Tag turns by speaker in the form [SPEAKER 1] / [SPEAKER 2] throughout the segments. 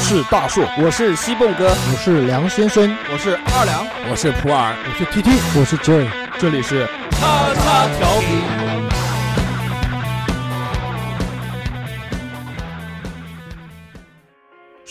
[SPEAKER 1] 是大树，
[SPEAKER 2] 我是西蹦哥，
[SPEAKER 3] 我是梁先生，
[SPEAKER 4] 我是二梁，
[SPEAKER 5] 我是普洱，
[SPEAKER 6] 我是 TT，
[SPEAKER 7] 我是 Joy，
[SPEAKER 1] 这里是
[SPEAKER 8] 叉叉调频。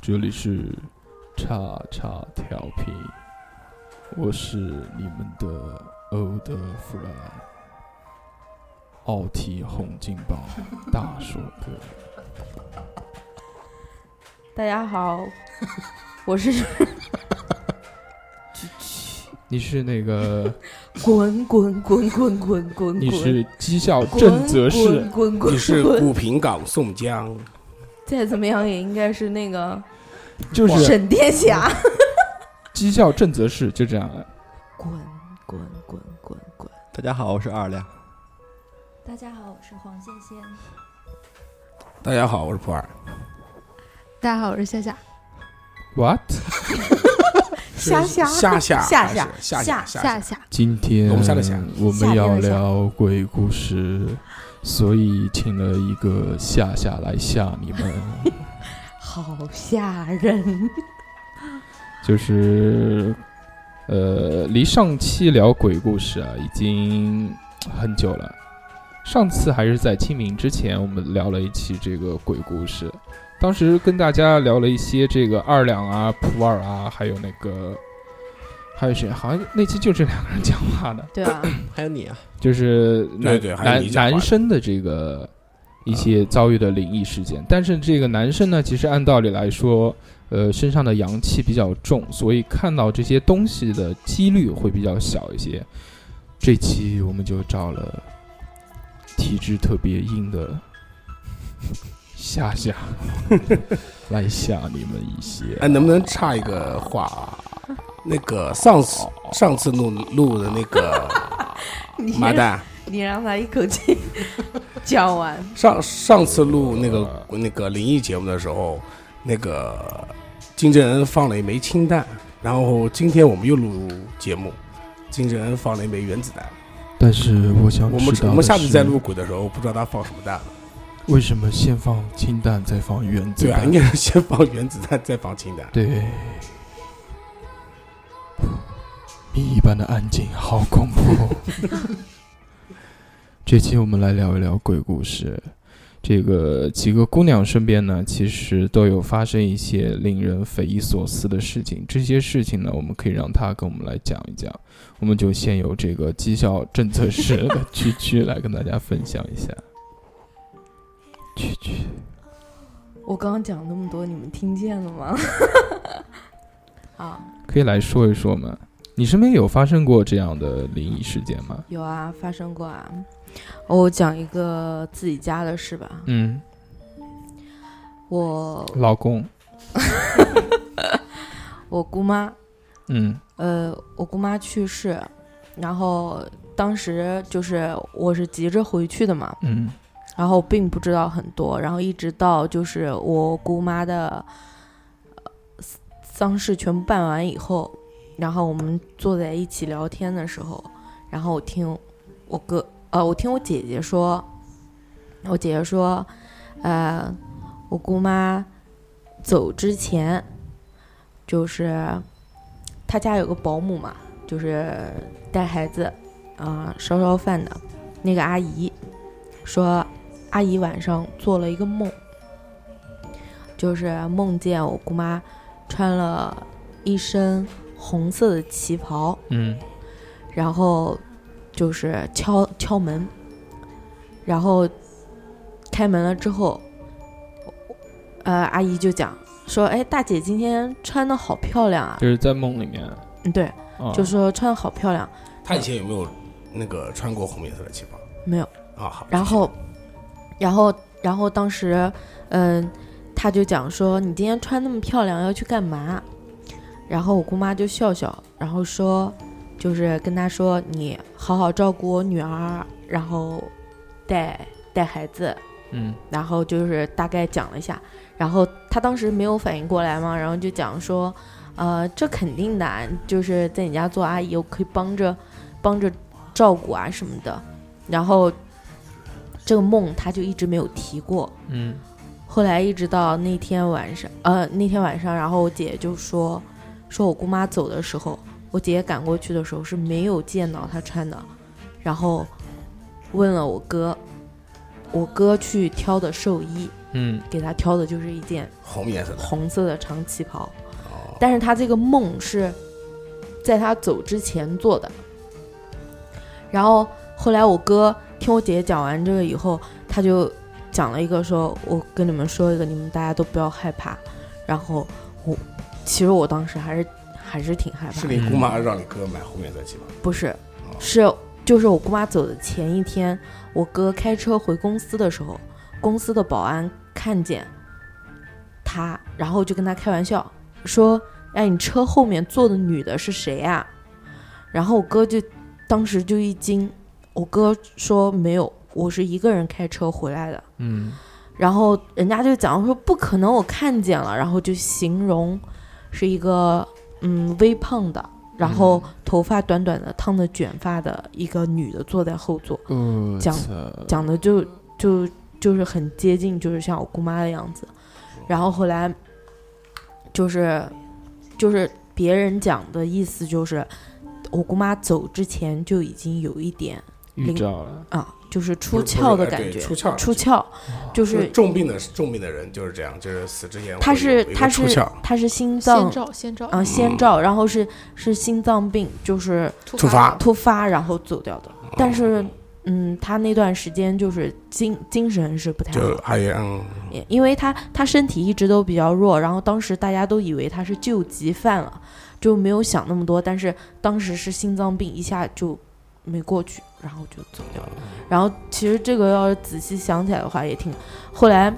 [SPEAKER 5] 这里是叉叉调频，我是你们的欧德弗兰，奥体洪金宝大硕哥。
[SPEAKER 9] 大家好，我是
[SPEAKER 5] 你是那个
[SPEAKER 9] 滚滚滚滚滚滚，
[SPEAKER 5] 你是讥笑郑则仕，
[SPEAKER 2] 你是 古平港宋江，
[SPEAKER 9] 再怎么样也应该是那个。
[SPEAKER 5] 就是
[SPEAKER 9] 沈殿霞，
[SPEAKER 5] 讥笑郑则仕，就这样了。
[SPEAKER 9] 滚滚滚滚滚！
[SPEAKER 10] 大家好，我是二亮。
[SPEAKER 11] 大家好，我是黄仙仙。
[SPEAKER 2] 大家好，我是普洱。
[SPEAKER 12] 大家好，我是夏夏。
[SPEAKER 5] What？
[SPEAKER 9] 夏夏
[SPEAKER 2] 夏夏
[SPEAKER 9] 夏
[SPEAKER 2] 夏
[SPEAKER 9] 夏
[SPEAKER 2] 夏夏。
[SPEAKER 5] 今天
[SPEAKER 2] 龙虾的虾，
[SPEAKER 5] 我们要聊鬼故事，所以请了一个夏夏来吓你们。
[SPEAKER 9] 好吓人！
[SPEAKER 5] 就是，呃，离上期聊鬼故事啊，已经很久了。上次还是在清明之前，我们聊了一期这个鬼故事。当时跟大家聊了一些这个二两啊、普洱啊，还有那个还有谁？好像那期就这两个人讲话的。
[SPEAKER 9] 对啊，
[SPEAKER 10] 还有你啊，
[SPEAKER 5] 就是
[SPEAKER 2] 对对，
[SPEAKER 5] 男男生的这个。
[SPEAKER 2] 嗯
[SPEAKER 5] 一些遭遇的灵异事件，但是这个男
[SPEAKER 2] 嗯
[SPEAKER 5] 生呢，其实按道理来说，呃，身上的阳气比较重，所以看到这些东西的几率会比较小一些。这期我们就找了体质特别硬的 夏夏来吓你们一些。
[SPEAKER 2] 哎，能不能插一个话啊？那个上次上次录录的那个麻蛋。
[SPEAKER 9] 你让他一口气讲完。
[SPEAKER 2] 上上次录那个那个灵异节目的时候，那个金正恩放了一枚氢弹，然后今天我们又录节目，金正恩放了一枚原子弹。
[SPEAKER 5] 但是我想
[SPEAKER 2] 我们我们下次再录鬼的时候，不知道他放什么弹了。
[SPEAKER 5] 为什么先放氢弹再放原子
[SPEAKER 2] 弹？对啊，应该是先放原子弹再放氢弹。
[SPEAKER 5] 对。谜一般的安静，好恐怖。 这期我们来聊一聊鬼故事。这个几个姑娘身边呢，其实都有发生一些令人匪夷所思的事情。这些事情呢，我们可以让她跟我们来讲一讲。我们就先由这个绩效政策室的区区来跟大家分享一下。区区，
[SPEAKER 9] 我刚刚讲那么多，你们听见了吗？ 啊
[SPEAKER 5] 可以来说一说吗？你身边有发生过这样的灵异事件吗？
[SPEAKER 9] 有啊，发生过啊。我、oh, 讲一个自己家的事吧。
[SPEAKER 5] 嗯，
[SPEAKER 9] 我
[SPEAKER 5] 老公，
[SPEAKER 9] 我姑妈，
[SPEAKER 5] 嗯，
[SPEAKER 9] 呃，我姑妈去世，然后当时就是我是急着回去的嘛，
[SPEAKER 5] 嗯，
[SPEAKER 9] 然后并不知道很多，然后一直到就是我姑妈的丧事全部办完以后，然后我们坐在一起聊天的时候，然后我听我哥。呃，我听我姐姐说，我姐姐说，呃，我姑妈走之前，就是她家有个保姆嘛，就是带孩子啊、呃、烧烧饭的那个阿姨，说阿姨晚上做了一个梦，就是梦见我姑妈穿了一身红色的旗袍，
[SPEAKER 5] 嗯，
[SPEAKER 9] 然后。就是敲敲门，然后开门了之后，呃，阿姨就讲说：“哎，大姐今天穿的好漂亮啊
[SPEAKER 5] 就是在梦里面，！”
[SPEAKER 9] 嗯，对，
[SPEAKER 5] 啊、
[SPEAKER 9] 就说穿的好漂亮，啊
[SPEAKER 2] 他以前有没有那个穿过红颜色的旗袍
[SPEAKER 9] 没有。
[SPEAKER 2] 啊？好，
[SPEAKER 9] 然后，然后，然后当时，嗯，他就讲说：“你今天穿那么漂亮，要去干嘛？”然后我姑妈就笑笑，然后说：“就是跟他说，你好好照顾我女儿，然后带带孩子，
[SPEAKER 5] 嗯，
[SPEAKER 9] 然后就是大概讲了一下，然后他当时没有反应过来嘛，然后就讲说，呃，这肯定的啊，就是在你家做阿姨，我可以帮着帮着照顾啊什么的。然后这个梦他就一直没有提过，
[SPEAKER 5] 嗯，
[SPEAKER 9] 后来一直到那天晚上，呃，那天晚上，然后我姐就说，说我姑妈走的时候，我姐赶过去的时候是没有见到她穿的，然后问了我哥，我哥去挑的寿衣，
[SPEAKER 5] 嗯，
[SPEAKER 9] 给她挑的就是一件
[SPEAKER 2] 红颜色的
[SPEAKER 9] 红色的长旗袍，
[SPEAKER 2] 哦，
[SPEAKER 9] 但是她这个梦是在她走之前做的，然后后来我哥听我姐姐讲完这个以后，他就讲了一个说，我跟你们说一个，你们大家都不要害怕，然后我其实我当时还是还是挺害怕
[SPEAKER 2] 是
[SPEAKER 9] 的，
[SPEAKER 2] 你姑妈让你哥买红颜色旗袍
[SPEAKER 9] 不是，
[SPEAKER 2] 哦
[SPEAKER 9] 是就是我姑妈走的前一天，我哥开车回公司的时候，公司的保安看见他，然后就跟他开玩笑说：“哎，你车后面坐的女的是谁呀、然后我哥就当时就一惊，我哥说：“没有，我是一个人开车回来的。”
[SPEAKER 5] 嗯，
[SPEAKER 9] 然后人家就讲说不可能，我看见了，然后就形容是一个嗯微胖的，然后头发短短的、烫的卷发的一个女的坐在后座，
[SPEAKER 5] 呃，
[SPEAKER 9] 讲
[SPEAKER 5] 操
[SPEAKER 9] 讲的就就就是很接近，就是像我姑妈的样子。然后后来就是就是别人讲的意思就是，我姑妈走之前就已经有一点
[SPEAKER 5] 预兆了，
[SPEAKER 9] 啊，就是出
[SPEAKER 2] 不是不是
[SPEAKER 9] 窍的
[SPEAKER 2] 哎
[SPEAKER 9] 感
[SPEAKER 2] 对
[SPEAKER 9] 觉，
[SPEAKER 2] 出窍
[SPEAKER 9] 出窍就
[SPEAKER 2] 就是
[SPEAKER 9] 是
[SPEAKER 2] 重病的重病的人就是这样，就是死之前
[SPEAKER 9] 他
[SPEAKER 2] 会有
[SPEAKER 9] 是
[SPEAKER 2] 一个
[SPEAKER 9] 他
[SPEAKER 2] 出
[SPEAKER 9] 是
[SPEAKER 2] 窍，
[SPEAKER 9] 他是心脏
[SPEAKER 12] 先兆先兆
[SPEAKER 9] 啊先兆，然后是是心脏病，就是
[SPEAKER 2] 突发
[SPEAKER 9] 突发然后走掉的。但是嗯，他那段时间就是精精神是不太
[SPEAKER 2] 就
[SPEAKER 9] 好，
[SPEAKER 2] 还有嗯
[SPEAKER 9] 也因为他他身体一直都比较弱，然后当时大家都以为他是救急犯了，就没有想那么多。但是当时是心脏病，一下就没过去，然后就走掉了。然后其实这个要是仔细想起来的话，也挺。后来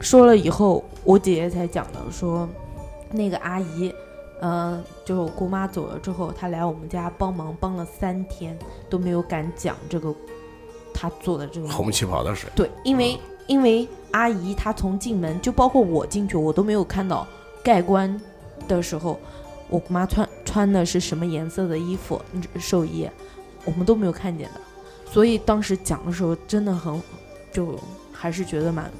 [SPEAKER 9] 说了以后，我姐姐才讲的，说那个阿姨，嗯，就是我姑妈走了之后，她来我们家帮忙帮了三天，都没有敢讲这个她做的这个
[SPEAKER 2] 红旗袍的事，
[SPEAKER 9] 对，因为、因为阿姨她从进门，就包括我进去，我都没有看到盖棺的时候，我姑妈穿穿的是什么颜色的衣服嗯寿衣，我们都没有看见的。所以当时讲的时候，真的很，就还是觉得蛮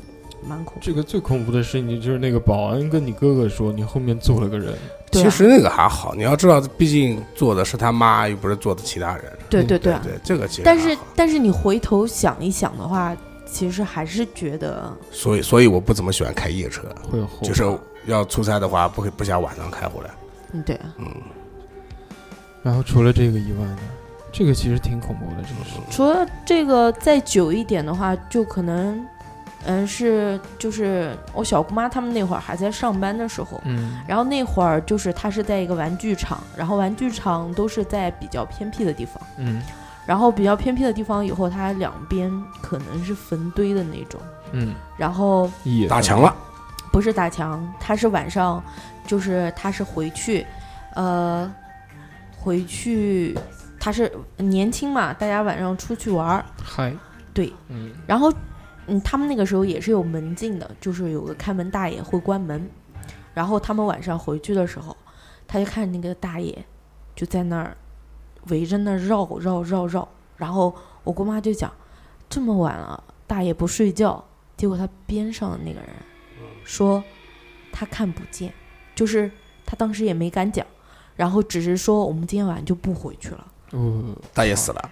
[SPEAKER 9] 蛮恐怖。
[SPEAKER 5] 这个最恐怖的事情就是那个保安跟你哥哥说，你后面坐了个人，
[SPEAKER 9] 对啊
[SPEAKER 2] 其实那个还好，你要知道，毕竟做的是他妈，又不是做的其他人。
[SPEAKER 9] 对对
[SPEAKER 2] 对
[SPEAKER 9] 啊
[SPEAKER 2] 对，这个其实
[SPEAKER 9] 但
[SPEAKER 2] 还
[SPEAKER 9] 是
[SPEAKER 2] 好
[SPEAKER 9] 但是你回头想一想的话，其实还是觉得
[SPEAKER 2] 所以所以我不怎么喜欢开夜
[SPEAKER 9] 哦
[SPEAKER 2] 车，
[SPEAKER 5] 会有后
[SPEAKER 2] 就是要出差的话，不可以不想晚上开回来。
[SPEAKER 9] 嗯对啊。
[SPEAKER 2] 嗯，
[SPEAKER 5] 然后除了这个以外呢，这个其实挺恐怖的，这个事。
[SPEAKER 9] 除了这个再久一点的话，就可能，嗯，是就是我小姑妈他们那会儿还在上班的时候，
[SPEAKER 5] 嗯
[SPEAKER 9] 然后那会儿就是她是在一个玩具厂，然后玩具厂都是在比较偏僻的地方，
[SPEAKER 5] 嗯
[SPEAKER 9] 然后比较偏僻的地方以后，它两边可能是坟堆的那种，
[SPEAKER 5] 嗯，
[SPEAKER 9] 然后
[SPEAKER 5] 也
[SPEAKER 2] 打墙了，
[SPEAKER 9] 不是打墙，他是晚上，就是他是回去，呃，回去，他是年轻嘛，大家晚上出去玩儿，
[SPEAKER 5] 嗨，
[SPEAKER 9] 对，
[SPEAKER 5] 嗯
[SPEAKER 9] 然后，嗯，他们那个时候也是有门禁的，就是有个看门大爷会关门。然后他们晚上回去的时候，他就看那个大爷就在那儿围着那儿绕绕绕绕。然后我姑妈就讲，这么晚了，大爷不睡觉。结果他边上的那个人
[SPEAKER 2] 嗯
[SPEAKER 9] 说，他看不见，就是他当时也没敢讲，然后只是说我们今天晚上就不回去了，
[SPEAKER 5] 呃，
[SPEAKER 2] 大爷死了，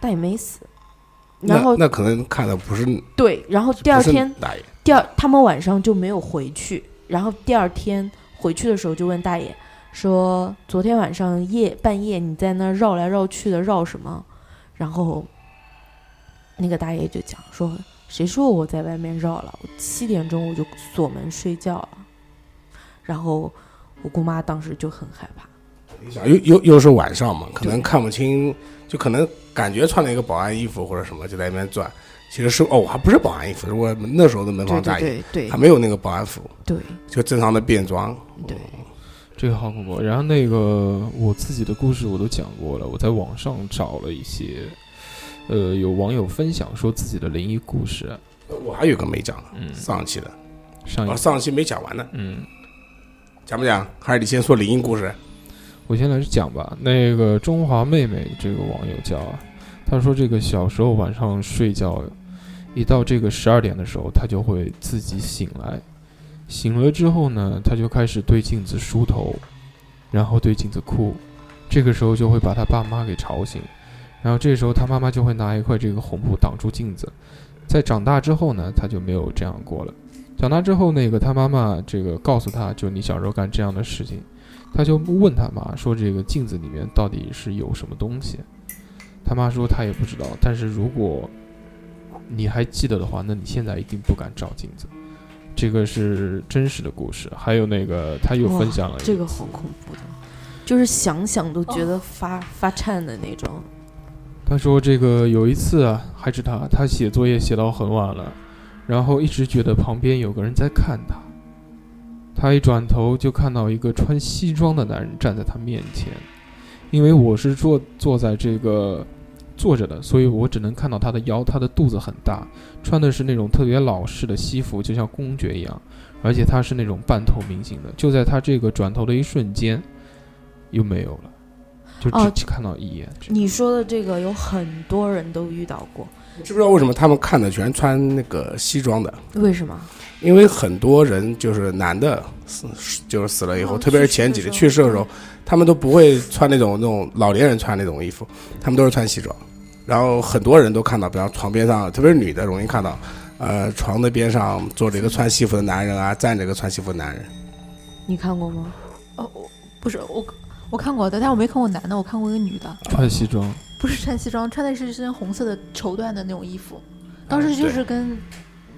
[SPEAKER 9] 但也没死。
[SPEAKER 2] 那
[SPEAKER 9] 然后
[SPEAKER 2] 那可能看的不是
[SPEAKER 9] 对，然后第二
[SPEAKER 2] 不是
[SPEAKER 9] 天
[SPEAKER 2] 大爷，
[SPEAKER 9] 第二，他们晚上就没有回去，然后第二天回去的时候就问大爷说：“昨天晚上夜半夜你在那儿绕来绕去的绕什么？”然后那个大爷就讲说，谁说我在外面绕了？我七点钟我就锁门睡觉了。然后我姑妈当时就很害怕，
[SPEAKER 2] 你想啊又又又是晚上嘛，可能
[SPEAKER 9] 对
[SPEAKER 2] 看不清，就可能感觉穿了一个保安衣服或者什么就在那边转，其实是哦，还不是保安衣服，是我们那时候的门
[SPEAKER 9] 对
[SPEAKER 2] 房大爷，哦
[SPEAKER 9] 对对
[SPEAKER 2] 还没有那个保安服，
[SPEAKER 9] 对
[SPEAKER 2] 就正常的便装。
[SPEAKER 9] 对对，
[SPEAKER 5] 这个好恐怖。然后那个我自己的故事我都讲过了，我在网上找了一些，呃，有网友分享说自己的灵异故事，
[SPEAKER 2] 我还有个没讲呢，
[SPEAKER 5] 嗯，
[SPEAKER 2] 上期的，
[SPEAKER 5] 上一
[SPEAKER 2] 哦，上期没讲完呢，
[SPEAKER 5] 嗯，
[SPEAKER 2] 讲不讲？还是你先说灵异故事？
[SPEAKER 5] 我先来讲吧。那个中华妹妹这个网友叫啊，她说这个小时候晚上睡觉，一到这个十二点的时候，她就会自己醒来。醒了之后呢，她就开始对镜子梳头，然后对镜子哭。这个时候就会把她爸妈给吵醒，然后这时候她妈妈就会拿一块这个红布挡住镜子。在长大之后呢，她就没有这样过了。长大之后，那个她妈妈这个告诉她，就你小时候干这样的事情，他就问他妈说：“这个镜子里面到底是有什么东西？”他妈说：“他也不知道，但是如果你还记得的话，那你现在一定不敢照镜子。”这个是真实的故事，还有那个他又
[SPEAKER 9] 哇
[SPEAKER 5] 分享了一
[SPEAKER 9] 这个好恐怖的，就是想想都觉得发、发颤的那种。
[SPEAKER 5] 他说这个有一次啊，还是他，他写作业写到很晚了，然后一直觉得旁边有个人在看他，他一转头就看到一个穿西装的男人站在他面前，因为我是坐坐在这个坐着的，所以我只能看到他的腰，他的肚子很大，穿的是那种特别老式的西服，就像公爵一样，而且他是那种半透明型的，就在他这个转头的一瞬间，又没有了，就
[SPEAKER 9] 哦
[SPEAKER 5] 只看到一眼。这样
[SPEAKER 9] 你说的这个有很多人都遇到过，
[SPEAKER 2] 知不知道为什么他们看的全穿那个西装的？
[SPEAKER 9] 为什么？
[SPEAKER 2] 因为很多人就是男的死，就是死了以后，
[SPEAKER 9] 嗯
[SPEAKER 2] 特别是
[SPEAKER 9] 去世
[SPEAKER 2] 前
[SPEAKER 9] 的
[SPEAKER 2] 几
[SPEAKER 9] 时
[SPEAKER 2] 年
[SPEAKER 9] 候
[SPEAKER 2] 哦去世的时候，他们都不会穿那种那种老年人穿那种衣服，他们都是穿西装。然后很多人都看到，比方床边上，特别是女的容易看到，呃，床的边上坐着一个穿西服的男人啊，站着一个穿西服的男人。
[SPEAKER 9] 你看过 吗？
[SPEAKER 12] 哦，我不是我，我看过的，但我没看过男的，我看过一个女的，
[SPEAKER 5] 穿西装。
[SPEAKER 12] 不是穿西装，穿的是一身红色的绸缎的那种衣服。当
[SPEAKER 2] 啊
[SPEAKER 12] 时就是跟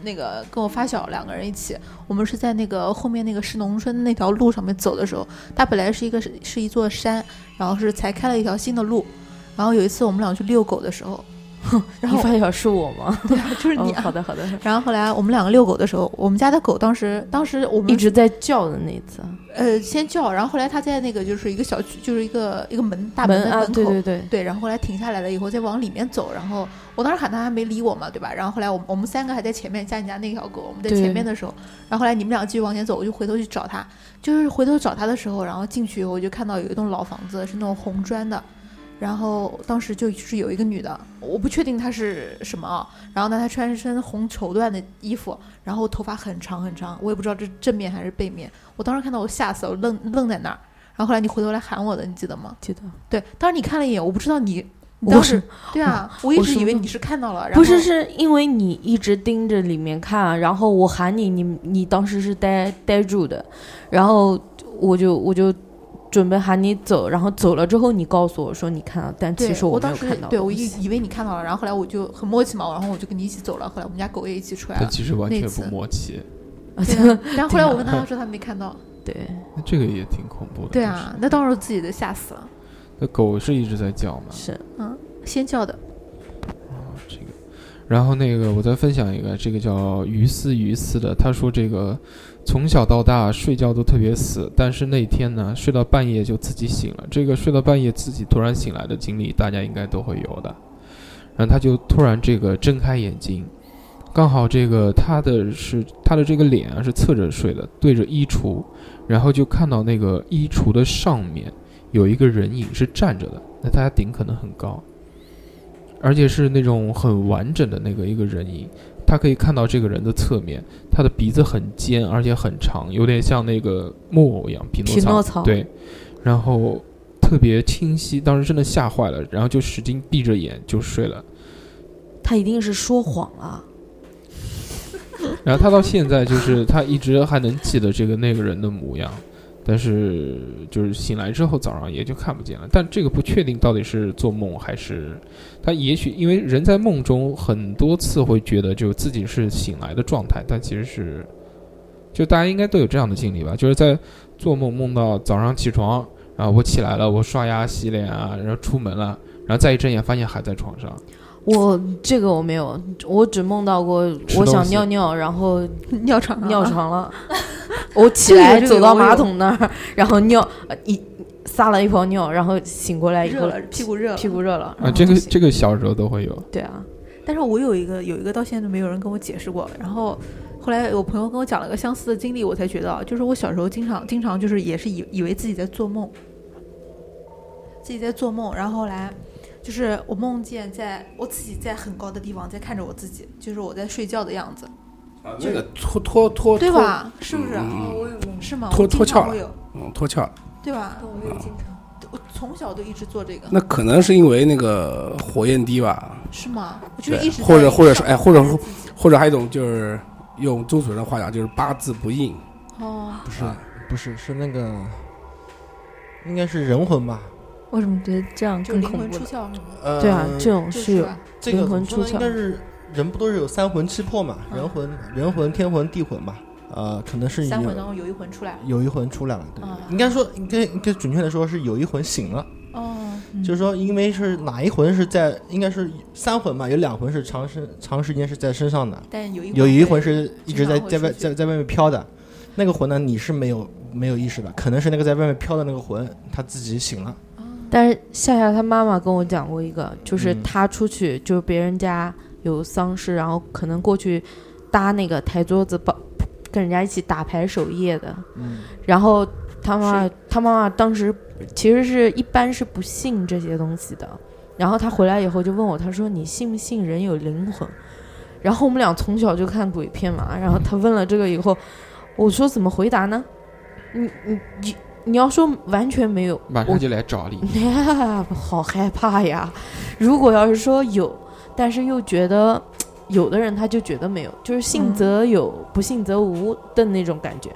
[SPEAKER 12] 那个跟我发小两个人一起，我们是在那个后面那个市农村那条路上面走的时候，它本来是一个是是一座山，然后是才开了一条新的路。然后有一次我们俩去遛狗的时候， 然
[SPEAKER 9] 你
[SPEAKER 12] 后
[SPEAKER 9] 发小是我 吗？
[SPEAKER 12] 对啊，就是你、
[SPEAKER 9] 哦，
[SPEAKER 12] 啊
[SPEAKER 9] 好的好的，
[SPEAKER 12] 然后后来我们两个遛狗的时候，我们家的狗当时当时我们
[SPEAKER 9] 一直在叫的那次啊
[SPEAKER 12] 呃先叫，然后后来它在那个就是一个小区，就是一个一个门大门
[SPEAKER 9] 门
[SPEAKER 12] 的
[SPEAKER 9] 啊，
[SPEAKER 12] 口。
[SPEAKER 9] 对对对，
[SPEAKER 12] 对然后后来停下来了以后，再往里面走，然后我当时喊他，还没理我嘛，对吧？然后后来我们我们三个还在前面，加你家那条狗，我们在
[SPEAKER 9] 对
[SPEAKER 12] 前面的时候，然后后来你们俩继续往前走，我就回头去找他，就是回头找他的时候，然后进去以后我就看到有一栋老房子是那种红砖的，然后当时就是有一个女的，我不确定她是什么啊，然后呢她穿一身红绸缎的衣服，然后头发很长很长，我也不知道这是正面还是背面，我当时看到我吓死了，我愣愣在那儿。然后后来你回头来喊我的，你记得吗？
[SPEAKER 9] 记得
[SPEAKER 12] 对，当时你看了一眼，我不知道你，你
[SPEAKER 9] 我
[SPEAKER 12] 当
[SPEAKER 9] 是哦
[SPEAKER 12] 时对啊，我一
[SPEAKER 9] 我
[SPEAKER 12] 直
[SPEAKER 9] 是
[SPEAKER 12] 以为
[SPEAKER 9] 愣
[SPEAKER 12] 你是看到了，然
[SPEAKER 9] 不是
[SPEAKER 12] 后
[SPEAKER 9] 是因为你一直盯着里面看，啊然后我喊你，你你当时是呆呆住的，然后我就我就准备喊你走，然后走了之后你告诉我说你看到，啊但
[SPEAKER 12] 对
[SPEAKER 9] 其实
[SPEAKER 12] 我
[SPEAKER 9] 没
[SPEAKER 12] 当
[SPEAKER 9] 有
[SPEAKER 12] 时
[SPEAKER 9] 看到东西。
[SPEAKER 12] 对我一以为你看到了，然后后来我就很默契嘛，然后我就跟你一起走了，后来我们家狗也一起出来
[SPEAKER 5] 他
[SPEAKER 12] 了，
[SPEAKER 5] 其实完全
[SPEAKER 12] 啊那
[SPEAKER 5] 不
[SPEAKER 12] 次
[SPEAKER 5] 默契，
[SPEAKER 9] 啊
[SPEAKER 12] 对
[SPEAKER 9] 对
[SPEAKER 12] 啊然后后来我跟
[SPEAKER 5] 天哪
[SPEAKER 12] 他说他没 看到，
[SPEAKER 9] 对
[SPEAKER 5] 那这个也挺恐怖的。
[SPEAKER 12] 对
[SPEAKER 5] 就是
[SPEAKER 12] 啊，，那当时我自己都吓死了，
[SPEAKER 5] 那狗是一直在叫嘛？
[SPEAKER 9] 是
[SPEAKER 12] 先叫的，
[SPEAKER 5] 啊这个，然后那个我再分享一个，这个叫于思于思的，他说这个从小到大睡觉都特别死，但是那天呢睡到半夜就自己醒了。这个睡到半夜自己突然醒来的经历，大家应该都会有的。然后他就突然这个睁开眼睛，刚好这个他的是他的这个脸啊是侧着睡的，对着衣橱，然后就看到那个衣橱的上面有一个人影是站着的，那他顶可能很高，而且是那种很完整的那个一个人影，他可以看到这个人的侧面，他的鼻子很尖，而且很长，有点像那个木偶一样，匹诺
[SPEAKER 9] 匹诺
[SPEAKER 5] 曹
[SPEAKER 9] 曹
[SPEAKER 5] 对，然后特别清晰，当时真的吓坏了，然后就使劲闭着眼就睡了。
[SPEAKER 9] 他一定是说谎了，
[SPEAKER 5] 然后他到现在就是他一直还能记得这个那个人的模样，但是就是醒来之后早上也就看不见了。但这个不确定到底是做梦还是他也许因为人在梦中很多次会觉得就自己是醒来的状态，但其实是就大家应该都有这样的经历吧，就是在做梦梦到早上起床，然后我起来了，我刷牙洗脸啊，然后出门了，然后再一睁眼发现还在床上。
[SPEAKER 9] 我这个我没有，我只梦到过
[SPEAKER 5] 吃
[SPEAKER 9] 我
[SPEAKER 5] 东
[SPEAKER 9] 想
[SPEAKER 5] 西
[SPEAKER 9] 尿尿，然后
[SPEAKER 12] 尿床
[SPEAKER 9] 尿 床啊 了，我起来
[SPEAKER 12] 啊这个
[SPEAKER 9] 走到
[SPEAKER 12] 我有
[SPEAKER 9] 马桶那儿，然后尿呃一撒了一泡尿，然后醒过来以
[SPEAKER 12] 热
[SPEAKER 9] 后
[SPEAKER 12] 了，屁股热了，
[SPEAKER 9] 屁股热了，
[SPEAKER 5] 啊，这个这个小时候都会 有，
[SPEAKER 9] 对啊，
[SPEAKER 12] 但是我有一个有一个到现在都没有人跟我解释过，然后后来我朋友跟我讲了个相似的经历，我才觉得啊，就是我小时候经常经常就是也是以以为自己在做梦，自己在做梦，然后后来就是我梦见在我自己在很高的地方在看着我自己，就是我在睡觉的样子，
[SPEAKER 2] 啊那个脱脱脱
[SPEAKER 12] 对？吧？是不是？
[SPEAKER 2] 嗯
[SPEAKER 11] 我有梦，
[SPEAKER 12] 是吗？
[SPEAKER 2] 脱
[SPEAKER 12] 我经
[SPEAKER 2] 脱
[SPEAKER 12] 常
[SPEAKER 2] 壳了
[SPEAKER 12] 会有，
[SPEAKER 2] 嗯，脱壳了。
[SPEAKER 12] 对吧
[SPEAKER 11] 但？我没有经常。
[SPEAKER 12] 啊我从小都一直做这个，
[SPEAKER 2] 那可能是因为那个火焰低吧，
[SPEAKER 12] 是吗？我就是一
[SPEAKER 2] 对，
[SPEAKER 12] 直
[SPEAKER 2] 或者
[SPEAKER 12] 在
[SPEAKER 2] 或者是哎，或者
[SPEAKER 12] 看着自己
[SPEAKER 2] 或者还有一种就是用周主任的话讲，就是八字不啊硬。
[SPEAKER 12] 哦，
[SPEAKER 8] 不是不是是那个，应该是人魂吧？
[SPEAKER 9] 为什么觉得这样
[SPEAKER 12] 就
[SPEAKER 9] 更
[SPEAKER 12] 灵
[SPEAKER 9] 恐
[SPEAKER 12] 魂
[SPEAKER 9] 怖
[SPEAKER 12] 出
[SPEAKER 9] 呢？
[SPEAKER 12] 窍什么的，
[SPEAKER 8] 呃，
[SPEAKER 9] 对啊，这种
[SPEAKER 12] 就是
[SPEAKER 9] 有
[SPEAKER 12] 吧
[SPEAKER 8] 这个
[SPEAKER 9] 灵
[SPEAKER 8] 怎么
[SPEAKER 9] 魂
[SPEAKER 8] 说呢
[SPEAKER 9] 出
[SPEAKER 8] 应该
[SPEAKER 9] 窍
[SPEAKER 8] 是人不都是有三魂七魄嘛？人魂、人魂、天魂、地魂嘛？呃，可能是
[SPEAKER 12] 三魂
[SPEAKER 8] 有
[SPEAKER 12] 当中有一魂出来了。
[SPEAKER 8] 有一魂出来了，对。
[SPEAKER 12] 啊
[SPEAKER 8] 应该说，应该应该准确的说是有一魂醒了，
[SPEAKER 12] 哦，
[SPEAKER 8] 就是说，因为是哪一魂是在，应该是三魂吧，有两魂是长身长时间是在身上的，
[SPEAKER 12] 但有一
[SPEAKER 8] 有一魂
[SPEAKER 12] 是
[SPEAKER 8] 是一直在
[SPEAKER 12] 经常会
[SPEAKER 8] 在外
[SPEAKER 12] 出去
[SPEAKER 8] 在在外面飘的，那个魂呢，你是没有没有意识的，可能是那个在外面飘的那个魂，他自己醒了。
[SPEAKER 12] 啊
[SPEAKER 9] 但是夏夏她妈妈跟我讲过一个，就是
[SPEAKER 8] 嗯
[SPEAKER 9] 她出去，就是别人家有丧事，然后可能过去搭那个台桌子，帮跟人家一起打牌守夜的。
[SPEAKER 8] 嗯，
[SPEAKER 9] 然后她妈妈
[SPEAKER 12] 是，
[SPEAKER 9] 她妈妈当时其实是一般是不信这些东西的。然后她回来以后就问我，她说你信不信人有灵魂？然后我们俩从小就看鬼片嘛，然后她问了这个以后，我说怎么回答呢？你你你你要说完全没有，
[SPEAKER 13] 马上就来找你。
[SPEAKER 9] 哎呀，好害怕呀！如果要是说有，但是又觉得有的人他就觉得没有，就是信
[SPEAKER 12] 嗯
[SPEAKER 9] 则有，不信则无的那种感觉。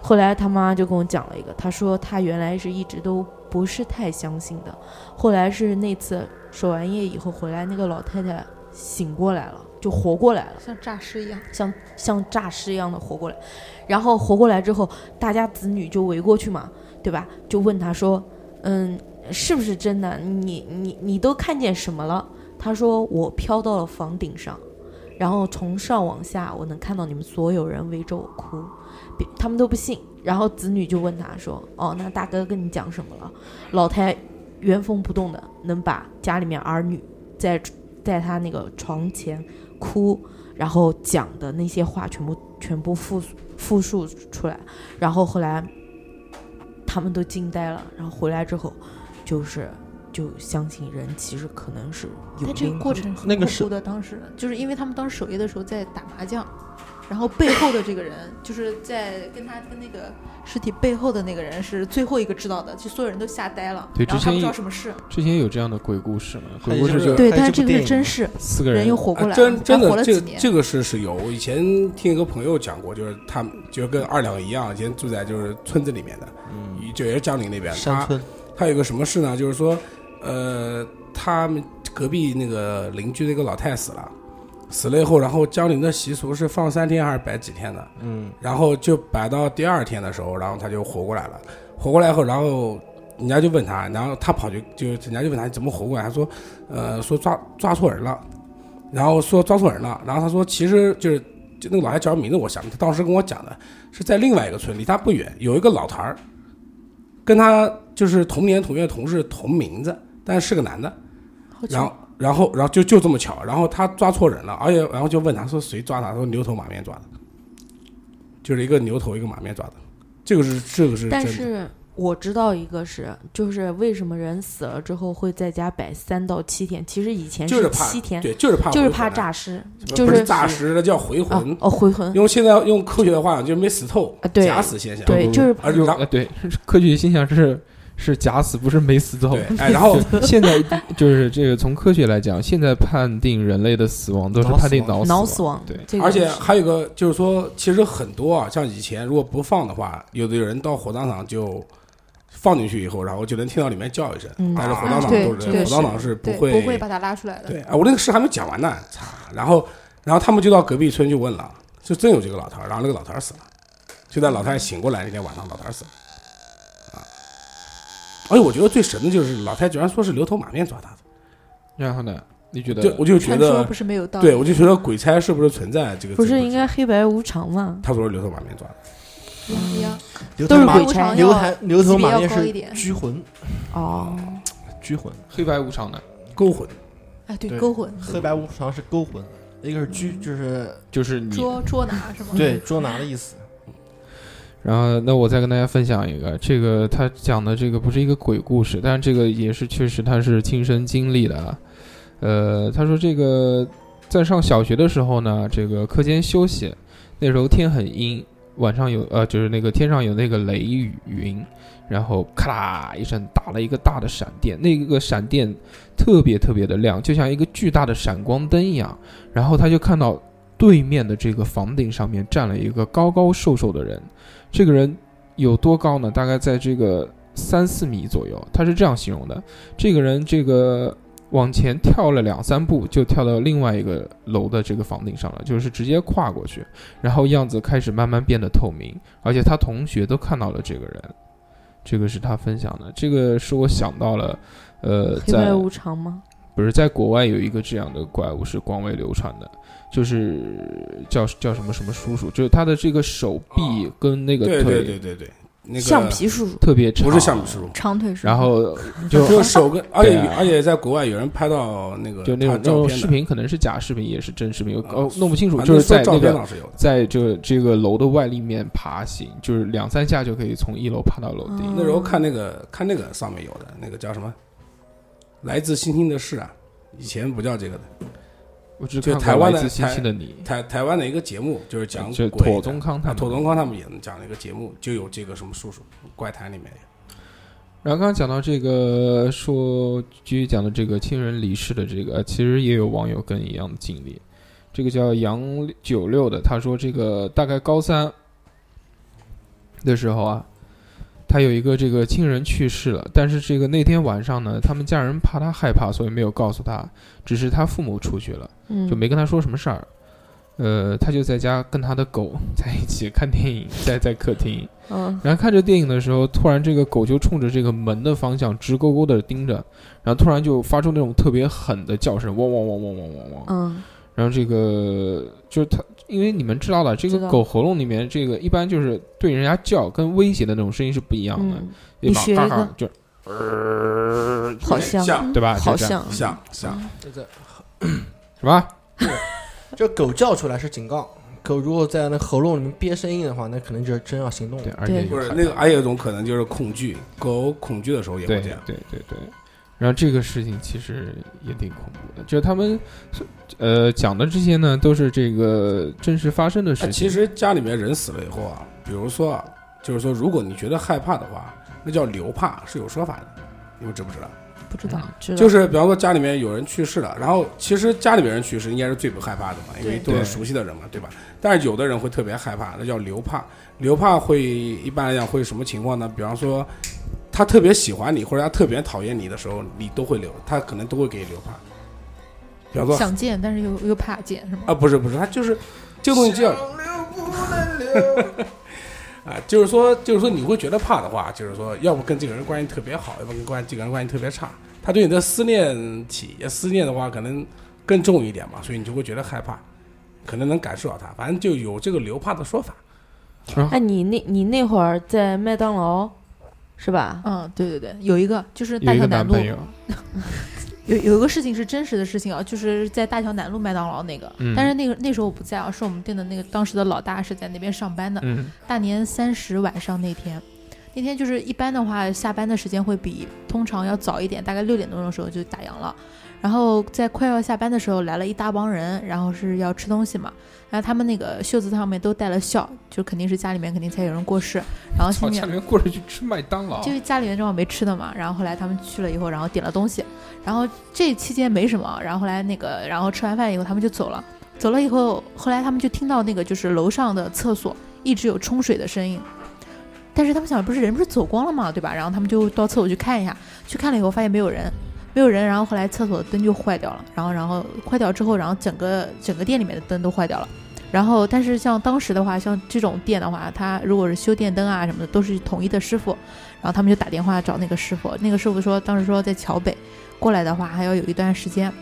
[SPEAKER 9] 后来他妈就跟我讲了一个，他说他原来是一直都不是太相信的，后来是那次守完夜以后回来，那个老太太醒过来了，就活过来了。
[SPEAKER 12] 像诈尸一样，
[SPEAKER 9] 像像诈尸一样的活过来，然后活过来之后，大家子女就围过去嘛，对吧？就问他说：“嗯，是不是真的？你你你都看见什么了？”他说：“我飘到了房顶上，然后从上往下，我能看到你们所有人围着我哭，别他们都不信。”然后子女就问他说：“哦，那大哥跟你讲什么了？”老太原封不动的能把家里面儿女在在他那个床前哭然后讲的那些话全部全部复复述出来，然后后来他们都惊呆了，然后回来之后就是就相信人其实可能是有
[SPEAKER 12] 但这
[SPEAKER 9] 灵
[SPEAKER 12] 个过
[SPEAKER 9] 魂
[SPEAKER 12] 程很
[SPEAKER 8] 那个
[SPEAKER 12] 恐
[SPEAKER 8] 是
[SPEAKER 12] 怖的，当时就是因为他们当时守夜的时候在打麻将，然后背后的这个人就是在跟他跟那个尸体背后的那个人是最后一个知道的，就所有人都吓呆了，
[SPEAKER 5] 对
[SPEAKER 12] 然后
[SPEAKER 5] 之前
[SPEAKER 12] 他
[SPEAKER 5] 呃
[SPEAKER 12] 不知道
[SPEAKER 5] 也
[SPEAKER 12] 什么事，
[SPEAKER 5] 之前有这样的鬼故事嘛？
[SPEAKER 8] 还
[SPEAKER 5] 鬼
[SPEAKER 8] 有
[SPEAKER 5] 故
[SPEAKER 8] 就
[SPEAKER 5] 事
[SPEAKER 8] 是
[SPEAKER 5] 就
[SPEAKER 12] 对，
[SPEAKER 8] 拍
[SPEAKER 12] 但
[SPEAKER 8] 这
[SPEAKER 12] 是这个是
[SPEAKER 8] 部电影
[SPEAKER 12] 真事，
[SPEAKER 5] 四个
[SPEAKER 12] 人
[SPEAKER 5] 人
[SPEAKER 12] 又活过来
[SPEAKER 2] 啊
[SPEAKER 12] 了，
[SPEAKER 2] 真真
[SPEAKER 12] 还活
[SPEAKER 2] 的，
[SPEAKER 12] 了
[SPEAKER 2] 这
[SPEAKER 12] 几
[SPEAKER 2] 个
[SPEAKER 12] 年，
[SPEAKER 2] 这个是是有。我以前听一个朋友讲过，就是他们就跟二两一样，以前住在就是村子里面的，
[SPEAKER 8] 嗯，
[SPEAKER 2] 就也是江宁那边。啊
[SPEAKER 8] 山
[SPEAKER 2] 他
[SPEAKER 8] 村
[SPEAKER 2] 他有一个什么事呢？就是说，呃，他们隔壁那个邻居那个老太死了，死了以后，然后江宁的习俗是放三天还是摆几天的？
[SPEAKER 8] 嗯，
[SPEAKER 2] 然后就摆到第二天的时候，然后他就活过来了。活过来以后，然后人家就问他，然后他跑去就人家就问他怎么活过来，他说，呃，说抓抓错人了，然后说抓错人了，然后他说其实就是就那个老太叫什么名字，我想不起他当时跟我讲的是在另外一个村，离他不远有一个老头儿，跟他就是同年同月同日同名字，但是个男的，
[SPEAKER 12] 好
[SPEAKER 2] 然后
[SPEAKER 12] 巧，
[SPEAKER 2] 然后然后就就这么巧，然后他抓错人了，而且然后就问他说谁抓他，他说牛头马面抓的，就是一个牛头一个马面抓的，这个是这个是真
[SPEAKER 9] 但
[SPEAKER 2] 的。
[SPEAKER 9] 是我知道一个是，就是为什么人死了之后会在家摆三到七天，其实以前
[SPEAKER 2] 就是怕
[SPEAKER 9] 七天，
[SPEAKER 2] 对，就是怕
[SPEAKER 9] 就是
[SPEAKER 2] 回
[SPEAKER 9] 怕
[SPEAKER 2] 魂啊，
[SPEAKER 9] 诈尸
[SPEAKER 2] 不
[SPEAKER 9] 就是
[SPEAKER 2] 是诈尸，那叫回
[SPEAKER 9] 啊
[SPEAKER 2] 魂。
[SPEAKER 9] 哦回魂
[SPEAKER 2] 用现在用科学的话讲，就没死透
[SPEAKER 9] 啊，对
[SPEAKER 2] 假死现象。
[SPEAKER 9] 对，就是
[SPEAKER 2] 而
[SPEAKER 5] 就
[SPEAKER 2] 然后
[SPEAKER 5] 啊呃对，科学现象是是假死，不是没死透。
[SPEAKER 2] 对，哎，然后
[SPEAKER 5] 就 现在就是这个，从科学来讲，现在判定人类的死亡都是判定
[SPEAKER 8] 脑
[SPEAKER 5] 脑
[SPEAKER 9] 脑
[SPEAKER 5] 死
[SPEAKER 9] 死
[SPEAKER 5] 亡。
[SPEAKER 9] 亡，
[SPEAKER 5] 对
[SPEAKER 9] 这个
[SPEAKER 2] 而且
[SPEAKER 9] 是
[SPEAKER 2] 还有一个就是说，其实很多啊，像以前如果不放的话，有的人到火葬场就放进去以后，然后就能听到里面叫一声，
[SPEAKER 9] 嗯
[SPEAKER 2] 但是火
[SPEAKER 12] 啊
[SPEAKER 2] 葬场
[SPEAKER 12] 对
[SPEAKER 2] 都是
[SPEAKER 12] 对
[SPEAKER 2] 火葬场是
[SPEAKER 12] 对，
[SPEAKER 2] 会
[SPEAKER 12] 不会把它拉出来的。
[SPEAKER 2] 对啊，我那个事还没讲完呢，操！然后然后他们就到隔壁村去问了，就真有这个老头儿，然后那个老头儿死了，就在老太太醒过来那天晚上，老头儿死了啊！而且我觉得最神的就是老太太居然说是牛头马面抓他
[SPEAKER 5] 然后呢？你觉
[SPEAKER 2] 的，就
[SPEAKER 5] 得
[SPEAKER 2] 我就觉
[SPEAKER 12] 传说
[SPEAKER 2] 得
[SPEAKER 12] 不，是没有道理。
[SPEAKER 2] 对我就觉得鬼差是不是存在这个词
[SPEAKER 9] 不
[SPEAKER 2] 知道？
[SPEAKER 9] 是应该黑白无常吗？
[SPEAKER 2] 他说是牛头马面抓的。
[SPEAKER 12] 一样，
[SPEAKER 8] 牛
[SPEAKER 9] 都
[SPEAKER 8] 头
[SPEAKER 9] 是
[SPEAKER 8] 马
[SPEAKER 9] 鬼
[SPEAKER 12] 无
[SPEAKER 9] 差
[SPEAKER 12] 常
[SPEAKER 8] 牛
[SPEAKER 12] 要
[SPEAKER 8] 头牛头
[SPEAKER 12] 级别
[SPEAKER 8] 马
[SPEAKER 12] 要
[SPEAKER 8] 面
[SPEAKER 12] 高
[SPEAKER 8] 是
[SPEAKER 12] 一点
[SPEAKER 8] 拘魂，
[SPEAKER 9] 哦，
[SPEAKER 8] 拘魂，
[SPEAKER 5] 黑白无常呢？
[SPEAKER 2] 勾魂，
[SPEAKER 12] 哎，对，
[SPEAKER 8] 对
[SPEAKER 12] 勾魂、
[SPEAKER 8] 黑白无常是勾魂，一个是拘，就是
[SPEAKER 5] 就是你
[SPEAKER 12] 捉捉拿是吗？
[SPEAKER 8] 对捉拿的意思。
[SPEAKER 5] 然后，那我再跟大家分享一个，这个他讲的这个不是一个鬼故事，但是这个也是确实他是亲身经历的啊。呃，他说这个在上小学的时候呢，这个课间休息，那时候天很阴，晚上有呃就是那个天上有那个雷雨云，然后咔啦一声打了一个大的闪电，那个闪电特别特别的亮，就像一个巨大的闪光灯一样。然后他就看到对面的这个房顶上面站了一个高高瘦瘦的人。这个人有多高呢？大概在这个三四米左右。他是这样形容的：这个人这个往前跳了两三步，就跳到另外一个楼的这个房顶上了，就是直接跨过去，然后样子开始慢慢变得透明，而且他同学都看到了这个人。这个是他分享的，这个是我想到了，呃，
[SPEAKER 9] 黑
[SPEAKER 5] 在
[SPEAKER 9] 白无常吗？
[SPEAKER 5] 不是在国外有一个这样的怪物是广为流传的，就是叫叫什么什么叔叔，就是他的这个手臂跟那个
[SPEAKER 2] 啊对
[SPEAKER 5] 腿
[SPEAKER 2] 对对对对，那个
[SPEAKER 9] 橡皮叔叔，
[SPEAKER 5] 特别长，
[SPEAKER 2] 不是橡皮树，
[SPEAKER 11] 长腿叔，
[SPEAKER 5] 然后就
[SPEAKER 2] 就手跟，而且
[SPEAKER 5] 对啊
[SPEAKER 2] 而且在国外有人拍到那个
[SPEAKER 5] 就那种
[SPEAKER 2] 他
[SPEAKER 5] 那
[SPEAKER 2] 照
[SPEAKER 5] 种
[SPEAKER 2] 片
[SPEAKER 5] 视
[SPEAKER 2] 的，
[SPEAKER 5] 频可能是假视频，也是真视频，
[SPEAKER 2] 啊
[SPEAKER 5] 哦，弄不清楚，
[SPEAKER 2] 反
[SPEAKER 5] 就
[SPEAKER 2] 正
[SPEAKER 5] 是在
[SPEAKER 2] 照
[SPEAKER 5] 那
[SPEAKER 2] 片
[SPEAKER 5] 个
[SPEAKER 2] 上是有的。
[SPEAKER 5] 在这这个楼的外立面爬行，就是两三下就可以从一楼爬到楼顶。
[SPEAKER 9] 嗯
[SPEAKER 2] 那时候看那个看那个上面有的那个叫什么，来自星星的事啊，以前不叫这个的。
[SPEAKER 5] 我只
[SPEAKER 2] 就
[SPEAKER 5] 看过
[SPEAKER 2] 台湾
[SPEAKER 5] 来
[SPEAKER 2] 的
[SPEAKER 5] 自星
[SPEAKER 2] 台
[SPEAKER 5] 星的你，
[SPEAKER 2] 台台湾的一个节目就是讲
[SPEAKER 5] 就
[SPEAKER 2] 鬼
[SPEAKER 5] 妥
[SPEAKER 2] 的
[SPEAKER 5] 宗康他
[SPEAKER 2] 啊
[SPEAKER 5] 们。
[SPEAKER 2] 妥宗康他们演的讲了一个节目，就有这个什么叔叔怪谈里面有
[SPEAKER 5] 然后刚刚讲到这个，说继续讲的这个亲人离世的这个，呃其实也有网友跟一样的经历。这个叫杨九六的，他说这个大概高三的时候啊，他有一个这个亲人去世了，但是这个那天晚上呢，他们家人怕他害怕，所以没有告诉他，只是他父母出去了。
[SPEAKER 9] 嗯
[SPEAKER 5] 就没跟他说什么事儿。呃，他就在家跟他的狗在一起看电影，在在客厅。
[SPEAKER 9] 嗯
[SPEAKER 5] 然后看着电影的时候，突然这个狗就冲着这个门的方向直勾勾的盯着，然后突然就发出那种特别狠的叫声，汪汪汪汪汪汪汪。
[SPEAKER 9] 嗯
[SPEAKER 5] 然后这个就是它，因为你们知道的，这
[SPEAKER 9] 知
[SPEAKER 5] 个
[SPEAKER 9] 道
[SPEAKER 5] 狗喉咙里面这个一般就是对人家叫跟威胁的那种声音是不一样的，
[SPEAKER 9] 嗯，
[SPEAKER 5] 对吧
[SPEAKER 9] 你学？一
[SPEAKER 5] 嘎
[SPEAKER 9] 个
[SPEAKER 5] 嘎就，
[SPEAKER 9] 好像嗯
[SPEAKER 2] 像
[SPEAKER 5] 对吧？
[SPEAKER 9] 好
[SPEAKER 5] 啊就这样
[SPEAKER 9] 像
[SPEAKER 2] 像像
[SPEAKER 5] 嗯
[SPEAKER 8] 这个
[SPEAKER 5] 什么？
[SPEAKER 8] 这狗叫出来是警告，狗如果在那喉咙里面憋声音的话，那可能就是真要行动
[SPEAKER 5] 对，
[SPEAKER 8] 了。
[SPEAKER 5] 而且
[SPEAKER 9] 对
[SPEAKER 5] 就
[SPEAKER 2] 不是
[SPEAKER 5] 害
[SPEAKER 2] 那
[SPEAKER 5] 怕
[SPEAKER 2] 个，还有一种可能就是恐惧，狗恐惧的时候也会
[SPEAKER 5] 对
[SPEAKER 2] 这样。
[SPEAKER 5] 对对对。然后这个事情其实也挺恐怖的，就是他们呃讲的这些呢，都是这个真实发生的事
[SPEAKER 9] 呃
[SPEAKER 2] 哎，
[SPEAKER 5] 情。
[SPEAKER 2] 其实家里面人死了以后啊，比如说啊，就是说如果你觉得害怕的话，那叫留怕是有说法的，你们知不知道？
[SPEAKER 9] 不知道，
[SPEAKER 5] 嗯
[SPEAKER 9] 知道
[SPEAKER 2] 就是比方说家里面有人去世了，然后其实家里面人去世应该是最不害怕的嘛，因为都
[SPEAKER 5] 对
[SPEAKER 2] 是熟悉的人嘛，对吧？但是有的人会特别害怕，那叫留怕。留怕会一般来讲会什么情况呢？比方说他特别喜欢你，或者他特别讨厌你的时候，你都会留，他可能都会给你留怕。比
[SPEAKER 5] 啊
[SPEAKER 2] 方说
[SPEAKER 12] 想见，但是又又怕见，是吗？
[SPEAKER 2] 啊，不是不是，他就是这个东西叫啊，就是说就是说你会觉得怕的话，就是说要不跟这个人关系特别好，要不跟关这个人关系特别差。他对你的思念起思念的话，可能更重一点嘛，所以你就会觉得害怕，可能能感受到他。反正就有这个留怕的说法。
[SPEAKER 9] 哎，你那你那会儿在麦当劳是吧？
[SPEAKER 12] 嗯，对对对，有一个就是
[SPEAKER 5] 有
[SPEAKER 12] 大
[SPEAKER 5] 一
[SPEAKER 12] 桥
[SPEAKER 5] 个
[SPEAKER 12] 南
[SPEAKER 5] 男
[SPEAKER 12] 路
[SPEAKER 5] 朋友，
[SPEAKER 12] 有有一个事情是真实的事情啊，就是在大桥南路麦当劳那个，
[SPEAKER 5] 嗯
[SPEAKER 12] 但是那个那时候我不在啊，是我们店的那个当时的老大是在那边上班的。
[SPEAKER 5] 嗯，
[SPEAKER 12] 大年三十晚上那天，那天就是一般的话，下班的时间会比通常要早一点，大概六点多钟的时候就打烊了。然后在快要下班的时候来了一大帮人，然后是要吃东西嘛，然后他们那个袖子上面都带了孝，就肯定是家里面肯定才有人过世，然后
[SPEAKER 5] 操，
[SPEAKER 12] 心里
[SPEAKER 5] 家
[SPEAKER 12] 面
[SPEAKER 5] 里面过来去吃麦当劳
[SPEAKER 12] 就，是家里面正好没吃的嘛，然后后来他们去了以后，然后点了东西，然后这期间没什么，然后后来那个，然后吃完饭以后他们就走了，走了以后，后来他们就听到那个就是楼上的厕所一直有冲水的声音，但是他们想不是人不是走光了嘛，对吧？然后他们就到厕所去看一下，去看了以后发现没有人。没有人，然后后来厕所的灯就坏掉了，然后然后坏掉之后，然后整个整个店里面的灯都坏掉了，然后但是像当时的话，像这种店的话，它如果是修电灯啊什么的，都是统一的师傅，然后他们就打电话找那个师傅，那个师傅说当时说在桥北过来的话还要有一段时间，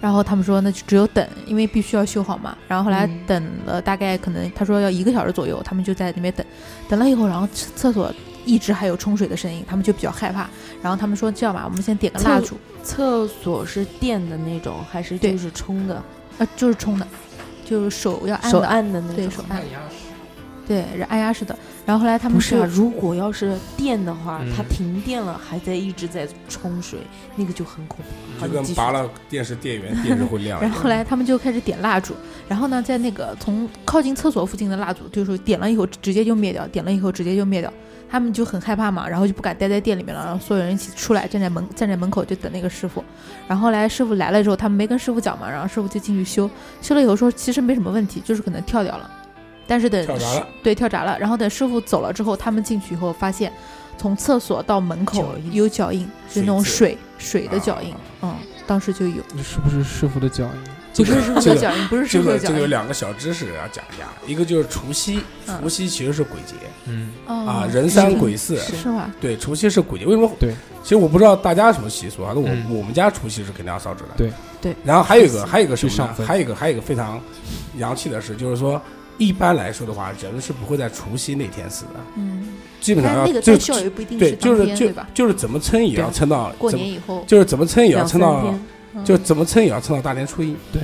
[SPEAKER 12] 然后他们说那就只有等，因为必须要修好嘛。然后后来
[SPEAKER 9] 嗯
[SPEAKER 12] 等了大概可能他说要一个小时左右，他们就在那边等，等了以后，然后厕厕所一直还有冲水的声音，他们就比较害怕。然后他们说这样吧，我们先点个蜡
[SPEAKER 9] 厕
[SPEAKER 12] 烛，
[SPEAKER 9] 厕所是电的那种，还是就
[SPEAKER 12] 对
[SPEAKER 9] 是冲的，
[SPEAKER 12] 呃，就是冲的，就是手要按
[SPEAKER 9] 手
[SPEAKER 12] 的，
[SPEAKER 9] 按的那
[SPEAKER 12] 对
[SPEAKER 9] 种？
[SPEAKER 12] 手按，对是按压式的。然后后来他们
[SPEAKER 9] 不是啊，
[SPEAKER 12] 就
[SPEAKER 9] 如果要是电的话，
[SPEAKER 13] 嗯
[SPEAKER 9] 它停电了还在一直在冲水，那个就很恐怖。好
[SPEAKER 2] 就
[SPEAKER 9] 你继
[SPEAKER 2] 跟
[SPEAKER 9] 续
[SPEAKER 2] 拔了电视电源，电视会亮一样。
[SPEAKER 12] 然后后来他们就开始点蜡烛，然后呢，在那个从靠近厕所附近的蜡烛，就是点了以后直接就灭掉，点了以后直接就灭掉。他们就很害怕嘛，然后就不敢待在店里面了，然后所有人一起出来，站在门站在门口就等那个师傅。然后后来师傅来了之后，他们没跟师傅讲嘛，然后师傅就进去修，修了以后说其实没什么问题，就是可能跳掉了，但是等
[SPEAKER 2] 跳闸
[SPEAKER 12] 师
[SPEAKER 2] 了
[SPEAKER 12] 对跳闸了，然后等师傅走了之后，他们进去以后发现，从厕所到门口
[SPEAKER 9] 脚印
[SPEAKER 12] 有脚印，就那种
[SPEAKER 2] 水
[SPEAKER 12] 水水的脚印，
[SPEAKER 2] 啊
[SPEAKER 12] 嗯，当时就有。
[SPEAKER 5] 你是不是师傅的脚印？
[SPEAKER 12] 不是师傅
[SPEAKER 2] 这
[SPEAKER 12] 的
[SPEAKER 2] 个
[SPEAKER 12] 脚印，不是师
[SPEAKER 2] 这
[SPEAKER 12] 傅
[SPEAKER 2] 个
[SPEAKER 12] 的
[SPEAKER 2] 这
[SPEAKER 12] 脚
[SPEAKER 2] 个有
[SPEAKER 12] 印。
[SPEAKER 2] 两个小知识要讲一下，一个就是除夕，
[SPEAKER 12] 嗯
[SPEAKER 2] 除夕其实是鬼节
[SPEAKER 5] 嗯，
[SPEAKER 2] 啊
[SPEAKER 12] 啊，
[SPEAKER 2] 人三鬼四
[SPEAKER 12] 是是吧？
[SPEAKER 2] 对，除夕是鬼节，为什么？
[SPEAKER 5] 对，
[SPEAKER 2] 其实我不知道大家什么习俗啊，那我、
[SPEAKER 5] 嗯
[SPEAKER 2] 我们家除夕是肯定要烧纸的。
[SPEAKER 5] 对
[SPEAKER 9] 对。
[SPEAKER 2] 然后还有一
[SPEAKER 9] 除
[SPEAKER 2] 个
[SPEAKER 9] 夕
[SPEAKER 2] 还有一个什
[SPEAKER 5] 去
[SPEAKER 2] 么
[SPEAKER 5] 上
[SPEAKER 2] 呢？
[SPEAKER 5] 坟
[SPEAKER 2] 还有一个还有一个非常洋气的事，就是说一般来说的话，人是不会在除夕那天死的，
[SPEAKER 12] 嗯，
[SPEAKER 2] 基本上
[SPEAKER 12] 但
[SPEAKER 2] 要
[SPEAKER 12] 那个
[SPEAKER 2] 就
[SPEAKER 12] 在校也不一定
[SPEAKER 2] 对，就
[SPEAKER 12] 当
[SPEAKER 2] 是
[SPEAKER 12] 天，
[SPEAKER 2] 就
[SPEAKER 12] 对吧？
[SPEAKER 2] 就是怎么撑也要
[SPEAKER 9] 对
[SPEAKER 2] 撑到
[SPEAKER 12] 过
[SPEAKER 2] 怎么
[SPEAKER 12] 年以后，
[SPEAKER 2] 就是怎么撑也要
[SPEAKER 9] 两
[SPEAKER 2] 撑
[SPEAKER 9] 三
[SPEAKER 2] 到，
[SPEAKER 9] 天，
[SPEAKER 12] 嗯
[SPEAKER 2] 就怎么撑也要撑到大年初一。
[SPEAKER 5] 对，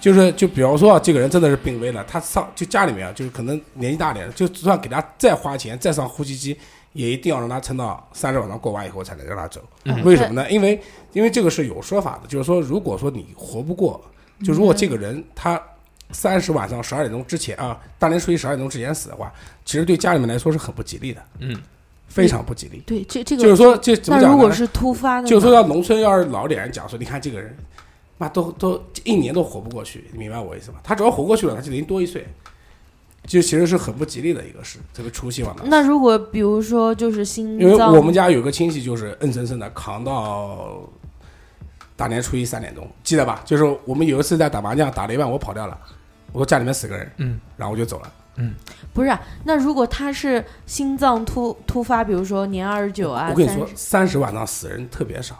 [SPEAKER 2] 就是就比方说啊，这个人真的是病危了，他上就家里面啊，就是可能年纪大点，就算给他再花钱再上呼吸机，也一定要让他撑到三十晚上过完以后才能让他走。
[SPEAKER 13] 嗯
[SPEAKER 2] 为什么呢？因为因为这个是有说法的，就是说如果说你活不过，就如果这个人他三十晚上十二点钟之前啊，大年初一十二点钟之前死的话，其实对家里面来说是很不吉利的，
[SPEAKER 13] 嗯，
[SPEAKER 2] 非常不吉利。
[SPEAKER 9] 对，这这个
[SPEAKER 2] 就是说这怎么
[SPEAKER 9] 那如
[SPEAKER 2] 讲
[SPEAKER 9] 果
[SPEAKER 2] 呢？
[SPEAKER 9] 是突发的呢，
[SPEAKER 2] 就是说到农村，要是老给人讲说，你看这个人，妈都都一年都活不过去，你明白我意思吗？他只要活过去了，他就能多一岁，就其实是很不吉利的一个事。这个除夕晚上，
[SPEAKER 9] 那如果比如说就是心
[SPEAKER 2] 因为
[SPEAKER 9] 脏，
[SPEAKER 2] 我们家有个亲戚就是硬生生的扛到大年初一三点钟，记得吧？就是我们有一次在打麻将，打了一半我跑掉了，我说家里面死个人，
[SPEAKER 5] 嗯，
[SPEAKER 2] 然后我就走了。
[SPEAKER 9] 不是啊、那如果他是心脏突突发，比如说年二十九啊，
[SPEAKER 2] 我跟你
[SPEAKER 9] 30
[SPEAKER 2] 说，三十晚上死人特别少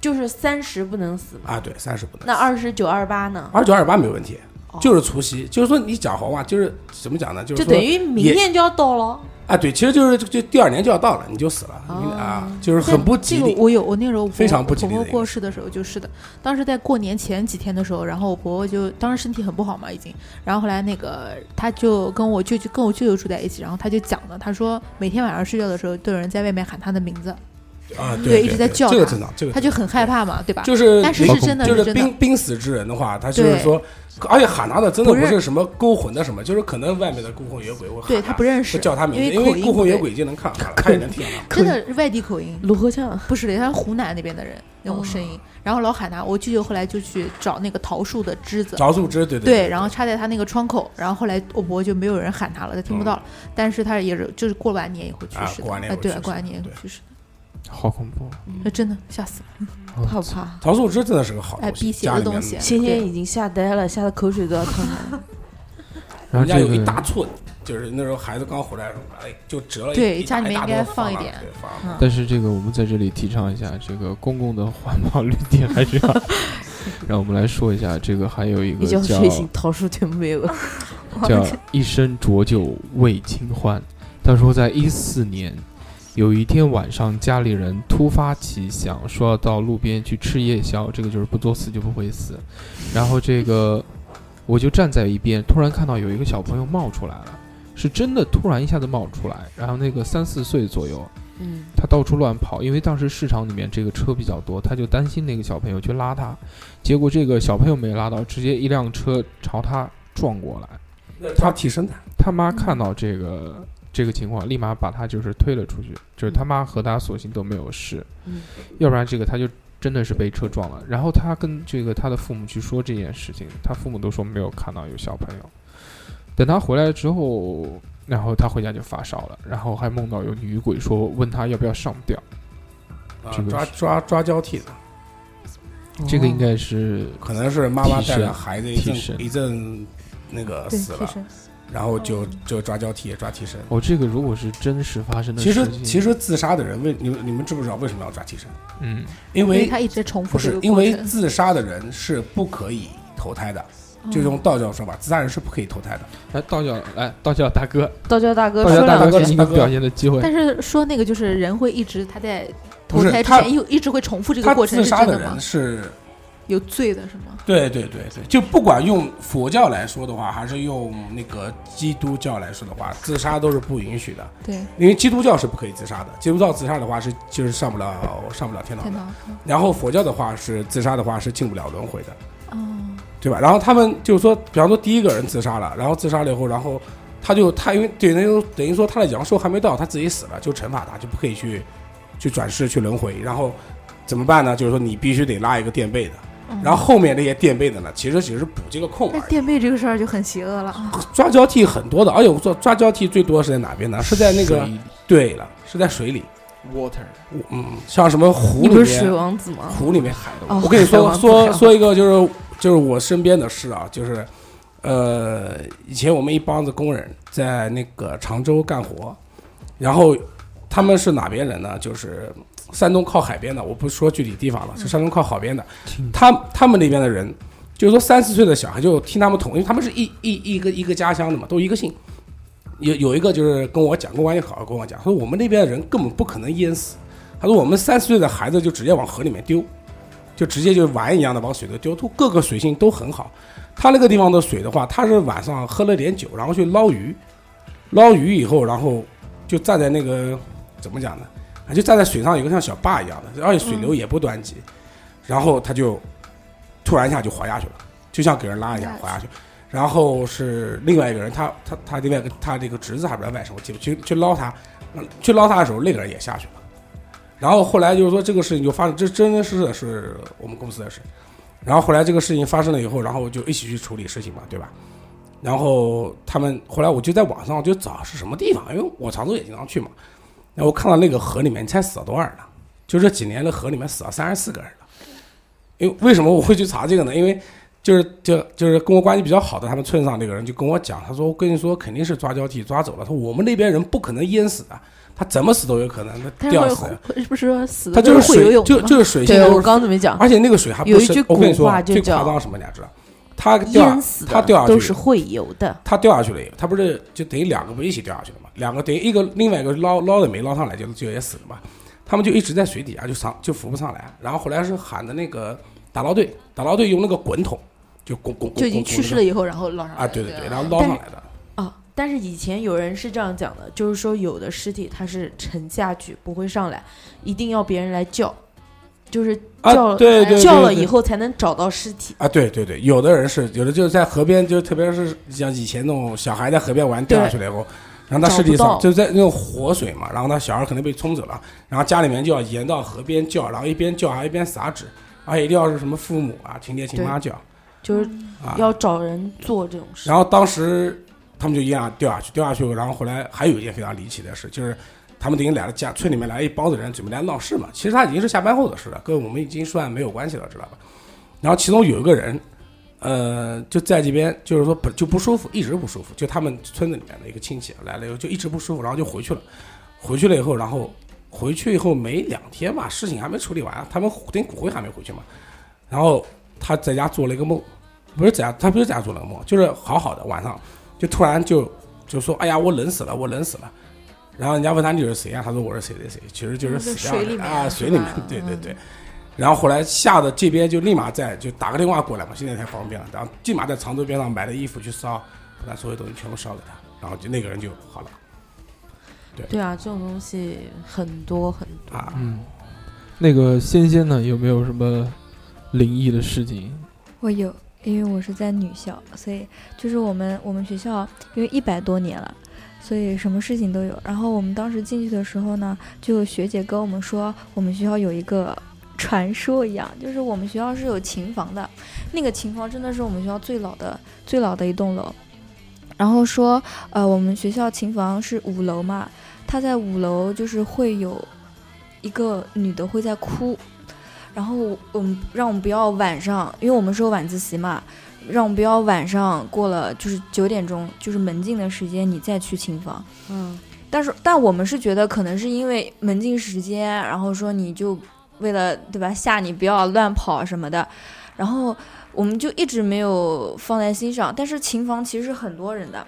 [SPEAKER 9] 就是三十不能死嘛，
[SPEAKER 2] 啊，对，三十不能。
[SPEAKER 9] 那二十九、二十八呢？
[SPEAKER 2] 二九二八没问题
[SPEAKER 9] 哦，
[SPEAKER 2] 就是除夕，就是说你讲好话，就是怎么讲呢？就是
[SPEAKER 9] 就
[SPEAKER 2] 说
[SPEAKER 9] 等于明
[SPEAKER 2] 也
[SPEAKER 9] 天就要到了。
[SPEAKER 2] 啊，对，其实就是就就第二年就要到了，你就死了，你
[SPEAKER 9] 哦
[SPEAKER 2] 啊，就是很不吉
[SPEAKER 12] 这个
[SPEAKER 2] 利。
[SPEAKER 12] 我有，我那时候我
[SPEAKER 2] 非常不
[SPEAKER 12] 婆
[SPEAKER 2] 吉利
[SPEAKER 12] 婆
[SPEAKER 2] 的一
[SPEAKER 12] 婆
[SPEAKER 2] 个
[SPEAKER 12] 过世的时候就是的，当时在过年前几天的时候，然后我婆婆就当时身体很不好嘛，已经，然后后来那个她就跟我舅舅跟我舅舅住在一起，然后她就讲了，她说每天晚上睡觉的时候都有人在外面喊她的名字，
[SPEAKER 2] 啊，
[SPEAKER 12] 对
[SPEAKER 2] 对，
[SPEAKER 12] 一直在叫
[SPEAKER 2] 这个
[SPEAKER 12] 他
[SPEAKER 2] 正常，这个
[SPEAKER 12] 她就很害怕嘛，对吧？
[SPEAKER 2] 就是
[SPEAKER 12] 但是
[SPEAKER 2] 临
[SPEAKER 12] 是真的
[SPEAKER 2] 就是是
[SPEAKER 12] 真的
[SPEAKER 2] 濒濒死之人的话，他就是
[SPEAKER 12] 对
[SPEAKER 2] 说，而且喊他的真的
[SPEAKER 12] 不
[SPEAKER 2] 不
[SPEAKER 12] 是
[SPEAKER 2] 是什么勾魂的什么，就是可能外面的孤魂野鬼会喊
[SPEAKER 12] 对
[SPEAKER 2] 他
[SPEAKER 12] 她不认识
[SPEAKER 2] 会，叫他名字，因
[SPEAKER 12] 因为口
[SPEAKER 2] 为
[SPEAKER 12] 音
[SPEAKER 2] 孤
[SPEAKER 12] 不
[SPEAKER 2] 魂野
[SPEAKER 12] 对
[SPEAKER 2] 鬼就能看 到他了，他也能听到啊他。
[SPEAKER 12] 真的是外地口音，
[SPEAKER 9] 卢和强，
[SPEAKER 12] 不是的，他是湖南那边的人那种声音，然后老喊他，我舅舅后来就去找那个桃树的枝子，
[SPEAKER 2] 饶树枝，对
[SPEAKER 12] 对，
[SPEAKER 2] 对，
[SPEAKER 12] 然后插在他那个窗口，然后后来我伯就没有人喊他了，他听不到了。但是他也是就是过完年以后去
[SPEAKER 2] 嗯啊
[SPEAKER 12] 世的，
[SPEAKER 2] 过完年
[SPEAKER 12] 啊
[SPEAKER 2] 以后
[SPEAKER 12] 对
[SPEAKER 2] 去，世
[SPEAKER 12] 过完年以后
[SPEAKER 2] 对
[SPEAKER 12] 去世，
[SPEAKER 5] 好恐怖！
[SPEAKER 9] 嗯
[SPEAKER 12] 那真的吓死了。
[SPEAKER 9] 怕不怕？
[SPEAKER 2] 饶树枝真的是个好
[SPEAKER 12] 哎
[SPEAKER 2] 东西，
[SPEAKER 12] 辟邪
[SPEAKER 2] 家
[SPEAKER 12] 的
[SPEAKER 2] 里
[SPEAKER 12] 东
[SPEAKER 2] 面
[SPEAKER 12] 西
[SPEAKER 9] 仙
[SPEAKER 12] 对
[SPEAKER 9] 仙已经吓呆了，吓得口水都要淌下来。
[SPEAKER 2] 我
[SPEAKER 5] 然后
[SPEAKER 2] 们家
[SPEAKER 5] 这
[SPEAKER 2] 有一
[SPEAKER 5] 个
[SPEAKER 2] 大寸，就是那时候孩子刚回来的时候，哎，就折了一
[SPEAKER 12] 对
[SPEAKER 2] 一
[SPEAKER 12] 家
[SPEAKER 2] 大
[SPEAKER 12] 里
[SPEAKER 2] 一
[SPEAKER 12] 面
[SPEAKER 2] 大
[SPEAKER 12] 应该
[SPEAKER 2] 堆
[SPEAKER 12] 放一
[SPEAKER 2] 那儿
[SPEAKER 12] 点
[SPEAKER 2] 对放那儿
[SPEAKER 12] 嗯，
[SPEAKER 5] 但是这个我们在这里提倡一下，这个公共的环保绿地还是要。让我们来说一下，这个还有一
[SPEAKER 9] 一
[SPEAKER 5] 个
[SPEAKER 9] 觉
[SPEAKER 5] 叫
[SPEAKER 9] 睡醒，桃树全没有了。
[SPEAKER 5] 叫一生浊酒为清欢。他说，在一四年有一天晚上，家里人突发奇想，说要到路边去吃夜宵，这个就是不作死就不会死。然后这个我就站在一边，突然看到有一个小朋友冒出来了，是真的突然一下子冒出来，然后那个三四岁左右，
[SPEAKER 9] 嗯
[SPEAKER 5] 他到处乱跑，因为当时市场里面这个车比较多，他就担心那个小朋友去拉他，结果这个小朋友没拉到，直接一辆车朝他撞过来。
[SPEAKER 2] 他体身大，
[SPEAKER 5] 他妈看到这个这个情况，立马把他就是推了出去，就是他妈和他所幸都没有事，
[SPEAKER 9] 嗯
[SPEAKER 5] 要不然这个他就真的是被车撞了。然后他跟这个他的父母去说这件事情，他父母都说没有看到有小朋友。等他回来之后，然后他回家就发烧了，然后还梦到有女鬼说问他要不要上吊，
[SPEAKER 2] 啊
[SPEAKER 5] 这个
[SPEAKER 2] 抓
[SPEAKER 5] 是
[SPEAKER 2] 抓抓交替的，
[SPEAKER 5] 这个应该是
[SPEAKER 2] 可能是妈妈
[SPEAKER 5] 替身
[SPEAKER 2] 带着孩子一
[SPEAKER 5] 替身
[SPEAKER 2] 阵一阵那个
[SPEAKER 12] 对，
[SPEAKER 2] 死
[SPEAKER 12] 替
[SPEAKER 2] 了，
[SPEAKER 12] 身
[SPEAKER 2] 然后就就抓交替抓替身。
[SPEAKER 5] 哦，这个如果是真实发生的
[SPEAKER 2] 其
[SPEAKER 5] 事
[SPEAKER 2] 实
[SPEAKER 5] 情，
[SPEAKER 2] 其实自杀的人为你们你们知不知道为什么要抓替身？
[SPEAKER 5] 嗯，
[SPEAKER 2] 因
[SPEAKER 12] 因
[SPEAKER 2] 为
[SPEAKER 12] 他一直在重复
[SPEAKER 2] 不是
[SPEAKER 12] 这个
[SPEAKER 2] 因
[SPEAKER 12] 过
[SPEAKER 2] 为
[SPEAKER 12] 程
[SPEAKER 2] 自杀的人是不可以投胎的，
[SPEAKER 12] 哦
[SPEAKER 2] 就用道教说法，自杀人是不可以投胎的。
[SPEAKER 5] 来道教来道教大哥，
[SPEAKER 9] 道教大哥
[SPEAKER 5] 道
[SPEAKER 9] 说
[SPEAKER 5] 教
[SPEAKER 2] 大
[SPEAKER 9] 两
[SPEAKER 5] 哥
[SPEAKER 9] 句
[SPEAKER 5] 给你一个表现的机会，
[SPEAKER 12] 但是说那个就是人会一直他在投
[SPEAKER 2] 不是
[SPEAKER 12] 胎之
[SPEAKER 2] 他
[SPEAKER 12] 前又一直会重复这个
[SPEAKER 2] 他
[SPEAKER 12] 过程，
[SPEAKER 2] 自
[SPEAKER 12] 是
[SPEAKER 2] 杀
[SPEAKER 12] 真的吗
[SPEAKER 2] 人？是，
[SPEAKER 12] 有罪的是吗？
[SPEAKER 2] 对对对对，就不管用佛教来说的话，还是用那个基督教来说的话，自杀都是不允许的，
[SPEAKER 12] 对，
[SPEAKER 2] 因为基督教是不可以自杀的。基督教自杀的话是就是上不了上不了天堂
[SPEAKER 12] 天
[SPEAKER 2] 的，
[SPEAKER 12] 堂。
[SPEAKER 2] 然后佛教的话是自杀的话是进不了轮回的。
[SPEAKER 12] 哦，
[SPEAKER 2] 对吧？然后他们就是说，比方说第一个人自杀了，然后自杀了以后，然后他就他因为对等于等于说他的阳寿还没到，他自己死了，就惩罚他，就不可以去去转世去轮回。然后怎么办呢？就是说你必须得拉一个垫背的，
[SPEAKER 12] 嗯哎
[SPEAKER 2] 然后后面那些垫背的呢，其实只是补这个空而
[SPEAKER 12] 那
[SPEAKER 2] 已。
[SPEAKER 12] 垫背这个事儿就很邪恶了啊！
[SPEAKER 2] 抓交替很多的，而且我说抓交替最多是在哪边呢？是在那个
[SPEAKER 5] 水里
[SPEAKER 2] 对了，是在水里，
[SPEAKER 8] water
[SPEAKER 2] 嗯，像什么湖
[SPEAKER 9] 你
[SPEAKER 2] 里
[SPEAKER 9] 不
[SPEAKER 2] 面。
[SPEAKER 9] 是水王子吗？
[SPEAKER 2] 湖里面海的。
[SPEAKER 9] 哦
[SPEAKER 2] 我跟你说
[SPEAKER 9] 海王不
[SPEAKER 2] 说
[SPEAKER 9] 漂
[SPEAKER 2] 说一个就是就是我身边的事啊，就是呃，以前我们一帮子工人在那个常州干活，然后他们是哪边人呢？就是山东靠海边的，我不说具体地方了，
[SPEAKER 9] 嗯
[SPEAKER 2] 是山东靠海边的。他他们那边的人，就是说三四岁的小孩就听他们同，因为他们是一一一个一个家乡的嘛，都一个姓。有有一个就是跟我讲，跟我关系好，跟我讲，他说我们那边的人根本不可能淹死，他说我们三四岁的孩子就直接往河里面丢，就直接就碗一样的往水里丢，都各个水性都很好。他那个地方的水的话，他是晚上喝了点酒，然后去捞鱼，捞鱼以后，然后就站在那个怎么讲呢？啊，就站在水上有个像小坝一样的，而且水流也不湍急，然后他就突然一下就滑下去了，就像给人拉一下滑下去。然后是另外一个人，他他他另外一个他这个侄子还不知道外甥，我记不去去捞他，嗯去捞他的时候，那个人也下去了。然后后来就是说这个事情就发生，这真真实实的是我们公司的事。然后后来这个事情发生了以后，然后就一起去处理事情嘛，对吧？然后他们后来我就在网上就找是什么地方，因为我常州也经常去嘛。然后我看到那个河里面，你猜死了多少人了？就这几年的河里面死了三十四个人了。因为为什么我会去查这个呢？因为就是就就是跟我关系比较好的他们村上那个人就跟我讲，他说我跟你说肯定是抓交替抓走了，他说我们那边人不可能淹死的，他怎么死都有可能，他
[SPEAKER 12] 但
[SPEAKER 2] 吊
[SPEAKER 12] 是
[SPEAKER 2] 死。
[SPEAKER 12] 会是不是说死
[SPEAKER 2] 它
[SPEAKER 12] 的
[SPEAKER 2] 就是
[SPEAKER 12] 会游
[SPEAKER 2] 水，
[SPEAKER 12] 泳
[SPEAKER 2] 就
[SPEAKER 12] 的吗？
[SPEAKER 2] 就是水性
[SPEAKER 9] 对，
[SPEAKER 2] 都
[SPEAKER 9] 我
[SPEAKER 2] 是
[SPEAKER 9] 刚怎么讲？
[SPEAKER 2] 而且那个水还不
[SPEAKER 9] 有一
[SPEAKER 2] 深
[SPEAKER 9] 句
[SPEAKER 2] 我跟你
[SPEAKER 9] 古
[SPEAKER 2] 说
[SPEAKER 9] 话
[SPEAKER 2] 啊，
[SPEAKER 9] 就
[SPEAKER 2] 最
[SPEAKER 9] 叫
[SPEAKER 2] 夸张是什么你知道？他掉
[SPEAKER 9] 淹死
[SPEAKER 2] 他掉
[SPEAKER 9] 的
[SPEAKER 2] 下
[SPEAKER 9] 都
[SPEAKER 2] 去
[SPEAKER 9] 是会游的，
[SPEAKER 2] 他掉下去了以后，他不是就等于两个不是一起掉下去了嘛？两个等于一个另外一个捞捞也没捞上来，就就也死了嘛。他们就一直在水底下就上就浮不上来，然后后来是喊的那个打捞队，打捞队用那个滚筒就滚滚滚
[SPEAKER 12] 就已经
[SPEAKER 2] 滚
[SPEAKER 12] 去世了以后，然后捞上
[SPEAKER 2] 滚
[SPEAKER 12] 来
[SPEAKER 2] 啊，对对对，
[SPEAKER 12] 吧
[SPEAKER 2] 然后捞上来的。
[SPEAKER 9] 啊，但是以前有人是这样讲的，就是说有的尸体它是沉下去不会上来，一定要别人来叫，就是
[SPEAKER 2] 啊
[SPEAKER 9] 叫、，
[SPEAKER 2] 对对对
[SPEAKER 9] 叫了
[SPEAKER 2] 对
[SPEAKER 9] 以后才能找到尸体。
[SPEAKER 2] 啊，对对对，有的人是，有的就是在河边，就特别是像以前那种小孩在河边玩掉下去了以后，然后他
[SPEAKER 9] 找
[SPEAKER 2] 尸体
[SPEAKER 9] 不
[SPEAKER 2] 上
[SPEAKER 9] 到
[SPEAKER 2] 就在那种活水嘛，然后他小孩可能被冲走了，然后家里面就要沿到河边叫，然后一边叫还一边撒纸，而且一定要是什么父母啊、亲爹亲妈叫
[SPEAKER 9] 就是
[SPEAKER 2] 啊。
[SPEAKER 9] 要找人做这种事。
[SPEAKER 2] 然后当时他们就一样掉下去，掉下去，然后后来还有一件非常离奇的事，就是他们等于来了家村里面来了一帮子人，准备来闹事嘛。其实他已经是下班后的事了，跟我们已经算没有关系了，知道吧？然后其中有一个人，呃，就在这边就是说不就不舒服，一直不舒服，就他们村子里面的一个亲戚来了以后就一直不舒服，然后就回去了。回去了以后，然后回去以后没两天吧，事情还没处理完，他们等骨灰还没回去嘛。然后他在家做了一个梦，不是在家，他不是在家做了个梦，就是好好的晚上，就突然就就说：“哎呀，我冷死了，我冷死了。”然后人家问他你是谁啊呀、他说我是谁谁谁，其实就是
[SPEAKER 12] 嗯在
[SPEAKER 2] 死掉
[SPEAKER 12] 水
[SPEAKER 2] 的
[SPEAKER 12] 里面
[SPEAKER 2] 啊，
[SPEAKER 12] 是
[SPEAKER 2] 水里面
[SPEAKER 12] 吧，
[SPEAKER 2] 对对
[SPEAKER 12] 嗯
[SPEAKER 2] 对。然后后来吓得这边就立马在就打个电话过来嘛，现在太方便了，然后立马在常州边上买的衣服去烧，把他所有东西全部烧给他，然后就那个人就好了。
[SPEAKER 9] 对啊，这种东西很多很多。
[SPEAKER 2] 啊，
[SPEAKER 5] 嗯，那个仙仙呢，有没有什么灵异的事情？
[SPEAKER 11] 我有，因为我是在女校，所以就是我们我们学校因为一百多年了，所以什么事情都有。然后我们当时进去的时候呢，就有学姐跟我们说，我们学校有一个传说一样，就是我们学校是有琴房的，那个琴房真的是我们学校最老的最老的一栋楼。然后说，呃，我们学校琴房是五楼嘛，它在五楼就是会有一个女的会在哭，然后我们让我们不要晚上，因为我们是有晚自习嘛，让我们不要晚上过了就是九点钟，就是门禁的时间你再去琴房。
[SPEAKER 9] 嗯，
[SPEAKER 11] 但是但我们是觉得可能是因为门禁时间，然后说你就为了对吧吓你不要乱跑什么的，然后我们就一直没有放在心上。但是琴房其实很多人的。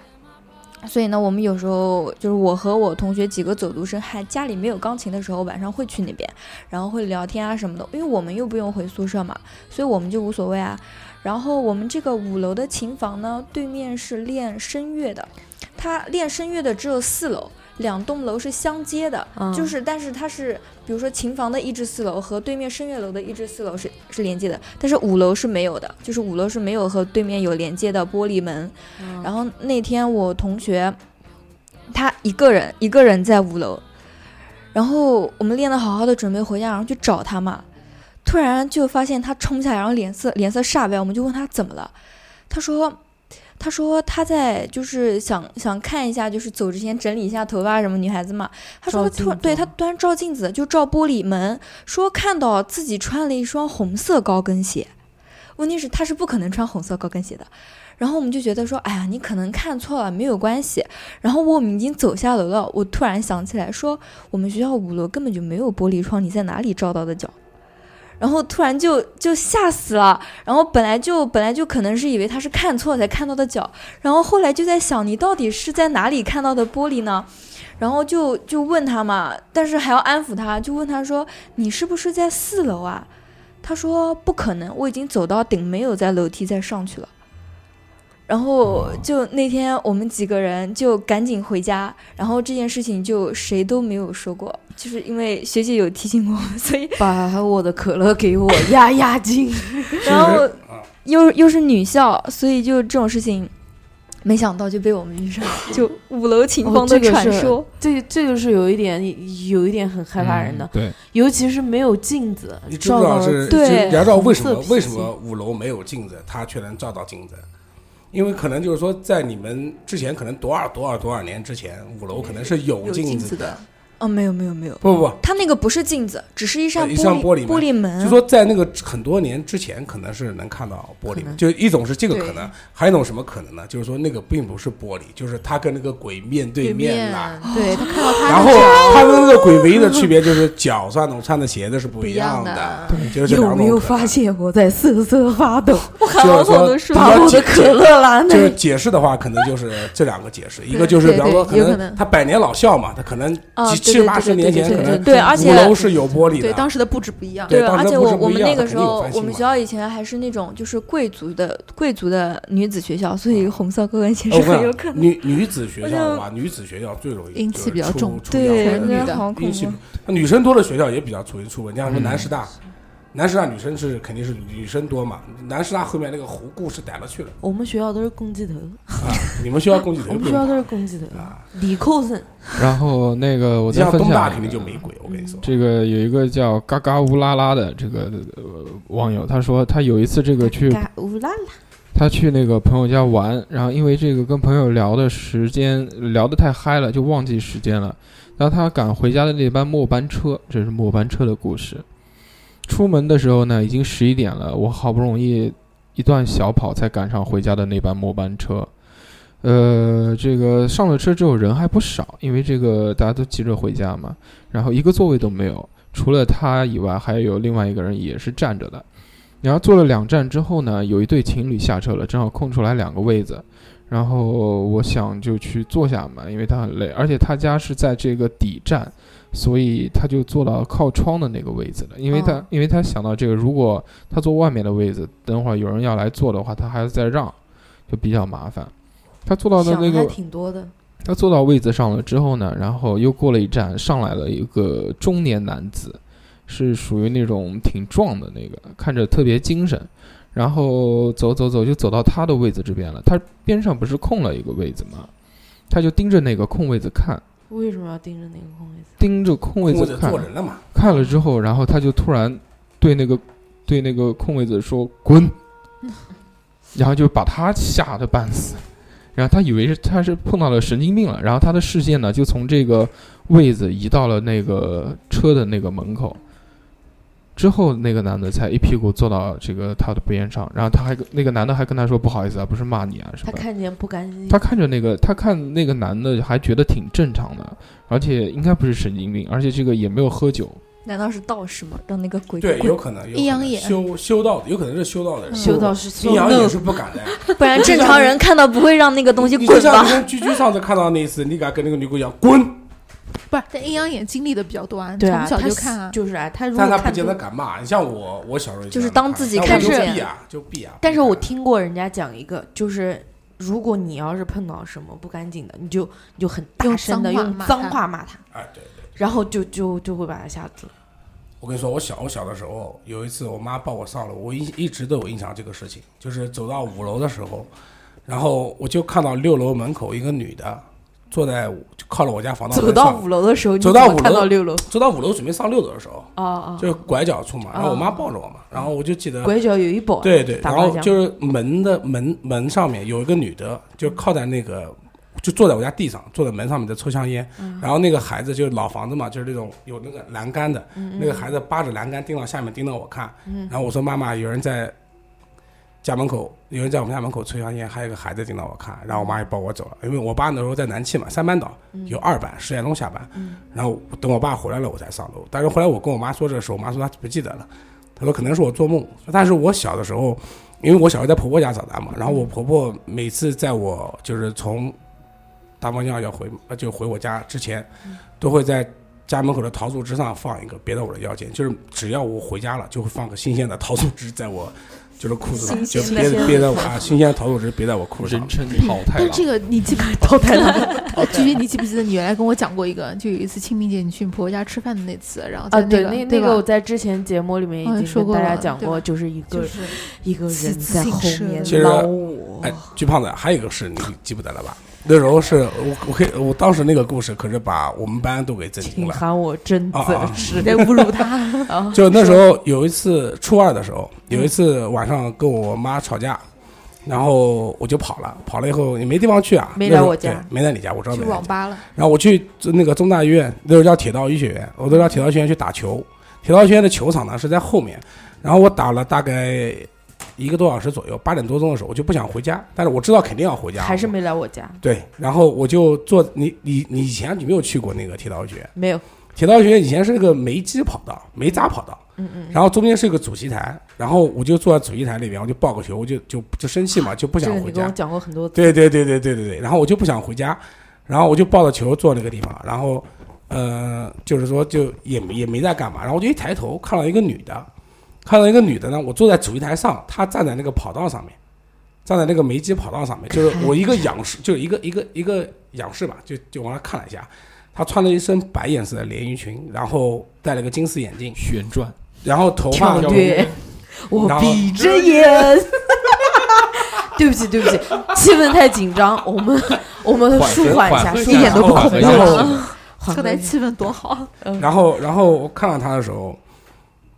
[SPEAKER 11] 所以呢，我们有时候就是我和我同学几个走读生，还家里没有钢琴的时候，晚上会去那边，然后会聊天啊什么的。因为我们又不用回宿舍嘛，所以我们就无所谓啊。然后我们这个五楼的琴房呢，对面是练声乐的，它练声乐的只有四楼，两栋楼是相接的，
[SPEAKER 9] 嗯
[SPEAKER 11] 就是但是它是，比如说琴房的一至四楼和对面声乐楼的一至四楼是是连接的，但是五楼是没有的，就是五楼是没有和对面有连接的玻璃门。
[SPEAKER 9] 嗯
[SPEAKER 11] 然后那天我同学，他一个人一个人在五楼，然后我们练得好好的，准备回家，然后去找他嘛，突然就发现他冲下来，然后脸色脸色煞白，我们就问他怎么了，他说。他说他在就是想想看一下，就是走之前整理一下头发什么，女孩子嘛。他说
[SPEAKER 9] 照镜
[SPEAKER 11] 他突然
[SPEAKER 9] 子
[SPEAKER 11] 对他突然照镜子，就照玻璃门，说看到自己穿了一双红色高跟鞋。问题是他是不可能穿红色高跟鞋的。然后我们就觉得说，哎呀，你可能看错了，没有关系。然后我们已经走下楼了，我突然想起来说，我们学校五楼根本就没有玻璃窗，你在哪里照到的脚？然后突然就就吓死了，然后本来就本来就可能是以为他是看错才看到的脚，然后后来就在想你到底是在哪里看到的玻璃呢？然后就就问他嘛，但是还要安抚他，就问他说你是不是在四楼啊？他说不可能，我已经走到顶，没有在楼梯再上去了。然后就那天我们几个人就赶紧回家，然后这件事情就谁都没有说过，就是因为学姐有提醒我们，所以
[SPEAKER 9] 把我的可乐给我压压 惊。
[SPEAKER 11] 然后
[SPEAKER 2] 啊
[SPEAKER 11] 又又是女校，所以就这种事情，没想到就被我们遇上，就五 楼秦风
[SPEAKER 1] 哦，这
[SPEAKER 11] 的
[SPEAKER 1] 个
[SPEAKER 11] 传
[SPEAKER 1] 是
[SPEAKER 11] 说。
[SPEAKER 1] 这个这个是有一点有一点很害怕人的，
[SPEAKER 5] 嗯对，
[SPEAKER 1] 尤其是没有镜子，
[SPEAKER 2] 你知不
[SPEAKER 1] 照
[SPEAKER 2] 知
[SPEAKER 1] 到
[SPEAKER 2] 道是
[SPEAKER 1] 自己
[SPEAKER 11] 对
[SPEAKER 2] 你知道为什么
[SPEAKER 1] 红色皮
[SPEAKER 2] 为什
[SPEAKER 1] 筋
[SPEAKER 2] 么五楼没有镜子，它却能照到镜子？因为可能就是说，在你们之前，可能多少多少多少年之前，五楼可能是有镜子的。
[SPEAKER 11] 哦，没有没有没有，
[SPEAKER 2] 不不
[SPEAKER 11] 它那个不是镜子，只是一扇
[SPEAKER 2] 呃一扇
[SPEAKER 11] 玻
[SPEAKER 2] 玻璃门
[SPEAKER 11] 玻璃
[SPEAKER 2] 不，
[SPEAKER 11] 门。
[SPEAKER 2] 就说在那个很多年之前，可能是能看到玻璃
[SPEAKER 9] 可能，
[SPEAKER 2] 就一种是这个可能
[SPEAKER 12] 对，
[SPEAKER 2] 还有一种什么可能呢？就是说那个并不是玻璃，就是它跟那个鬼面对面啦。
[SPEAKER 12] 对他看到他的
[SPEAKER 2] 然后
[SPEAKER 12] 脚
[SPEAKER 2] 它跟那个鬼唯一的区别就是脚上的穿的鞋子是不
[SPEAKER 12] 不一
[SPEAKER 2] 样
[SPEAKER 12] 样
[SPEAKER 2] 的，
[SPEAKER 12] 的，
[SPEAKER 2] 就是这
[SPEAKER 9] 有
[SPEAKER 2] 两种
[SPEAKER 9] 没有
[SPEAKER 2] 可能
[SPEAKER 9] 发现我在瑟瑟发抖？
[SPEAKER 11] 我喊
[SPEAKER 2] 就是
[SPEAKER 11] 老
[SPEAKER 2] 说
[SPEAKER 11] 总都说，
[SPEAKER 2] 他
[SPEAKER 9] 把我
[SPEAKER 2] 解
[SPEAKER 9] 的可乐拉
[SPEAKER 2] 就
[SPEAKER 9] 那
[SPEAKER 2] 是
[SPEAKER 9] 里。
[SPEAKER 2] 解释的话，可能就是这两个解释，一个就是
[SPEAKER 12] 对
[SPEAKER 2] 比方说，
[SPEAKER 12] 对
[SPEAKER 2] 可
[SPEAKER 12] 有可
[SPEAKER 2] 能
[SPEAKER 12] 能
[SPEAKER 2] 他百年老校嘛，他可能
[SPEAKER 11] 啊
[SPEAKER 2] 几
[SPEAKER 11] 对
[SPEAKER 2] 七
[SPEAKER 11] 对
[SPEAKER 2] 八十
[SPEAKER 11] 对对
[SPEAKER 2] 年前
[SPEAKER 11] 对
[SPEAKER 2] 可
[SPEAKER 11] 对
[SPEAKER 2] 能
[SPEAKER 11] 对，而
[SPEAKER 2] 五楼
[SPEAKER 11] 且。
[SPEAKER 2] 是有玻璃
[SPEAKER 12] 对
[SPEAKER 2] 的，
[SPEAKER 12] 当时的布置不一样，
[SPEAKER 2] 对，当
[SPEAKER 11] 而
[SPEAKER 2] 时
[SPEAKER 11] 且
[SPEAKER 2] 不
[SPEAKER 11] 我
[SPEAKER 2] 是
[SPEAKER 11] 我
[SPEAKER 2] 不一
[SPEAKER 11] 们
[SPEAKER 2] 样
[SPEAKER 11] 那
[SPEAKER 2] 的
[SPEAKER 11] 个
[SPEAKER 2] 肯
[SPEAKER 11] 时
[SPEAKER 2] 定有
[SPEAKER 11] 候
[SPEAKER 2] 翻，
[SPEAKER 11] 我
[SPEAKER 2] 新
[SPEAKER 11] 们
[SPEAKER 2] 嘛
[SPEAKER 11] 学校以前还是那种就是贵族的贵族的女子学校，所以红色高跟鞋
[SPEAKER 2] 哎
[SPEAKER 11] 是
[SPEAKER 2] 我跟
[SPEAKER 11] 很
[SPEAKER 2] 你
[SPEAKER 11] 有
[SPEAKER 2] 讲
[SPEAKER 11] 可能。
[SPEAKER 2] 女女子学校的
[SPEAKER 11] 我
[SPEAKER 2] 话，女子学校最容易
[SPEAKER 12] 阴
[SPEAKER 2] 就是
[SPEAKER 12] 气比较
[SPEAKER 2] 出
[SPEAKER 12] 重
[SPEAKER 2] 出
[SPEAKER 11] 对，
[SPEAKER 2] 洋
[SPEAKER 12] 我
[SPEAKER 2] 的
[SPEAKER 12] 觉
[SPEAKER 11] 真
[SPEAKER 12] 女
[SPEAKER 11] 的
[SPEAKER 12] 的
[SPEAKER 11] 好
[SPEAKER 2] 阴
[SPEAKER 11] 恐
[SPEAKER 2] 气
[SPEAKER 11] 怖。，
[SPEAKER 2] 那女生多的学校也比较容易出问题，像什么
[SPEAKER 5] 嗯
[SPEAKER 2] 南师大，南师大女生是肯定是女生多嘛，南师大后面那个湖故事逮了去了
[SPEAKER 1] 我们学校都是公鸡头，
[SPEAKER 2] 啊，你们学校供给
[SPEAKER 1] 我
[SPEAKER 2] 头
[SPEAKER 1] 们
[SPEAKER 2] 不
[SPEAKER 1] 学
[SPEAKER 2] 用
[SPEAKER 1] 校
[SPEAKER 2] 怕
[SPEAKER 1] 都是公鸡头，
[SPEAKER 2] 啊，
[SPEAKER 1] 理扣生，
[SPEAKER 5] 然后那个我再
[SPEAKER 2] 像
[SPEAKER 5] 分享
[SPEAKER 2] 东
[SPEAKER 5] 一
[SPEAKER 2] 大
[SPEAKER 5] 个
[SPEAKER 2] 肯定就没鬼，我跟你说，
[SPEAKER 5] 这个有一个叫“嘎嘎乌拉拉”的这个、呃、网友，他说他有一次这个去
[SPEAKER 1] 嘎乌拉拉，
[SPEAKER 5] 他去那个朋友家玩，然后因为这个跟朋友聊的时间聊得太嗨了，就忘记时间了。然后他赶回家的那班末班车，这是末班车的故事。出门的时候呢，已经十一点了，我好不容易一段小跑才赶上回家的那班末班车。呃，这个上了车之后人还不少，因为这个大家都急着回家嘛，然后一个座位都没有，除了他以外，还有另外一个人也是站着的。然后坐了两站之后呢，有一对情侣下车了，正好空出来两个位子，然后我想就去坐下嘛，因为他很累，而且他家是在这个底站，所以他就坐到靠窗的那个位子了，因为他、
[SPEAKER 9] 哦
[SPEAKER 5] 因为他想到这个，如果他坐外面的位子，等会儿有人要来坐的话，他还要再让，就比较麻烦。他坐到的
[SPEAKER 9] 想
[SPEAKER 5] 那
[SPEAKER 9] 的还
[SPEAKER 5] 个
[SPEAKER 9] 挺多的，
[SPEAKER 5] 他坐到位子上了之后呢，然后又过了一站，上来了一个中年男子，是属于那种挺壮的那个，看着特别精神。然后走走走，就走到他的位子这边了。他边上不是空了一个位子吗？他就盯着那个空位子看，
[SPEAKER 1] 为什么要盯着那个空位子？
[SPEAKER 5] 盯着空位
[SPEAKER 2] 或
[SPEAKER 5] 子
[SPEAKER 2] 者
[SPEAKER 5] 嗯看
[SPEAKER 2] 坐，人了嘛，
[SPEAKER 5] 看了之后，然后他就突然对那个对那个空位子说“滚”，
[SPEAKER 1] 嗯
[SPEAKER 5] 然后就把他吓得半死。然后他以为是他是碰到了神经病了，然后他的视线呢就从这个位子移到了那个车的那个门口。之后那个男的才一屁股坐到这个他的边上，然后他还跟那个男的还跟他说不好意思啊，不是骂你啊什
[SPEAKER 1] 他
[SPEAKER 5] 么的。
[SPEAKER 1] 看见不甘心，
[SPEAKER 5] 他看着那个，他看那个男的还觉得挺正常的，而且应该不是神经病，而且这个也没有喝酒，
[SPEAKER 11] 难道是道士吗？让那个鬼
[SPEAKER 2] 对，
[SPEAKER 11] 滚
[SPEAKER 2] 有可能，有可
[SPEAKER 12] 阴阳
[SPEAKER 2] 能
[SPEAKER 12] 眼
[SPEAKER 2] 修修道的，有可能是修道的人，
[SPEAKER 1] 修道士
[SPEAKER 2] 阴
[SPEAKER 1] 做
[SPEAKER 2] 阳
[SPEAKER 1] 梦
[SPEAKER 2] 眼是不敢的。
[SPEAKER 11] 不然正常人看到不会让那个东西
[SPEAKER 2] 你就
[SPEAKER 11] 滚
[SPEAKER 2] 像
[SPEAKER 11] 吧
[SPEAKER 2] 你？跟居居上次看到那一次，你敢跟那个女鬼讲滚，
[SPEAKER 12] 不是，但阴阳眼经历的比较多啊，
[SPEAKER 1] 对啊，
[SPEAKER 12] 从小
[SPEAKER 1] 他
[SPEAKER 12] 就看啊。
[SPEAKER 1] 就是啊，他如果
[SPEAKER 2] 但他不
[SPEAKER 1] 看
[SPEAKER 2] 见
[SPEAKER 1] 多
[SPEAKER 2] 得敢骂。你像我，我小时候也
[SPEAKER 11] 就是
[SPEAKER 2] 这样
[SPEAKER 11] 当
[SPEAKER 2] 看
[SPEAKER 11] 自己
[SPEAKER 2] 但
[SPEAKER 1] 看
[SPEAKER 2] 我就
[SPEAKER 1] 不
[SPEAKER 2] 避
[SPEAKER 11] 见
[SPEAKER 2] 啊，就避啊。
[SPEAKER 1] 但是我
[SPEAKER 2] 不敢
[SPEAKER 1] 听过人家讲一个，就是如果你要是碰到什么不干净的，你就你就很大
[SPEAKER 12] 用
[SPEAKER 1] 声的
[SPEAKER 12] 脏话
[SPEAKER 1] 用
[SPEAKER 12] 骂
[SPEAKER 1] 脏
[SPEAKER 12] 他
[SPEAKER 1] 话骂他，
[SPEAKER 2] 哎，对对，
[SPEAKER 1] 然后就就就会把他吓走。
[SPEAKER 2] 我跟你说，我小我小的时候有一次，我妈抱我上楼，我一一直都有印象这个事情，就是走到五楼的时候，然后我就看到六楼门口一个女的坐在我就靠了我家防盗门
[SPEAKER 1] 走到
[SPEAKER 2] 上
[SPEAKER 1] 五楼的时候，你
[SPEAKER 2] 走到
[SPEAKER 1] 怎么
[SPEAKER 2] 五
[SPEAKER 1] 看
[SPEAKER 2] 楼
[SPEAKER 1] 到六楼，
[SPEAKER 2] 走到五楼准备上六楼的时候，
[SPEAKER 1] 哦哦，
[SPEAKER 2] 就是拐角处嘛，然后我妈抱着我嘛，然后我就记得
[SPEAKER 1] 拐角有一宝，
[SPEAKER 2] 对对，
[SPEAKER 1] 打
[SPEAKER 2] 然
[SPEAKER 1] 麻
[SPEAKER 2] 后
[SPEAKER 1] 将
[SPEAKER 2] 就是门的门门上面有一个女的，就靠在那个，就坐在我家地上，坐在门上面在抽香烟。
[SPEAKER 1] 嗯
[SPEAKER 2] 然后那个孩子就是老房子嘛，就是那种有那个栏杆的，
[SPEAKER 1] 嗯
[SPEAKER 2] 那个孩子扒着栏杆盯到下面盯到我看。然后我说妈妈，有人在家门口，有人在我们家门口抽香烟，还有一个孩子盯到我看。然后我妈也抱我走了，因为我爸那时候在南汽嘛，三班倒
[SPEAKER 1] 嗯
[SPEAKER 2] 有二班，十点钟下班。然后等我爸回来了，我才上楼。但是后来我跟我妈说这事，我妈说她不记得了。她说可能是我做梦，但是我小的时候，因为我小时候在婆婆家长大嘛，然后我婆婆每次在我就是从大方向要回呃就回我家之前，都会在家门口的桃树枝上放一个别到我的腰间，就是只要我回家了，就会放个新鲜的桃树枝在我就是裤子上，就
[SPEAKER 11] 新鲜
[SPEAKER 2] 别
[SPEAKER 11] 的
[SPEAKER 2] 别在我啊新鲜的桃树枝别在我裤子上
[SPEAKER 5] 人。称淘汰
[SPEAKER 12] 但
[SPEAKER 5] 了。
[SPEAKER 12] 这个你记不淘 汰了？ 菊菊，你记不记得你原来跟我讲过一个，就有一次清明节你去你婆婆家吃饭的那次，然后在
[SPEAKER 1] 啊，对，
[SPEAKER 12] 那
[SPEAKER 1] 那
[SPEAKER 12] 对
[SPEAKER 1] 那
[SPEAKER 12] 吧
[SPEAKER 1] 个我在之前节目里面
[SPEAKER 12] 好像
[SPEAKER 1] 已经
[SPEAKER 12] 说
[SPEAKER 1] 跟
[SPEAKER 12] 过
[SPEAKER 1] 大家
[SPEAKER 12] 了
[SPEAKER 1] 讲
[SPEAKER 12] 对
[SPEAKER 1] 过，
[SPEAKER 12] 吧
[SPEAKER 1] 就是一个
[SPEAKER 12] 就是
[SPEAKER 1] 一个
[SPEAKER 12] 私
[SPEAKER 1] 人
[SPEAKER 12] 自
[SPEAKER 1] 在
[SPEAKER 12] 信
[SPEAKER 1] 后
[SPEAKER 12] 蛇
[SPEAKER 1] 面
[SPEAKER 12] 其
[SPEAKER 2] 实
[SPEAKER 1] 捞我
[SPEAKER 2] 哎，，巨胖子，还有一个事你记不得了吧？那时候是我我可以我当时那个故事可是把我们班都给震惊
[SPEAKER 1] 请
[SPEAKER 2] 了。
[SPEAKER 1] 喊我贞
[SPEAKER 2] 啊啊
[SPEAKER 1] 子是
[SPEAKER 12] 在侮辱她。
[SPEAKER 1] 啊，
[SPEAKER 2] 就那时候有一次初二的时候，
[SPEAKER 1] 嗯
[SPEAKER 2] 有一次晚上跟我妈吵架，然后我就跑了，跑了以后也没地方去啊，
[SPEAKER 1] 没
[SPEAKER 2] 那时候
[SPEAKER 1] 来我家
[SPEAKER 2] 对没来你家，我知道
[SPEAKER 12] 去
[SPEAKER 2] 没来
[SPEAKER 12] 网
[SPEAKER 2] 你家。
[SPEAKER 12] 吧了，
[SPEAKER 2] 然后我去那个中大医院，那时候叫铁道医学院，我都到铁道医学院去打球。铁道医学院的球场呢是在后面，然后我打了大概一个多小时左右，八点多钟的时候我就不想回家，但是我知道肯定要回家，
[SPEAKER 1] 还是没来我家，
[SPEAKER 2] 对。然后我就坐你你你以前你没有去过那个铁道医学院。
[SPEAKER 1] 没有，
[SPEAKER 2] 铁道学院以前是个煤机跑道、煤渣跑道，嗯嗯，然后中间是个主席台，然后我就坐在主席台里面，我就抱个球，我就就就生气嘛，就不
[SPEAKER 1] 这
[SPEAKER 2] 想
[SPEAKER 1] 个
[SPEAKER 2] 回
[SPEAKER 1] 你跟我
[SPEAKER 2] 家。
[SPEAKER 1] 讲过很多次，
[SPEAKER 2] 对对对对对对对，然后我就不想回家，然后我就抱着球坐那个地方，然后呃，就是说就也没也没在干嘛，然后我就一抬头看到一个女的，看到一个女的呢，我坐在主席台上，她站在那个跑道上面，站在那个煤机跑道上面，就是我一个仰视，就是一个一个一个仰视吧，就就往那看了一下。她穿了一身白颜色的连衣裙，然后戴了个金丝眼镜，
[SPEAKER 5] 旋转，
[SPEAKER 2] 然后头发
[SPEAKER 1] 跳跃，我
[SPEAKER 2] 然后
[SPEAKER 1] 闭着眼。 对不起，对不起，气氛太紧张，我们我们
[SPEAKER 5] 缓和
[SPEAKER 1] 舒缓一下，
[SPEAKER 5] 缓和
[SPEAKER 1] 舒
[SPEAKER 5] 一
[SPEAKER 1] 缓
[SPEAKER 5] 下
[SPEAKER 1] 一下
[SPEAKER 5] 然后缓和一下
[SPEAKER 2] 然后
[SPEAKER 5] 气氛
[SPEAKER 1] 缓
[SPEAKER 12] 这
[SPEAKER 1] 和
[SPEAKER 12] 台
[SPEAKER 1] 一下。
[SPEAKER 12] 气氛多好。
[SPEAKER 2] 然后，然后我看到他的时候，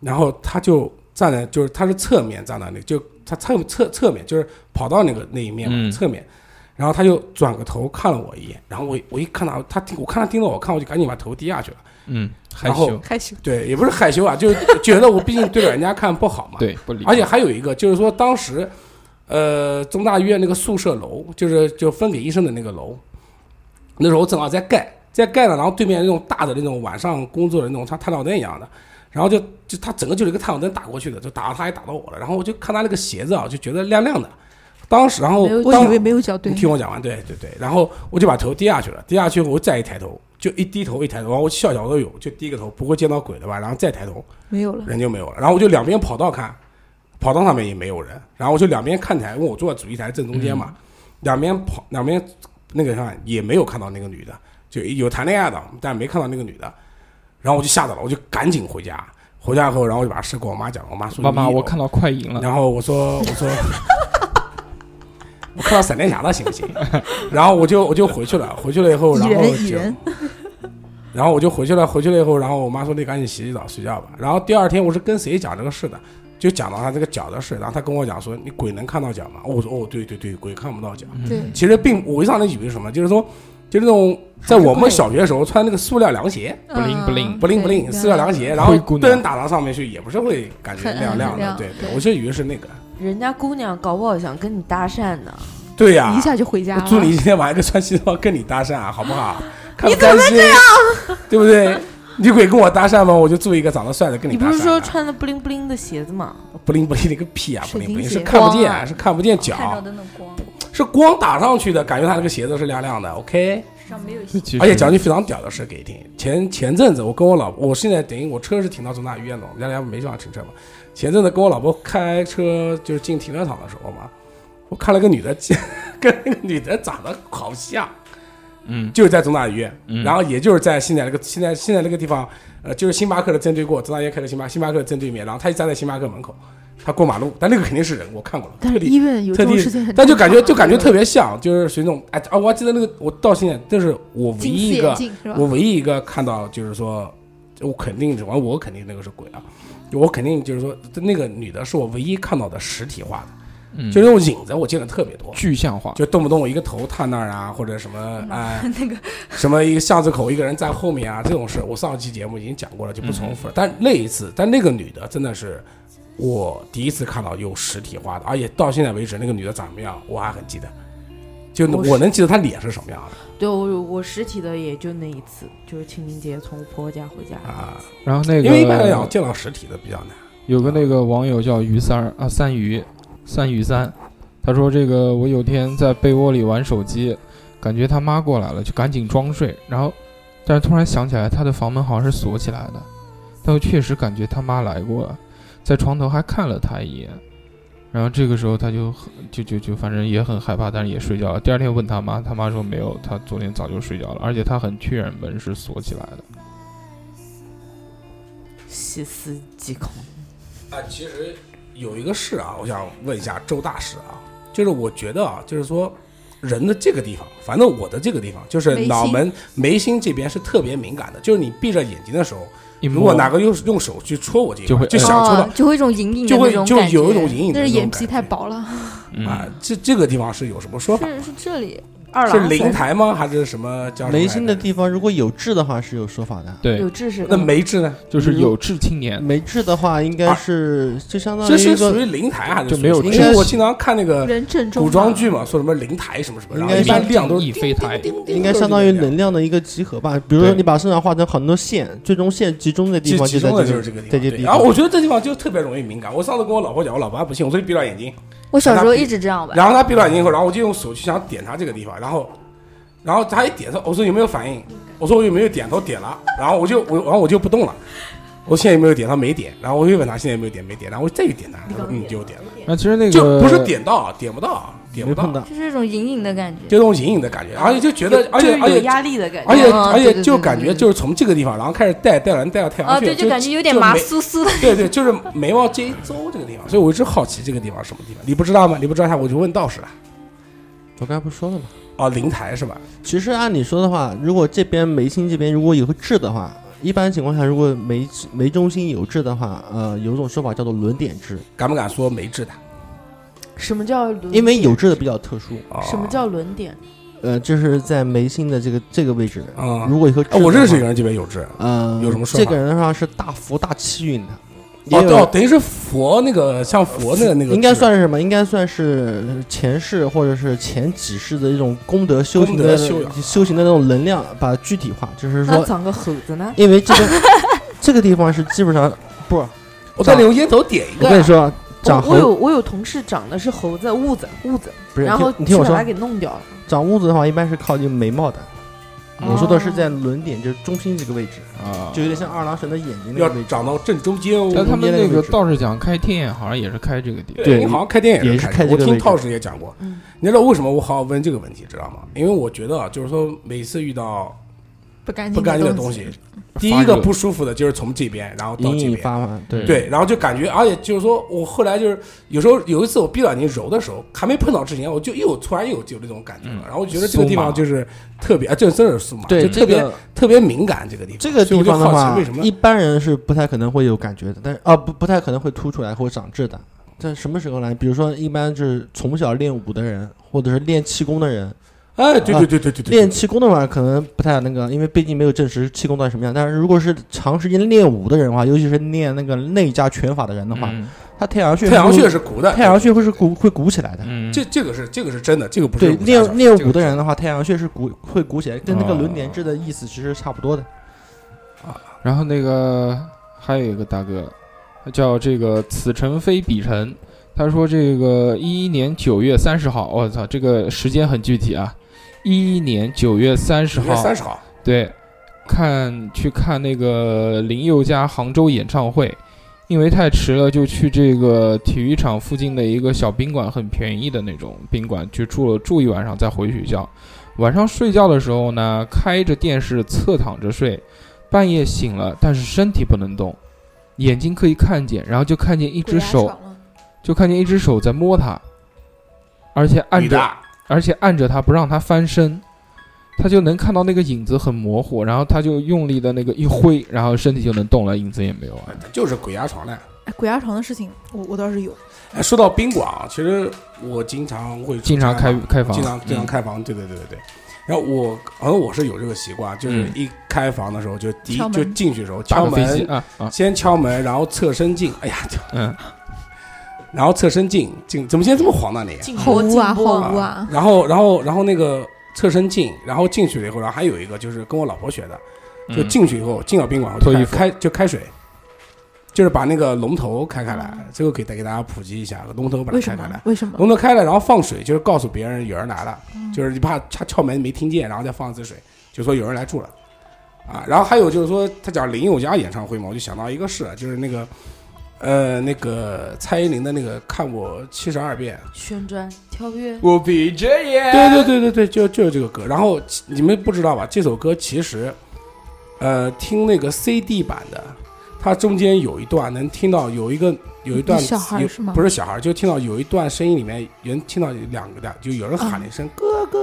[SPEAKER 2] 然后他就站在，就是他是侧面站在那，就他侧侧侧面，就是跑到那个那一面嘛，
[SPEAKER 5] 嗯
[SPEAKER 2] 侧面。然后他就转个头看了我一眼，然后我我一看到他盯，我看他盯着我看，我就赶紧把头低下去了。
[SPEAKER 5] 嗯，害
[SPEAKER 2] 然后
[SPEAKER 5] 羞，
[SPEAKER 12] 害羞，
[SPEAKER 2] 对，也不是害羞啊，就是觉得我毕竟对着人家看不好嘛。
[SPEAKER 5] 对，不理。
[SPEAKER 2] 而且还有一个就是说，当时，呃，中大医院那个宿舍楼，就是就分给医生的那个楼，那时候正好在盖，在盖呢，然后对面那种大的那种晚上工作的那种像探照灯一样的，然后就就他整个就是一个探照灯打过去的，就打到他也打到我了，然后我就看他那个鞋子啊，就觉得亮亮的，当时然后
[SPEAKER 12] 我
[SPEAKER 2] 哦当
[SPEAKER 12] 以为没有脚对
[SPEAKER 2] 你，听我讲完，对对对，然后我就把头低下去了，低下去我再一抬头，就一低头一抬头，然后我笑笑都有，就低个头，不会见到鬼的吧？然后再抬头，
[SPEAKER 12] 没有了。
[SPEAKER 2] 人就没有了。然后我就两边跑道看，跑道上
[SPEAKER 5] 嗯
[SPEAKER 2] 面也没有人。然后我就两边看台，因为我坐在主席台正中间嘛，两边跑两边那个上也没有看到那个女的，就有谈恋爱的，但没看到那个女的。然后我就吓到了，我就赶紧回家。回家以后，然后我就把事跟我妈讲，我妈说：“
[SPEAKER 5] 妈妈，
[SPEAKER 2] 你有
[SPEAKER 5] 我看到快银了，
[SPEAKER 2] 然后我说 我说我看到闪电侠了，行不 行？然后我就我就回去了，回去了以后，然后
[SPEAKER 11] 蚁人蚁
[SPEAKER 2] 就
[SPEAKER 11] 人，
[SPEAKER 2] 然后我就回去了，回去了以后，然后我妈说你赶紧洗洗澡睡觉吧。然后第二天我是跟谁讲这个事的，就讲到他这个脚的事，然后他跟我讲说你鬼能看到脚吗？我说哦对对对，鬼看不到脚。
[SPEAKER 5] 嗯
[SPEAKER 12] 对，
[SPEAKER 2] 其实并我一上来以为是什么，就是说就是那种在我们小学的时候穿那个塑料凉鞋，
[SPEAKER 5] 不灵不灵
[SPEAKER 12] 嗯
[SPEAKER 2] 不灵不灵，
[SPEAKER 12] 对
[SPEAKER 2] 塑料凉鞋，然后
[SPEAKER 5] 灰姑娘
[SPEAKER 2] 灯打到上面去也不是会感觉
[SPEAKER 12] 很
[SPEAKER 2] 亮亮的，
[SPEAKER 12] 亮
[SPEAKER 2] 对对，
[SPEAKER 12] 对
[SPEAKER 2] 我就以为是那个。
[SPEAKER 1] 人家姑娘搞不好想跟你搭讪呢。
[SPEAKER 2] 对呀、
[SPEAKER 12] 一下就回家
[SPEAKER 2] 啊我
[SPEAKER 12] 了。
[SPEAKER 2] 祝你今天晚上就穿西装跟你搭讪、啊，好不好？看你怎么这样？对不对？你就可以跟我搭讪吗？我就做一个长得帅的跟
[SPEAKER 1] 你
[SPEAKER 2] 搭讪、啊。
[SPEAKER 1] 不是说穿的不灵不灵的鞋子吗？
[SPEAKER 2] 不灵不灵的个屁啊！不
[SPEAKER 12] 水
[SPEAKER 2] 灵
[SPEAKER 12] 晶
[SPEAKER 2] 不灵
[SPEAKER 12] 鞋
[SPEAKER 2] 是看不见，
[SPEAKER 12] 光啊
[SPEAKER 2] 是看不见
[SPEAKER 11] 看着
[SPEAKER 2] 脚，
[SPEAKER 11] 的那光，
[SPEAKER 2] 是光打上去的，感觉他这个鞋子是亮亮的。OK，
[SPEAKER 11] 上没有
[SPEAKER 5] 这其
[SPEAKER 2] 而且
[SPEAKER 5] 实
[SPEAKER 2] 讲句非常屌的事给你听。前前阵子我跟我老婆，我现在等于我车是停到中大医院的，我们家两没地方停车嘛。前阵子跟我老婆开车就是进停车场的时候嘛，我看了个女的， 跟那个女的长得好像。
[SPEAKER 5] 嗯，
[SPEAKER 2] 就是在中大医院，
[SPEAKER 5] 嗯
[SPEAKER 2] 然后也就是在现在那个现在现在那个地方，呃，就是星巴克的正对过，中大医院开的星巴星巴克的正对面，然后他就站在星巴克门口，他过马路，但那个肯定是人，我看过了，
[SPEAKER 12] 但
[SPEAKER 2] 特
[SPEAKER 12] 是
[SPEAKER 2] 地，
[SPEAKER 12] 医院有这
[SPEAKER 2] 特
[SPEAKER 12] 种
[SPEAKER 2] 地
[SPEAKER 12] 事情很正常啊，
[SPEAKER 2] 但就感觉就感觉特别像，就是属于那种哎啊，我还记得那个，我到现在这是我唯
[SPEAKER 12] 近
[SPEAKER 2] 一一
[SPEAKER 12] 视
[SPEAKER 2] 个
[SPEAKER 12] 眼镜是吧
[SPEAKER 2] 我？唯一一个看到就是说，我肯定是完，我肯定那个是鬼啊，我肯定就是说那个女的是我唯一看到的实体化的，
[SPEAKER 5] 嗯
[SPEAKER 2] 就那种影子我见的特别多，
[SPEAKER 5] 具象化，
[SPEAKER 2] 就动不动我一个头探那儿啊，或者什么
[SPEAKER 1] 嗯
[SPEAKER 2] 啊。哎
[SPEAKER 11] 那个
[SPEAKER 2] 什么一个巷子口一个人在后面啊，这种事我上期节目已经讲过了，就不重
[SPEAKER 1] 嗯
[SPEAKER 2] 复了。但那一次，但那个女的真的是我第一次看到有实体化的，而且到现在为止，那个女的长什么样我还很记得，就
[SPEAKER 1] 我是
[SPEAKER 2] 我能记得她脸是什么样的
[SPEAKER 1] 对，我我实体的也就那一次，就是清明节从我婆婆家回家。
[SPEAKER 2] 啊。
[SPEAKER 5] 然后那个
[SPEAKER 2] 因为一般来讲，见到实体的比较难。
[SPEAKER 5] 有个那个网友叫鱼三儿啊，三鱼，三鱼三，他说这个我有天在被窝里玩手机，感觉他妈过来了，就赶紧装睡，然后，但是突然想起来他的房门好像是锁起来的，但我确实感觉他妈来过了，在床头还看了他一眼，然后这个时候他就很就就就反正也很害怕，但是也睡觉了。第二天问他妈，他妈说没有，他昨天早就睡觉了，而且他很确认门是锁起来的。
[SPEAKER 1] 细思极恐。
[SPEAKER 2] 啊，其实有一个事啊，我想问一下周大师啊，就是我觉得啊，就是说人的这个地方，反正我的这个地方，就是
[SPEAKER 12] 眉心
[SPEAKER 2] 脑门眉心这边是特别敏感的，就是你闭着眼睛的时候，
[SPEAKER 5] 一摸
[SPEAKER 2] 如果哪个用用手去戳我这一
[SPEAKER 5] 就
[SPEAKER 2] 块，
[SPEAKER 5] 会
[SPEAKER 2] 就想戳到，
[SPEAKER 11] 哦就会一种隐隐的
[SPEAKER 2] 就
[SPEAKER 11] 那
[SPEAKER 2] 会
[SPEAKER 11] 种
[SPEAKER 2] 就
[SPEAKER 11] 感觉，
[SPEAKER 2] 有一种隐隐的
[SPEAKER 12] 那
[SPEAKER 2] 那种
[SPEAKER 12] 是眼皮
[SPEAKER 2] 感觉
[SPEAKER 12] 太薄了，
[SPEAKER 5] 嗯
[SPEAKER 2] 啊，这这个地方是有什么说法？
[SPEAKER 11] 是是这里，
[SPEAKER 1] 二
[SPEAKER 2] 是
[SPEAKER 1] 郎
[SPEAKER 2] 灵
[SPEAKER 1] 神
[SPEAKER 2] 台吗？还是什么叫什么来着
[SPEAKER 8] 眉心的？地方如果有痣的话是有说法的，
[SPEAKER 5] 对
[SPEAKER 1] 有，知识，
[SPEAKER 2] 那眉痣呢？
[SPEAKER 5] 就是有志青年，
[SPEAKER 8] 没痣的话应该啊是就相当
[SPEAKER 2] 这
[SPEAKER 8] 于一
[SPEAKER 2] 是属于
[SPEAKER 8] 个
[SPEAKER 2] 灵台还是
[SPEAKER 5] 就
[SPEAKER 2] 属于
[SPEAKER 5] 没有
[SPEAKER 2] 什么
[SPEAKER 8] 痣
[SPEAKER 2] 因为我经常看那个
[SPEAKER 12] 人正中
[SPEAKER 2] 古装
[SPEAKER 12] 嘛
[SPEAKER 2] 剧嘛，说什么灵台什么什么，然后
[SPEAKER 8] 应该
[SPEAKER 2] 一般
[SPEAKER 5] 是
[SPEAKER 2] 亮都是
[SPEAKER 5] 一飞台
[SPEAKER 2] 叮叮叮叮
[SPEAKER 8] 应该相当于
[SPEAKER 2] 都是这个
[SPEAKER 8] 能量的一个集合吧。比如说
[SPEAKER 5] 对
[SPEAKER 8] 你把身上画成很多线，最终线集中的地
[SPEAKER 2] 集
[SPEAKER 8] 方
[SPEAKER 2] 集
[SPEAKER 8] 在
[SPEAKER 2] 中的
[SPEAKER 8] 这
[SPEAKER 2] 就
[SPEAKER 8] 个
[SPEAKER 2] 是这个地方。
[SPEAKER 8] 在
[SPEAKER 2] 对
[SPEAKER 8] 这个地
[SPEAKER 2] 然后
[SPEAKER 8] 方
[SPEAKER 2] 我。觉得这地方就特别容易敏感。我上次跟我老婆讲，我老婆还不信，我说你闭上眼睛，
[SPEAKER 11] 我小时候一直这样玩，
[SPEAKER 2] 然后她闭上眼睛以后，然后我就用手去想点她这个地方，然后，然后她一点她，我说有没有反应？我说我有没有点？她说点了，然后我就我然后我就不动了。我说现在有没有点？她没点，然后我又问她现在有没有点，没点，然后我再去点她，她说嗯有点了，
[SPEAKER 5] 那其实那个
[SPEAKER 2] 就不是点到，点不到，点不
[SPEAKER 8] 没
[SPEAKER 2] 到
[SPEAKER 8] 碰，到，
[SPEAKER 11] 就是一种隐隐的感
[SPEAKER 2] 就
[SPEAKER 11] 觉，
[SPEAKER 2] 那种隐隐的感觉，而且就觉得，而且
[SPEAKER 1] 就是
[SPEAKER 2] 而
[SPEAKER 1] 有
[SPEAKER 2] 且
[SPEAKER 1] 压力的感觉。
[SPEAKER 2] 而且
[SPEAKER 11] 嗯
[SPEAKER 2] 而且
[SPEAKER 11] 对对
[SPEAKER 2] 就
[SPEAKER 11] 对
[SPEAKER 2] 感
[SPEAKER 11] 对
[SPEAKER 2] 觉
[SPEAKER 11] 对
[SPEAKER 2] 就是从这个地方，然后开始带带完带到太阳
[SPEAKER 11] 啊，
[SPEAKER 2] 穴，
[SPEAKER 11] 对，就感觉有点
[SPEAKER 2] 就
[SPEAKER 11] 麻
[SPEAKER 2] 没
[SPEAKER 11] 酥酥的，
[SPEAKER 2] 对对，就是眉毛这一周这个地方，所以我一直好奇这个地方是什么地方，你不知道吗？你不知道一下，我就问道士了。
[SPEAKER 8] 我刚才不是说了吗？
[SPEAKER 2] 哦，灵台是吧？
[SPEAKER 8] 其实按理说的话，如果这边眉心这边如果有个痣的话，一般情况下如果眉眉中心有痣的话，呃，有种说法叫做轮点痣，
[SPEAKER 2] 敢不敢说没治的？
[SPEAKER 1] 什么叫轮？
[SPEAKER 8] 因为有痣的比较特殊，
[SPEAKER 2] 哦
[SPEAKER 1] 什么叫轮点？
[SPEAKER 8] 呃，就是在眉心的这个这个位置，
[SPEAKER 2] 啊？
[SPEAKER 8] 如果有个痣的
[SPEAKER 2] 哎
[SPEAKER 8] 话、
[SPEAKER 2] 我认识一个人这边有痣，
[SPEAKER 8] 呃，
[SPEAKER 2] 有什么说法
[SPEAKER 8] 这个人的话是大福大气运的，也
[SPEAKER 2] 哦
[SPEAKER 8] 有、
[SPEAKER 2] 哦，等于是佛那个像佛那个那个痣，
[SPEAKER 8] 应该算是什么？应该算是前世或者是前几世的一种功德修
[SPEAKER 2] 功
[SPEAKER 8] 行
[SPEAKER 2] 德
[SPEAKER 8] 的
[SPEAKER 2] 修养啊
[SPEAKER 8] 修行的那种能量，把它具体化，就是
[SPEAKER 1] 那
[SPEAKER 2] 哦
[SPEAKER 8] 说，
[SPEAKER 1] 长个猴子呢？
[SPEAKER 8] 因为这个这个地方是基本上不。
[SPEAKER 2] 我在你用烟头点一
[SPEAKER 8] 我
[SPEAKER 2] 个
[SPEAKER 8] 跟你说，长
[SPEAKER 1] 我我有
[SPEAKER 8] 猴
[SPEAKER 1] 我有同事长的是猴子痦子痦子，
[SPEAKER 8] 不是，
[SPEAKER 1] 然
[SPEAKER 8] 听
[SPEAKER 1] 后
[SPEAKER 8] 你听我
[SPEAKER 1] 去把它，
[SPEAKER 8] 说
[SPEAKER 1] 给弄掉了。
[SPEAKER 8] 长痦子的话一般是靠近眉毛的，
[SPEAKER 1] 哦
[SPEAKER 8] 我说的是在轮点，就是中心这个位置，
[SPEAKER 5] 啊，
[SPEAKER 8] 就有点像二郎神的眼睛那
[SPEAKER 2] 要
[SPEAKER 8] 个位置，
[SPEAKER 2] 长到正中间
[SPEAKER 5] 但
[SPEAKER 2] 哦。
[SPEAKER 5] 他们那个道士讲开天眼好像也是开这个地方，
[SPEAKER 8] 对
[SPEAKER 2] 你好像开店
[SPEAKER 8] 也
[SPEAKER 2] 也是
[SPEAKER 8] 是开
[SPEAKER 2] 开
[SPEAKER 8] 这
[SPEAKER 2] 店，
[SPEAKER 8] 个
[SPEAKER 2] 我
[SPEAKER 8] 位
[SPEAKER 2] 听
[SPEAKER 8] 置
[SPEAKER 2] 道士也讲过。
[SPEAKER 11] 嗯
[SPEAKER 2] 你知道为什么我好好问这个问题，知道吗？因为我觉得啊，就是说每次遇到
[SPEAKER 12] 不干净
[SPEAKER 2] 不干净的东
[SPEAKER 12] 西，
[SPEAKER 2] 西，第一个不舒服的就是从这边，然后到
[SPEAKER 8] 隐
[SPEAKER 2] 这
[SPEAKER 8] 隐
[SPEAKER 2] 边。
[SPEAKER 8] 发麻。对
[SPEAKER 2] 对，然后就感觉，而且就是说我后来就是有时候有一次我闭眼睛揉的时候，还没碰到之前，我就又突然又有那种感觉了，
[SPEAKER 5] 嗯
[SPEAKER 2] 然后我觉得这个地
[SPEAKER 5] 酥麻
[SPEAKER 2] 方就是特别，啊，这真的是酥麻，
[SPEAKER 8] 对，
[SPEAKER 2] 就特
[SPEAKER 8] 这
[SPEAKER 2] 别、
[SPEAKER 8] 个
[SPEAKER 2] 特别敏感这个地方。
[SPEAKER 8] 这个
[SPEAKER 2] 所以我
[SPEAKER 8] 地
[SPEAKER 2] 就
[SPEAKER 8] 方的
[SPEAKER 2] 好
[SPEAKER 8] 话
[SPEAKER 2] 奇为什，么
[SPEAKER 8] 一般人是不太可能会有感觉的，但是啊不不太可能会凸出来或长痣的。在什么时候来？比如说，一般就是从小练武的人，或者是练气功的人，
[SPEAKER 2] 哎，对对对对对对，
[SPEAKER 8] 啊练气功的话可能不太那个，因为毕竟没有证实气功到底什么样。但是如果是长时间练武的人的话，尤其是练那个内家拳法的人的话，
[SPEAKER 5] 嗯
[SPEAKER 8] 他太阳穴
[SPEAKER 2] 太阳
[SPEAKER 8] 会
[SPEAKER 2] 穴是鼓的，
[SPEAKER 8] 太阳穴会是鼓会鼓起来的。
[SPEAKER 5] 嗯，
[SPEAKER 2] 这这个是这个是真的，这个不是
[SPEAKER 8] 对，
[SPEAKER 2] 武侠小说
[SPEAKER 8] 练练
[SPEAKER 2] 这
[SPEAKER 8] 武
[SPEAKER 2] 个
[SPEAKER 8] 的人的话，太阳穴是鼓会鼓起来，跟那个
[SPEAKER 5] 哦
[SPEAKER 8] 轮点痣的意思其实差不
[SPEAKER 2] 哦
[SPEAKER 8] 多的。
[SPEAKER 5] 然后那个还有一个大哥，他叫这个此诚非彼诚，他说这个一一年九月三十号，我、操，这个时间很具体啊，一一年九月三十
[SPEAKER 2] 九月
[SPEAKER 5] 号，
[SPEAKER 2] 三十号，
[SPEAKER 5] 对，看去看那个林宥嘉杭州演唱会，因为太迟了，就去这个体育场附近的一个小宾馆，很便宜的那种宾馆，去住了住一晚上，再回学校。晚上睡觉的时候呢，开着电视侧躺着睡，半夜醒了，但是身体不能动，眼睛可以看见，然后就看见一
[SPEAKER 12] 鬼
[SPEAKER 5] 只
[SPEAKER 12] 压
[SPEAKER 5] 手，
[SPEAKER 12] 床了
[SPEAKER 5] 就看见一只手在摸他，而且按
[SPEAKER 2] 女
[SPEAKER 5] 着
[SPEAKER 2] 的，
[SPEAKER 5] 而且按着他不让他翻身，他就能看到那个影子很模糊，然后他就用力的那个一挥，然后身体就能动了，影子也没有啊。
[SPEAKER 2] 哎就是鬼压床的。
[SPEAKER 12] 哎鬼压床的事情，我我倒是有，
[SPEAKER 2] 哎，说到宾馆啊，其实我经常会出
[SPEAKER 5] 经常
[SPEAKER 2] 差
[SPEAKER 5] 开
[SPEAKER 2] 嘛
[SPEAKER 5] 开房，
[SPEAKER 2] 经常经常开房，对对对对对。然后我好像我是有这个习惯，啊就是
[SPEAKER 5] 嗯
[SPEAKER 2] 一开房的时候就第一
[SPEAKER 12] 敲门
[SPEAKER 2] 就进去的时候
[SPEAKER 5] 打
[SPEAKER 2] 敲
[SPEAKER 5] 个飞机
[SPEAKER 2] 门，
[SPEAKER 5] 啊啊
[SPEAKER 2] 先敲门，然后侧身进，哎呀， 就
[SPEAKER 5] 嗯，
[SPEAKER 2] 然后侧身进进，怎么现在这么黄呢你？
[SPEAKER 9] 进
[SPEAKER 12] 好
[SPEAKER 9] 波
[SPEAKER 12] 污
[SPEAKER 9] 进
[SPEAKER 12] 啊，
[SPEAKER 9] 波，
[SPEAKER 12] 好污啊！
[SPEAKER 2] 然后然后然后那个侧身进，然后进去了以后，然后还有一个就是跟我老婆学的，就
[SPEAKER 5] 嗯
[SPEAKER 2] 进去以后进到宾馆后
[SPEAKER 5] 脱
[SPEAKER 2] 就
[SPEAKER 5] 衣
[SPEAKER 2] 开
[SPEAKER 5] 服
[SPEAKER 2] 开就开水。就是把那个龙头开开来，这个给再给大家普及一下，龙头把它
[SPEAKER 12] 哦为什
[SPEAKER 2] 开开来
[SPEAKER 12] 么？。为什么？
[SPEAKER 2] 龙头开了，然后放水，就是告诉别人有人来了，就是你怕他敲门没听见，然后再放一次水，就说有人来住了，啊，然后还有就是说他讲林宥嘉演唱会嘛，我就想到一个事，就是那个，呃，那个蔡依林的那个看我七十二变，
[SPEAKER 9] 旋转跳跃，
[SPEAKER 13] 我闭着眼
[SPEAKER 2] 对对对对对，就就是这个歌。然后其你们不知道吧？这首歌其实，呃，听那个 CD 版的，它中间有一段能听到有一个有一段
[SPEAKER 12] 小孩儿
[SPEAKER 2] 有
[SPEAKER 12] 是吗
[SPEAKER 2] 不是小孩儿，就听到有一段声音里面人听到有两个的，就有人喊了一声哥哥。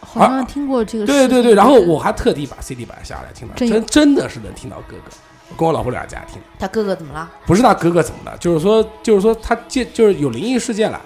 [SPEAKER 12] 好像听过这个事情。
[SPEAKER 2] 啊对对对，然后我还特地把 CD 版下来听了，
[SPEAKER 12] 真有
[SPEAKER 2] 真真的是能听到哥哥。我跟我老婆两家听的，
[SPEAKER 9] 他哥哥怎么了？
[SPEAKER 2] 不是他哥哥怎么的，就是说就是说他这就是有灵异事件了。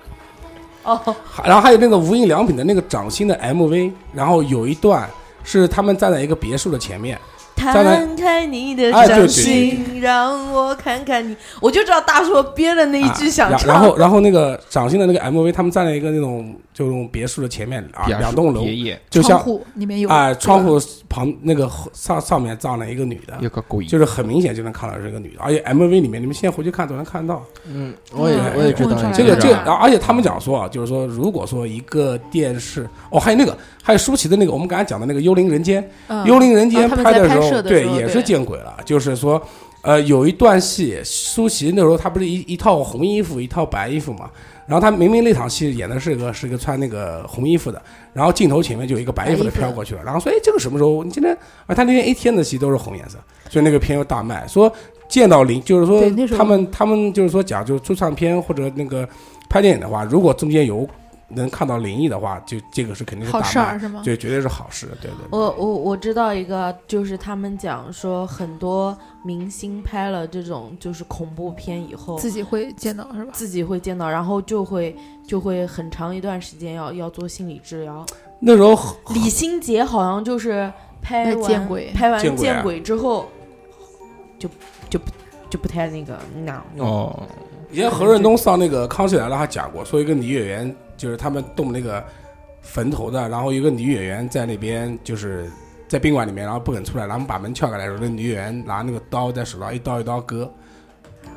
[SPEAKER 9] 哦，
[SPEAKER 2] 还然后还有那个无印良品的那个掌心的 MV，然后有一段是他们站在一个别墅的前面，再来
[SPEAKER 9] 摊开你的
[SPEAKER 2] 哎对
[SPEAKER 9] 掌
[SPEAKER 2] 对
[SPEAKER 9] 心，让我看看你。我就知道大硕憋了那一句想
[SPEAKER 2] 啊
[SPEAKER 9] 唱，
[SPEAKER 2] 然然后然后那个掌心的那个 MV，他们站在一个那种就那种别墅的前面啊，
[SPEAKER 5] 别
[SPEAKER 2] 两
[SPEAKER 5] 墅
[SPEAKER 2] 栋楼
[SPEAKER 5] 爷爷
[SPEAKER 2] 就
[SPEAKER 12] 窗
[SPEAKER 2] 像
[SPEAKER 12] 户里面有
[SPEAKER 2] 啊、
[SPEAKER 12] 对吧
[SPEAKER 2] 窗户旁那个后上上面站了一个女的，
[SPEAKER 5] 有个鬼，
[SPEAKER 2] 就是很明显就能看到是个女的，而且 MV 里面你们现在回去看都能看到。
[SPEAKER 8] 嗯，
[SPEAKER 12] 我也
[SPEAKER 2] 我也
[SPEAKER 12] 知道嗯
[SPEAKER 2] 这个
[SPEAKER 12] 对
[SPEAKER 2] 这个，
[SPEAKER 12] 吧
[SPEAKER 2] 然后而且他们讲说啊，就是说，如果说一个电视哦，还有那个，还有舒淇的那个，我们刚才讲的那个《幽灵人间》，
[SPEAKER 12] 嗯
[SPEAKER 2] 幽灵人间
[SPEAKER 12] 啊他们
[SPEAKER 2] 拍
[SPEAKER 12] 在
[SPEAKER 2] 时
[SPEAKER 12] 拍
[SPEAKER 2] 候，
[SPEAKER 12] 摄的时
[SPEAKER 2] 对，
[SPEAKER 12] 候
[SPEAKER 2] 也是
[SPEAKER 12] 对
[SPEAKER 2] 见鬼了。就是说，呃，有一段戏，舒淇那时候她不是一一套红衣服，一套白衣服嘛。然后她明明那场戏演的是个是一个穿那个红衣服的，然后镜头前面就有一个白衣服的
[SPEAKER 12] 白衣服
[SPEAKER 2] 飘过去了，然后说，哎，这个什么时候？你今天啊，她那天 A 天的戏都是红颜色，所以那个片又大卖，说。见到林，就是
[SPEAKER 12] 对那时
[SPEAKER 2] 说
[SPEAKER 12] 候
[SPEAKER 2] 他们他们就是说讲，就是出唱片或者那个拍电影的话，如果中间有能看到灵异的话，就这个是肯定是大
[SPEAKER 12] 好
[SPEAKER 2] 卖，
[SPEAKER 12] 事儿是哦吗？
[SPEAKER 2] 对，绝对是好事，对对对。
[SPEAKER 9] 我我我知道一个，就是他们讲说很多明星拍了这种就是恐怖片以后，
[SPEAKER 12] 自己会见到是吧？
[SPEAKER 9] 自己会见到，然后就会就会很长一段时间要要做心理治疗。
[SPEAKER 2] 那时候
[SPEAKER 9] 李心洁好像就是拍
[SPEAKER 12] 哎
[SPEAKER 9] 完
[SPEAKER 12] 哦见鬼
[SPEAKER 9] 拍完
[SPEAKER 2] 见鬼啊
[SPEAKER 9] 见鬼之后，就就不就不太那个那
[SPEAKER 5] 哦，
[SPEAKER 2] 以前何润东上那个《康熙来了》还讲过，说一个女演员就是他们动那个坟头的，然后一个女演员在那边就是在宾馆里面，然后不肯出来，然后把门撬开来的时候，那女演员拿那个刀在手上一刀一刀割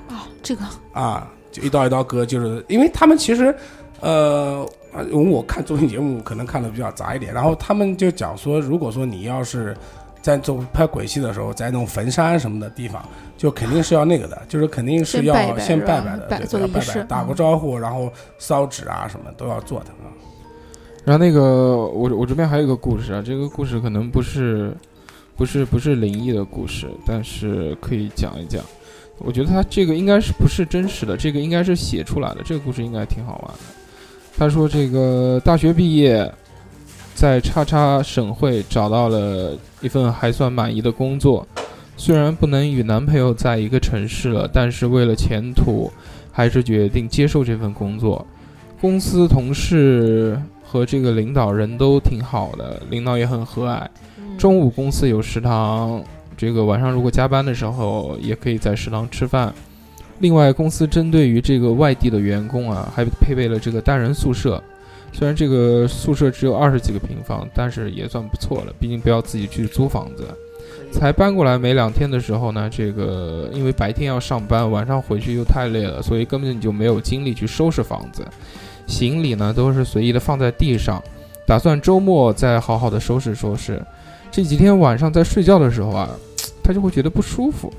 [SPEAKER 12] 啊，这个
[SPEAKER 2] 啊，就一刀一刀割，就是因为他们其实呃，啊，因为我看综艺节目可能看的比较杂一点，然后他们就讲说，如果说你要是在做拍鬼戏的时候，在那种坟山什么的地方，就肯定是要那个的，就是肯定是
[SPEAKER 12] 先
[SPEAKER 2] 要
[SPEAKER 12] 拜一拜
[SPEAKER 2] 先
[SPEAKER 12] 是
[SPEAKER 2] 拜
[SPEAKER 12] 吧
[SPEAKER 2] 的，
[SPEAKER 12] 拜
[SPEAKER 2] 对，
[SPEAKER 12] 做
[SPEAKER 2] 要
[SPEAKER 12] 仪
[SPEAKER 2] 拜拜
[SPEAKER 12] 式，
[SPEAKER 2] 打个
[SPEAKER 12] 嗯
[SPEAKER 2] 招呼，然后烧纸啊什么都要做的啊。
[SPEAKER 5] 然后那个，我我这边还有一个故事啊，这个故事可能不是，不是不是灵异的故事，但是可以讲一讲。我觉得他这个应该是不是真实的，这个应该是写出来的。这个故事应该挺好玩的。他说这个大学毕业，在叉叉省会找到了一份还算满意的工作，虽然不能与男朋友在一个城市了，但是为了前途，还是决定接受这份工作。公司同事和这个领导人都挺好的，领导也很和蔼。中午公司有食堂，这个晚上如果加班的时候也可以在食堂吃饭。另外，公司针对于这个外地的员工啊，还配备了这个单人宿舍。虽然这个啊宿舍只有二十几个平方，但是也算不错了，毕竟不要自己去租房子。才搬过来没两天的时候呢，这个因为白天要上班，晚上回去又太累了，所以根本就没有精力去收拾房子。行李呢都是随意的放在地上，打算周末再好好的收拾收拾。这几天晚上在睡觉的时候啊，他就会觉得不舒服，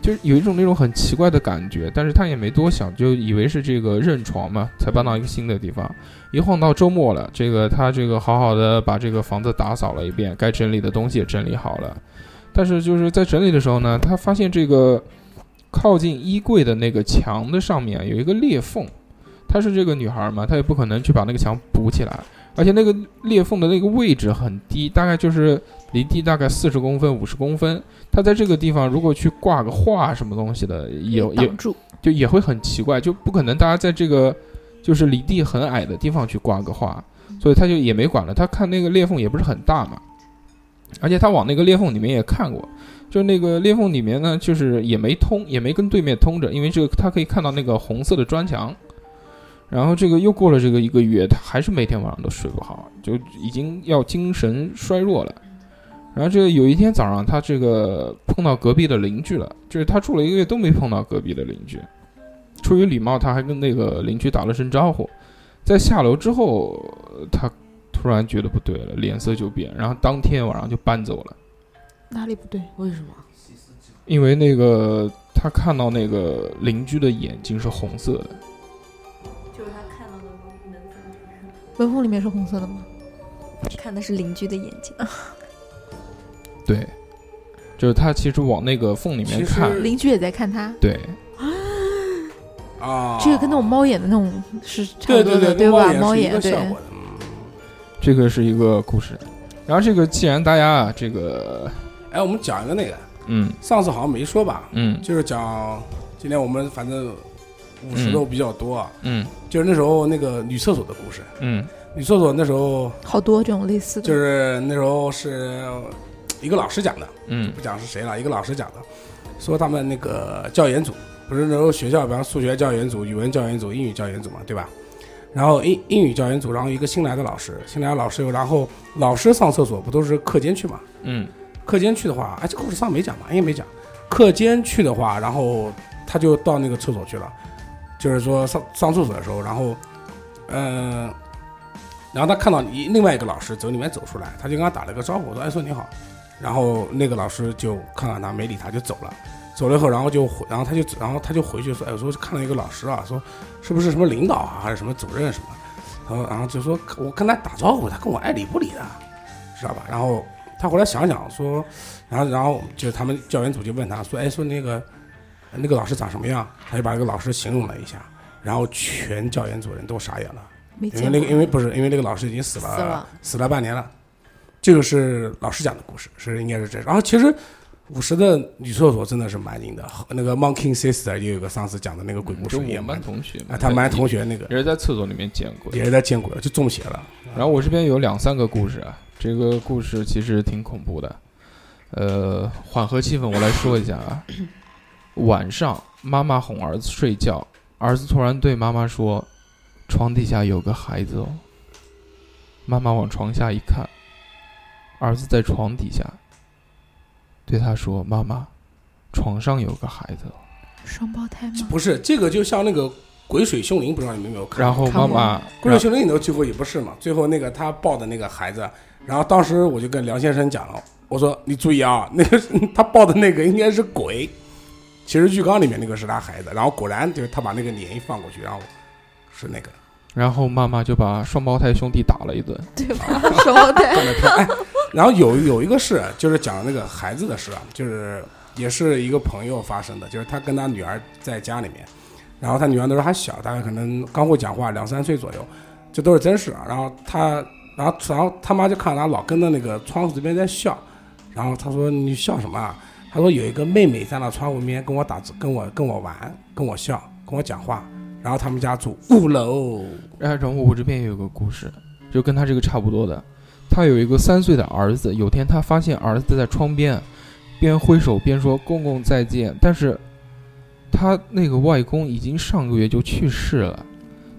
[SPEAKER 5] 就是有一种那种很奇怪的感觉，但是他也没多想，就以为是这个认床嘛，才搬到一个新的地方。一晃到周末了，这个他这个好好的把这个房子打扫了一遍，该整理的东西也整理好了，但是就是在整理的时候呢，他发现这个靠近衣柜的那个墙的上面啊有一个裂缝。她是这个女孩嘛，她也不可能去把那个墙补起来，而且那个裂缝的那个位置很低，大概就是离地大概四十公分、五十公分。她在这个地方如果去挂个画什么东西的，也也
[SPEAKER 12] 挡住，
[SPEAKER 5] 就也会很奇怪，就不可能大家在这个就是离地很矮的地方去挂个画，所以他就也没管了。他看那个裂缝也不是很大嘛，而且他往那个裂缝里面也看过，就那个裂缝里面呢，就是也没通，也没跟对面通着，因为这个他可以看到那个红色的砖墙。然后这个又过了这个一个月，他还是每天晚上都睡不好，就已经要精神衰弱了。然后这个有一天早上，他这个碰到隔壁的邻居了，就是他住了一个月都没碰到隔壁的邻居。出于礼貌，他还跟那个邻居打了声招呼。在下楼之后，呃他突然觉得不对了，脸色就变，然后当天晚上就搬走了。
[SPEAKER 12] 哪里不对？
[SPEAKER 1] 为什么？
[SPEAKER 5] 因为那个他看到那个邻居的眼睛是红色的，
[SPEAKER 12] 门缝里面是红色的吗？
[SPEAKER 11] 看的是邻居的眼睛，
[SPEAKER 5] 对，就是他其实往那个缝里面
[SPEAKER 2] 其实
[SPEAKER 5] 看，
[SPEAKER 12] 邻居也在看他，
[SPEAKER 5] 对，
[SPEAKER 2] 啊，
[SPEAKER 12] 这个跟那种猫眼的那种是差
[SPEAKER 2] 对
[SPEAKER 12] 不多的，
[SPEAKER 2] 对，跟
[SPEAKER 12] 吧？猫
[SPEAKER 2] 猫眼
[SPEAKER 12] 眼
[SPEAKER 2] 是一个
[SPEAKER 12] 对
[SPEAKER 2] 效，果的，嗯。
[SPEAKER 5] 这个是一个故事。然后这个既然大家啊，这个
[SPEAKER 2] 哎，我们讲一个那个，
[SPEAKER 5] 嗯
[SPEAKER 2] 上次好像没说吧？
[SPEAKER 5] 嗯
[SPEAKER 2] 就是讲今天我们反正五十
[SPEAKER 5] 嗯
[SPEAKER 2] 都比较多啊，
[SPEAKER 5] 嗯
[SPEAKER 2] 就是那时候那个女厕所的故事。
[SPEAKER 5] 嗯
[SPEAKER 2] 女厕所那时候
[SPEAKER 12] 好多这种类似的，
[SPEAKER 2] 就是那时候是一个老师讲的，
[SPEAKER 5] 嗯
[SPEAKER 2] 不讲是谁了，一个老师讲的，说他们那个教研组不是那时候学校，比方数学教研组、语文教研组、英语教研组嘛，对吧？然后英英语教研组，然后一个新来的老师，新来的老师，然后老师上厕所不都是课间去嘛？
[SPEAKER 5] 嗯
[SPEAKER 2] 课间去的话，哎，这个故事上没讲吧？应该没讲。课间去的话，然后他就到那个厕所去了，就是说上上厕所的时候，然后，嗯、然后他看到一另外一个老师从里面走出来，他就跟他打了个招呼，说：“哎，说你好。”然后那个老师就看看他，没理他，就走了。走了以后，然后就回，然后他就然后他就回去说：“哎，我说看到一个老师啊，说是不是什么领导啊，还是什么主任什么？”然后然后就说：“我跟他打招呼，他跟我爱理不理的，知道吧？”然后他后来想想说，然后然后就是他们教研组就问他说：“哎，说那个那个老师长什么样？”他就把那个老师形容了一下，然后全教研组人都傻眼了，
[SPEAKER 12] 没
[SPEAKER 2] 因
[SPEAKER 12] 见
[SPEAKER 2] 为
[SPEAKER 12] 过。
[SPEAKER 2] 那个因为不是因为那个老师已经死了
[SPEAKER 9] 死了
[SPEAKER 2] 死了半年了。这个是老师讲的故事，是应该是这样。然后其实五十的女厕所真的是蛮硬的，那个 Monkey Sister 也有个上次讲的那个鬼故
[SPEAKER 5] 嗯就
[SPEAKER 2] 事
[SPEAKER 5] 我
[SPEAKER 2] 也
[SPEAKER 5] 们
[SPEAKER 2] 蛮
[SPEAKER 5] 班同学嘛
[SPEAKER 2] 啊，他们班同学那个
[SPEAKER 5] 也是在厕所里面见过的，
[SPEAKER 2] 也是在见鬼了，就中邪了。
[SPEAKER 5] 然后我这边有两三个故事啊，这个故事其实挺恐怖的，呃，缓和气氛，我来说一下啊。晚上，妈妈哄儿子睡觉，儿子突然对妈妈说：“床底下有个孩子哦。”妈妈往床下一看，儿子在床底下，对他说：“妈妈，床上有个孩子哦。
[SPEAKER 12] 双胞胎吗？
[SPEAKER 2] 不是这个，就像那个鬼水凶灵》，不知道你们有没有看过？
[SPEAKER 5] 然后妈妈，
[SPEAKER 2] 《鬼水凶灵》你都去过也不是嘛？最后那个他抱的那个孩子，然后当时我就跟梁先生讲了，我说你注意啊，那个是 他抱的那个应该是鬼，其实浴缸里面那个是他孩子，然后果然就是他把那个脸一放过去，然后是那个。
[SPEAKER 5] 然后妈妈就把双胞胎兄弟打了一顿。
[SPEAKER 12] 说对，
[SPEAKER 2] 看了看，哎，然后有有一个事，就是讲那个孩子的事啊，就是也是一个朋友发生的，就是他跟他女儿在家里面，然后他女儿那时候还小，大概可能刚会讲话，两三岁左右，这都是真事啊。然后他，然后然后他妈就看他老跟着那个窗户这边在笑，然后他说你笑什么啊？他说有一个妹妹在那窗户边跟我打字，跟我跟我玩，跟我笑，跟我讲话。然后他们家住五楼，
[SPEAKER 5] 然后我这边也有个故事，就跟他这个差不多的。他有一个三岁的儿子，有天他发现儿子在窗边，边挥手边说“公公再见”，但是他那个外公已经上个月就去世了。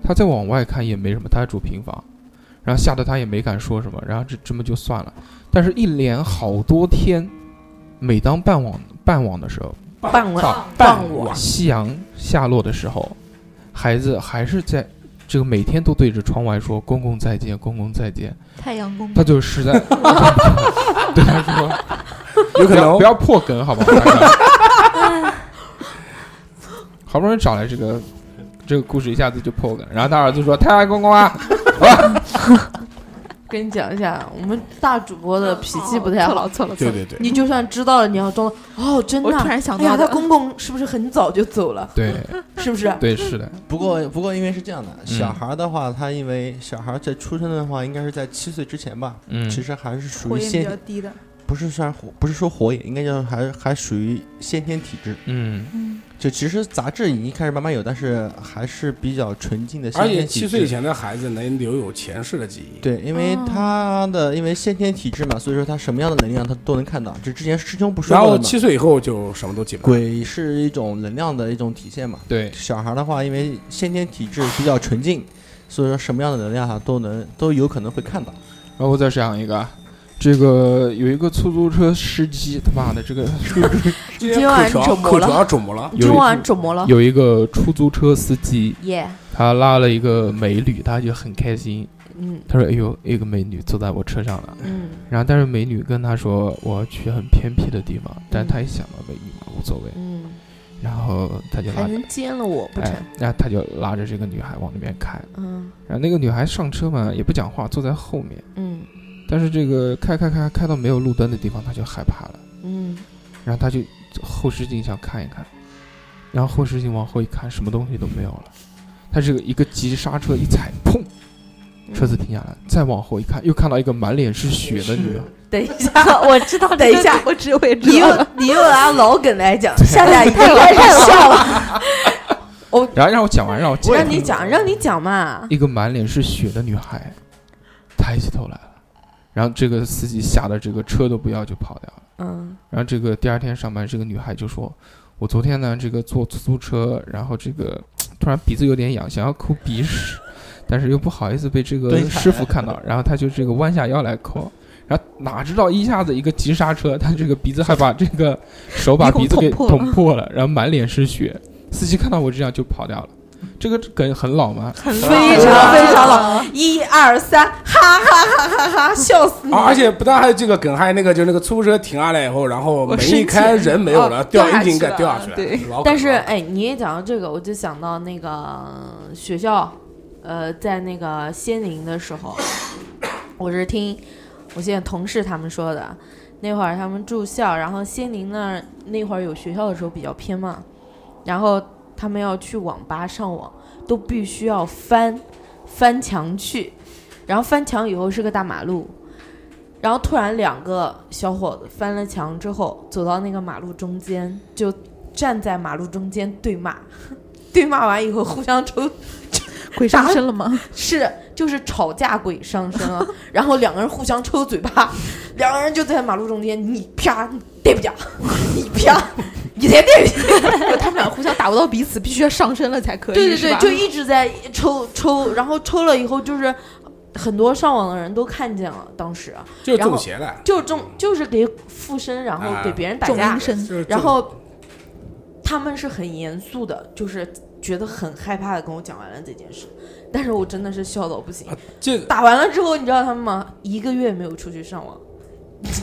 [SPEAKER 5] 他再往外看也没什么，他还住平房，然后吓得他也没敢说什么，然后这这么就算了。但是，一连好多天，每当傍晚傍晚的时候，
[SPEAKER 9] 傍晚
[SPEAKER 5] 傍
[SPEAKER 2] 傍晚
[SPEAKER 5] 夕阳下落的时候，孩子还是在这个每天都对着窗外说“公公再见，公公再见
[SPEAKER 12] 太阳公”，
[SPEAKER 5] 他就实 在对他说
[SPEAKER 2] 有：“可
[SPEAKER 5] 不要
[SPEAKER 2] 能
[SPEAKER 5] 不要破梗，好不好？”好不容易找来这个这个故事，一下子就破梗。然后他儿子说：“太爱公公啊
[SPEAKER 9] 跟你讲一下，我们大主播的脾气不太
[SPEAKER 12] 错
[SPEAKER 9] 好
[SPEAKER 12] 了，哦错了，错
[SPEAKER 2] 对
[SPEAKER 12] 了。
[SPEAKER 2] 对对，
[SPEAKER 9] 你就算知道了，你要装哦，真的
[SPEAKER 12] 我
[SPEAKER 9] 啊。
[SPEAKER 12] 突然想
[SPEAKER 9] 哎呀，他
[SPEAKER 12] 到的，嗯
[SPEAKER 9] 公公是不是很早就走了？！”
[SPEAKER 5] 对
[SPEAKER 9] 是不是？
[SPEAKER 5] 对，是的，
[SPEAKER 8] 不过不过因为是这样的，小
[SPEAKER 5] 嗯
[SPEAKER 8] 孩儿的话，他因为小孩儿在出生的话，应该是在七岁之前吧，
[SPEAKER 5] 嗯，
[SPEAKER 8] 其实还是属
[SPEAKER 12] 火
[SPEAKER 8] 于
[SPEAKER 12] 焰比较
[SPEAKER 8] 先，
[SPEAKER 12] 低的，
[SPEAKER 8] 不是算火，不是说火眼，应该叫还还属于先天体质。
[SPEAKER 5] 嗯，
[SPEAKER 12] 嗯，
[SPEAKER 8] 就其实杂质已经开始慢慢有，但是还是比较纯净的先
[SPEAKER 2] 而
[SPEAKER 8] 天
[SPEAKER 2] 且
[SPEAKER 8] 体质。
[SPEAKER 2] 七岁以前的孩子能留有前世的记忆。
[SPEAKER 8] 对，因为他的因为先天体质嘛，所以说他什么样的能量他都能看到。这之前师兄不说
[SPEAKER 2] 然
[SPEAKER 8] 过
[SPEAKER 2] 后
[SPEAKER 8] 了嘛，
[SPEAKER 2] 七岁以后就什么都记不了。
[SPEAKER 8] 鬼是一种能量的一种体现嘛。
[SPEAKER 5] 对，
[SPEAKER 8] 小孩的话，因为先天体质比较纯净，所以说什么样的能量他都能都有可能会看到。
[SPEAKER 5] 然后我再讲一个啊，这个有一个出租车司机，他妈的，这个
[SPEAKER 2] 今
[SPEAKER 9] 今晚
[SPEAKER 2] 口条
[SPEAKER 9] 肿么
[SPEAKER 2] 口
[SPEAKER 9] 了
[SPEAKER 2] 条肿么了？
[SPEAKER 9] 你今晚怎么了？
[SPEAKER 5] 有一个出租车司机，
[SPEAKER 9] 耶，
[SPEAKER 5] 他拉了一个美女，他就很开心。
[SPEAKER 9] 嗯
[SPEAKER 5] 他说：“哎呦，一个美女坐在我车上了。
[SPEAKER 9] 嗯，”
[SPEAKER 5] 然后，但是美女跟他说：“我要去很偏僻的地方。”但他一想到美女嘛，无所谓，
[SPEAKER 9] 嗯，
[SPEAKER 5] 然后他就
[SPEAKER 9] 还
[SPEAKER 5] 拉着，
[SPEAKER 9] 能奸了我不成
[SPEAKER 5] 哎？，然后他就拉着这个女孩往那边开。
[SPEAKER 9] 嗯
[SPEAKER 5] 然后那个女孩上车嘛，也不讲话，坐在后面。
[SPEAKER 9] 嗯
[SPEAKER 5] 但是这个开开开开到没有路灯的地方，他就害怕了。
[SPEAKER 9] 嗯，
[SPEAKER 5] 然后他就后视镜想看一看，然后后视镜往后一看，什么东西都没有了。他这个一个急刹车一踩，砰，车子停下来。再往后一看，又看到一个满脸是血的女的。
[SPEAKER 9] 等一下， 我知道，等一下，
[SPEAKER 12] 我只我也
[SPEAKER 9] 你
[SPEAKER 12] 知道
[SPEAKER 2] 啊
[SPEAKER 9] 又
[SPEAKER 12] 了。
[SPEAKER 9] 你又拿老梗来讲，夏夏应该是笑 了。
[SPEAKER 5] 然后让我讲完，让我讲
[SPEAKER 9] 让你讲，让你讲嘛。
[SPEAKER 5] 一个满脸是血的女孩抬起头来了，然后这个司机吓得这个车都不要就跑掉了。
[SPEAKER 9] 嗯
[SPEAKER 5] 然后这个第二天上班，这个女孩就说：“我昨天呢，这个坐出租车，然后这个突然鼻子有点痒，想要抠鼻屎，但是又不好意思被这个
[SPEAKER 8] 蹲下来
[SPEAKER 5] 师傅看到，然后她就这个弯下腰来抠。”然后哪知道一下子一个急刹车，她这个鼻子还把这个手把鼻子给
[SPEAKER 12] 鼻孔捅破
[SPEAKER 5] 捅破了，然后满脸是血。司机看到我这样就跑掉了。这个梗很老吗？
[SPEAKER 9] 非常非常老，一二三，哈哈哈哈哈，笑死你！
[SPEAKER 2] 啊而且不但还有这个梗，还有那个就是那个出租车停下来以后，然后
[SPEAKER 12] 我
[SPEAKER 2] 门
[SPEAKER 12] 生
[SPEAKER 2] 一
[SPEAKER 12] 气
[SPEAKER 2] 开人没有了，
[SPEAKER 12] 哦
[SPEAKER 2] 掉
[SPEAKER 12] 掉下
[SPEAKER 2] 窨井
[SPEAKER 12] 去
[SPEAKER 2] 盖
[SPEAKER 12] 了
[SPEAKER 2] 掉下去了。
[SPEAKER 12] 对
[SPEAKER 2] 老梗
[SPEAKER 9] 但是
[SPEAKER 2] 了
[SPEAKER 9] 哎，你也讲到这个，我就想到那个学校，呃，在那个仙宁的时 候，我是听我现在同事他们说的，那会儿他们住校，然后仙宁那儿那会儿有学校的时候比较偏嘛，然后他们要去网吧上网，都必须要翻翻墙去，然后翻墙以后是个大马路。然后突然，两个小伙子翻了墙之后，走到那个马路中间，就站在马路中间对骂， 对骂完以后互相抽，
[SPEAKER 12] 鬼上身了吗？
[SPEAKER 9] 是就是吵架鬼上身 啊，然后两个人互相抽嘴巴，两个人就在马路中间，你啪对不讲，你啪你才对不起，
[SPEAKER 12] 他们俩互相打不到彼此，必须要上身了才可 以。
[SPEAKER 9] 对对
[SPEAKER 12] 是
[SPEAKER 9] 对，
[SPEAKER 12] 吧
[SPEAKER 9] 就一直在抽抽，然后抽了以后就是很多上网的人都看见了，当时啊
[SPEAKER 2] 就是
[SPEAKER 9] 然后
[SPEAKER 2] 中邪了，
[SPEAKER 9] 就中就是给附身，然后给别人打
[SPEAKER 12] 重
[SPEAKER 9] 架
[SPEAKER 12] 音，声
[SPEAKER 2] 就是中
[SPEAKER 9] 然后他们是很严肃的，就是
[SPEAKER 1] 觉得很害怕的跟我讲完了这件事，但是我真的是笑到不行。
[SPEAKER 2] 这
[SPEAKER 1] 打完了之后，你知道他们吗？一个月没有出去上网，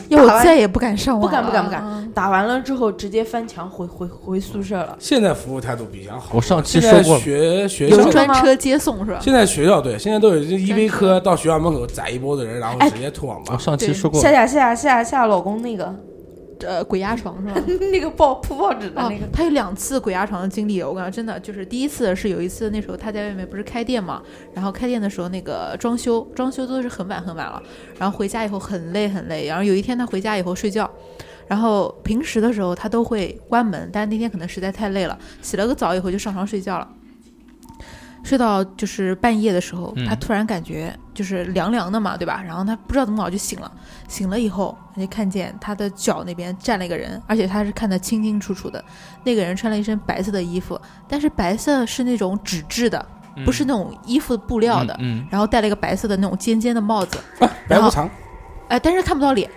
[SPEAKER 12] 因为我再也不敢上网
[SPEAKER 1] 不
[SPEAKER 12] 了，
[SPEAKER 1] 敢不敢不敢
[SPEAKER 12] 嗯。
[SPEAKER 1] 打完了之后直接翻墙回回回宿舍了。
[SPEAKER 2] 现在服务态度比以前好。
[SPEAKER 8] 我上期
[SPEAKER 2] 现
[SPEAKER 8] 说
[SPEAKER 2] 在
[SPEAKER 8] 过，
[SPEAKER 2] 学学
[SPEAKER 1] 有
[SPEAKER 2] 校
[SPEAKER 12] 有
[SPEAKER 1] 这
[SPEAKER 12] 专
[SPEAKER 1] 吗
[SPEAKER 12] 车接送是吧？
[SPEAKER 2] 现在学校对，现在都有这依维柯到学校门口宰一波子人，然后
[SPEAKER 1] 哎
[SPEAKER 2] 直接吐网
[SPEAKER 8] 我
[SPEAKER 2] 吧。
[SPEAKER 8] 上期
[SPEAKER 12] 对
[SPEAKER 8] 说过
[SPEAKER 1] 夏，夏夏夏夏老公那个
[SPEAKER 12] 呃，鬼压床 是吧？
[SPEAKER 1] 那个报铺报纸的
[SPEAKER 12] 啊
[SPEAKER 1] 那个，，
[SPEAKER 12] 他有两次鬼压床的经历，我感觉真的就是第一次是有一次那时候他在外面不是开店嘛，然后开店的时候那个装修装修都是很晚很晚了，然后回家以后很累很累，然后有一天他回家以后睡觉，然后平时的时候他都会关门，但是那天可能实在太累了，洗了个澡以后就上床睡觉了。睡到就是半夜的时候，
[SPEAKER 5] 嗯
[SPEAKER 12] 他突然感觉就是凉凉的嘛，对吧？然后他不知道怎么搞就醒了，醒了以后他就看见他的脚那边站了一个人，而且他是看得清清楚楚的。那个人穿了一身白色的衣服，但是白色是那种纸质的，不是那种衣服布料的。
[SPEAKER 5] 嗯，
[SPEAKER 12] 然后戴了一个白色的那种尖尖的帽子，
[SPEAKER 2] 啊白无常
[SPEAKER 12] 哎，但是看不到脸，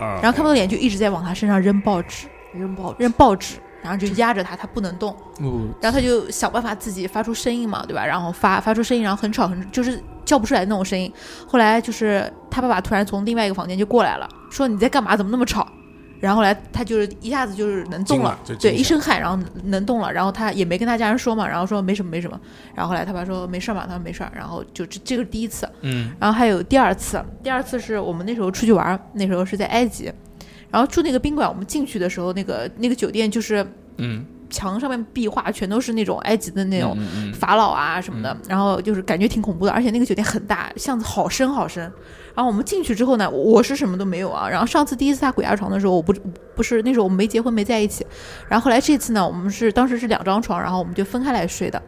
[SPEAKER 5] 哦
[SPEAKER 2] 啊
[SPEAKER 12] 然后看不到脸就一直在往他身上扔报纸，
[SPEAKER 1] 扔报纸
[SPEAKER 12] 扔报纸，然后就压着他，他不能动。
[SPEAKER 5] 嗯
[SPEAKER 12] 然后他就想办法自己发出声音嘛，对吧？然后发发出声音，然后很吵，很就是叫不出来那种声音。后来就是他爸爸突然从另外一个房间就过来了，说你在干嘛？怎么那么吵？然后后来他就是一下子就是能动
[SPEAKER 2] 惊
[SPEAKER 12] 了，
[SPEAKER 2] 了就
[SPEAKER 12] 对，
[SPEAKER 2] 惊
[SPEAKER 12] 一
[SPEAKER 2] 吓
[SPEAKER 12] 身汗，然后能能动了，然后他也没跟他家人说嘛，然后说没什么没什么，然后后来他爸说没事儿嘛，他说没事儿，然后就这这个是第一次，啊
[SPEAKER 5] 嗯，
[SPEAKER 12] 然后还有第二次，第二次是我们那时候出去玩儿，那时候是在埃及，然后住那个宾馆，我们进去的时候，那个那个酒店就是
[SPEAKER 5] 嗯
[SPEAKER 12] 墙上面壁画全都是那种埃及的那
[SPEAKER 5] 那
[SPEAKER 12] 种
[SPEAKER 5] 种嗯
[SPEAKER 12] 法老啊什么的，然后就是感觉挺恐怖的，而且那个酒店很大，巷子好深好深。然后我们进去之后呢，我我是什么都没有啊。然后上次第一次他鬼压床的时候，我不不是那时候我们没结婚没在一起，然后后来这次呢，我们是当时是两张床，然后我们就分开来睡的。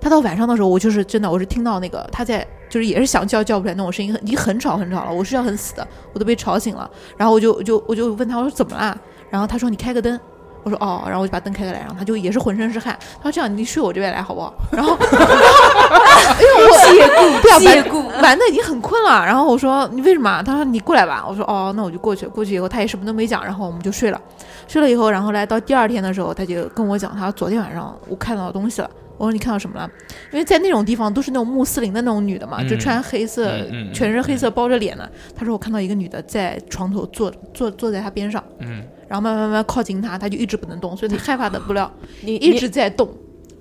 [SPEAKER 12] 他到晚上的时候，我就是真的，我是听到那个他在就是也是想叫叫不出来那种声音，很已经很吵很吵了，我是要很死的，我都被吵醒了。然后我就我就我就问他我说怎么啦？然后他说你开个灯。我说哦，然后我就把灯开开来，然后他就也是浑身是汗。他说这样，你睡我这边来好不好？然后， 因为我解雇，对啊，
[SPEAKER 9] 借
[SPEAKER 12] 玩 玩的已经很困了。然后我说你为什么啊？他说你过来吧。我说哦，那我就过去。过去以后他也什么都没讲，然后我们就睡了。睡了以后，然后来到第二天的时候，他就跟我讲，他说昨天晚上我看到东西了。我说你看到什么了？因为在那种地方都是那种穆斯林的那种女的嘛，
[SPEAKER 5] 嗯
[SPEAKER 12] 就穿黑色，
[SPEAKER 5] 嗯嗯嗯
[SPEAKER 12] 全是黑色包着脸的。他说我看到一个女的在床头坐坐坐在他边上，
[SPEAKER 5] 嗯，
[SPEAKER 12] 然后慢慢慢慢靠近他，他就一直不能动，所以他害怕的不了，
[SPEAKER 1] 你
[SPEAKER 12] 一直在动，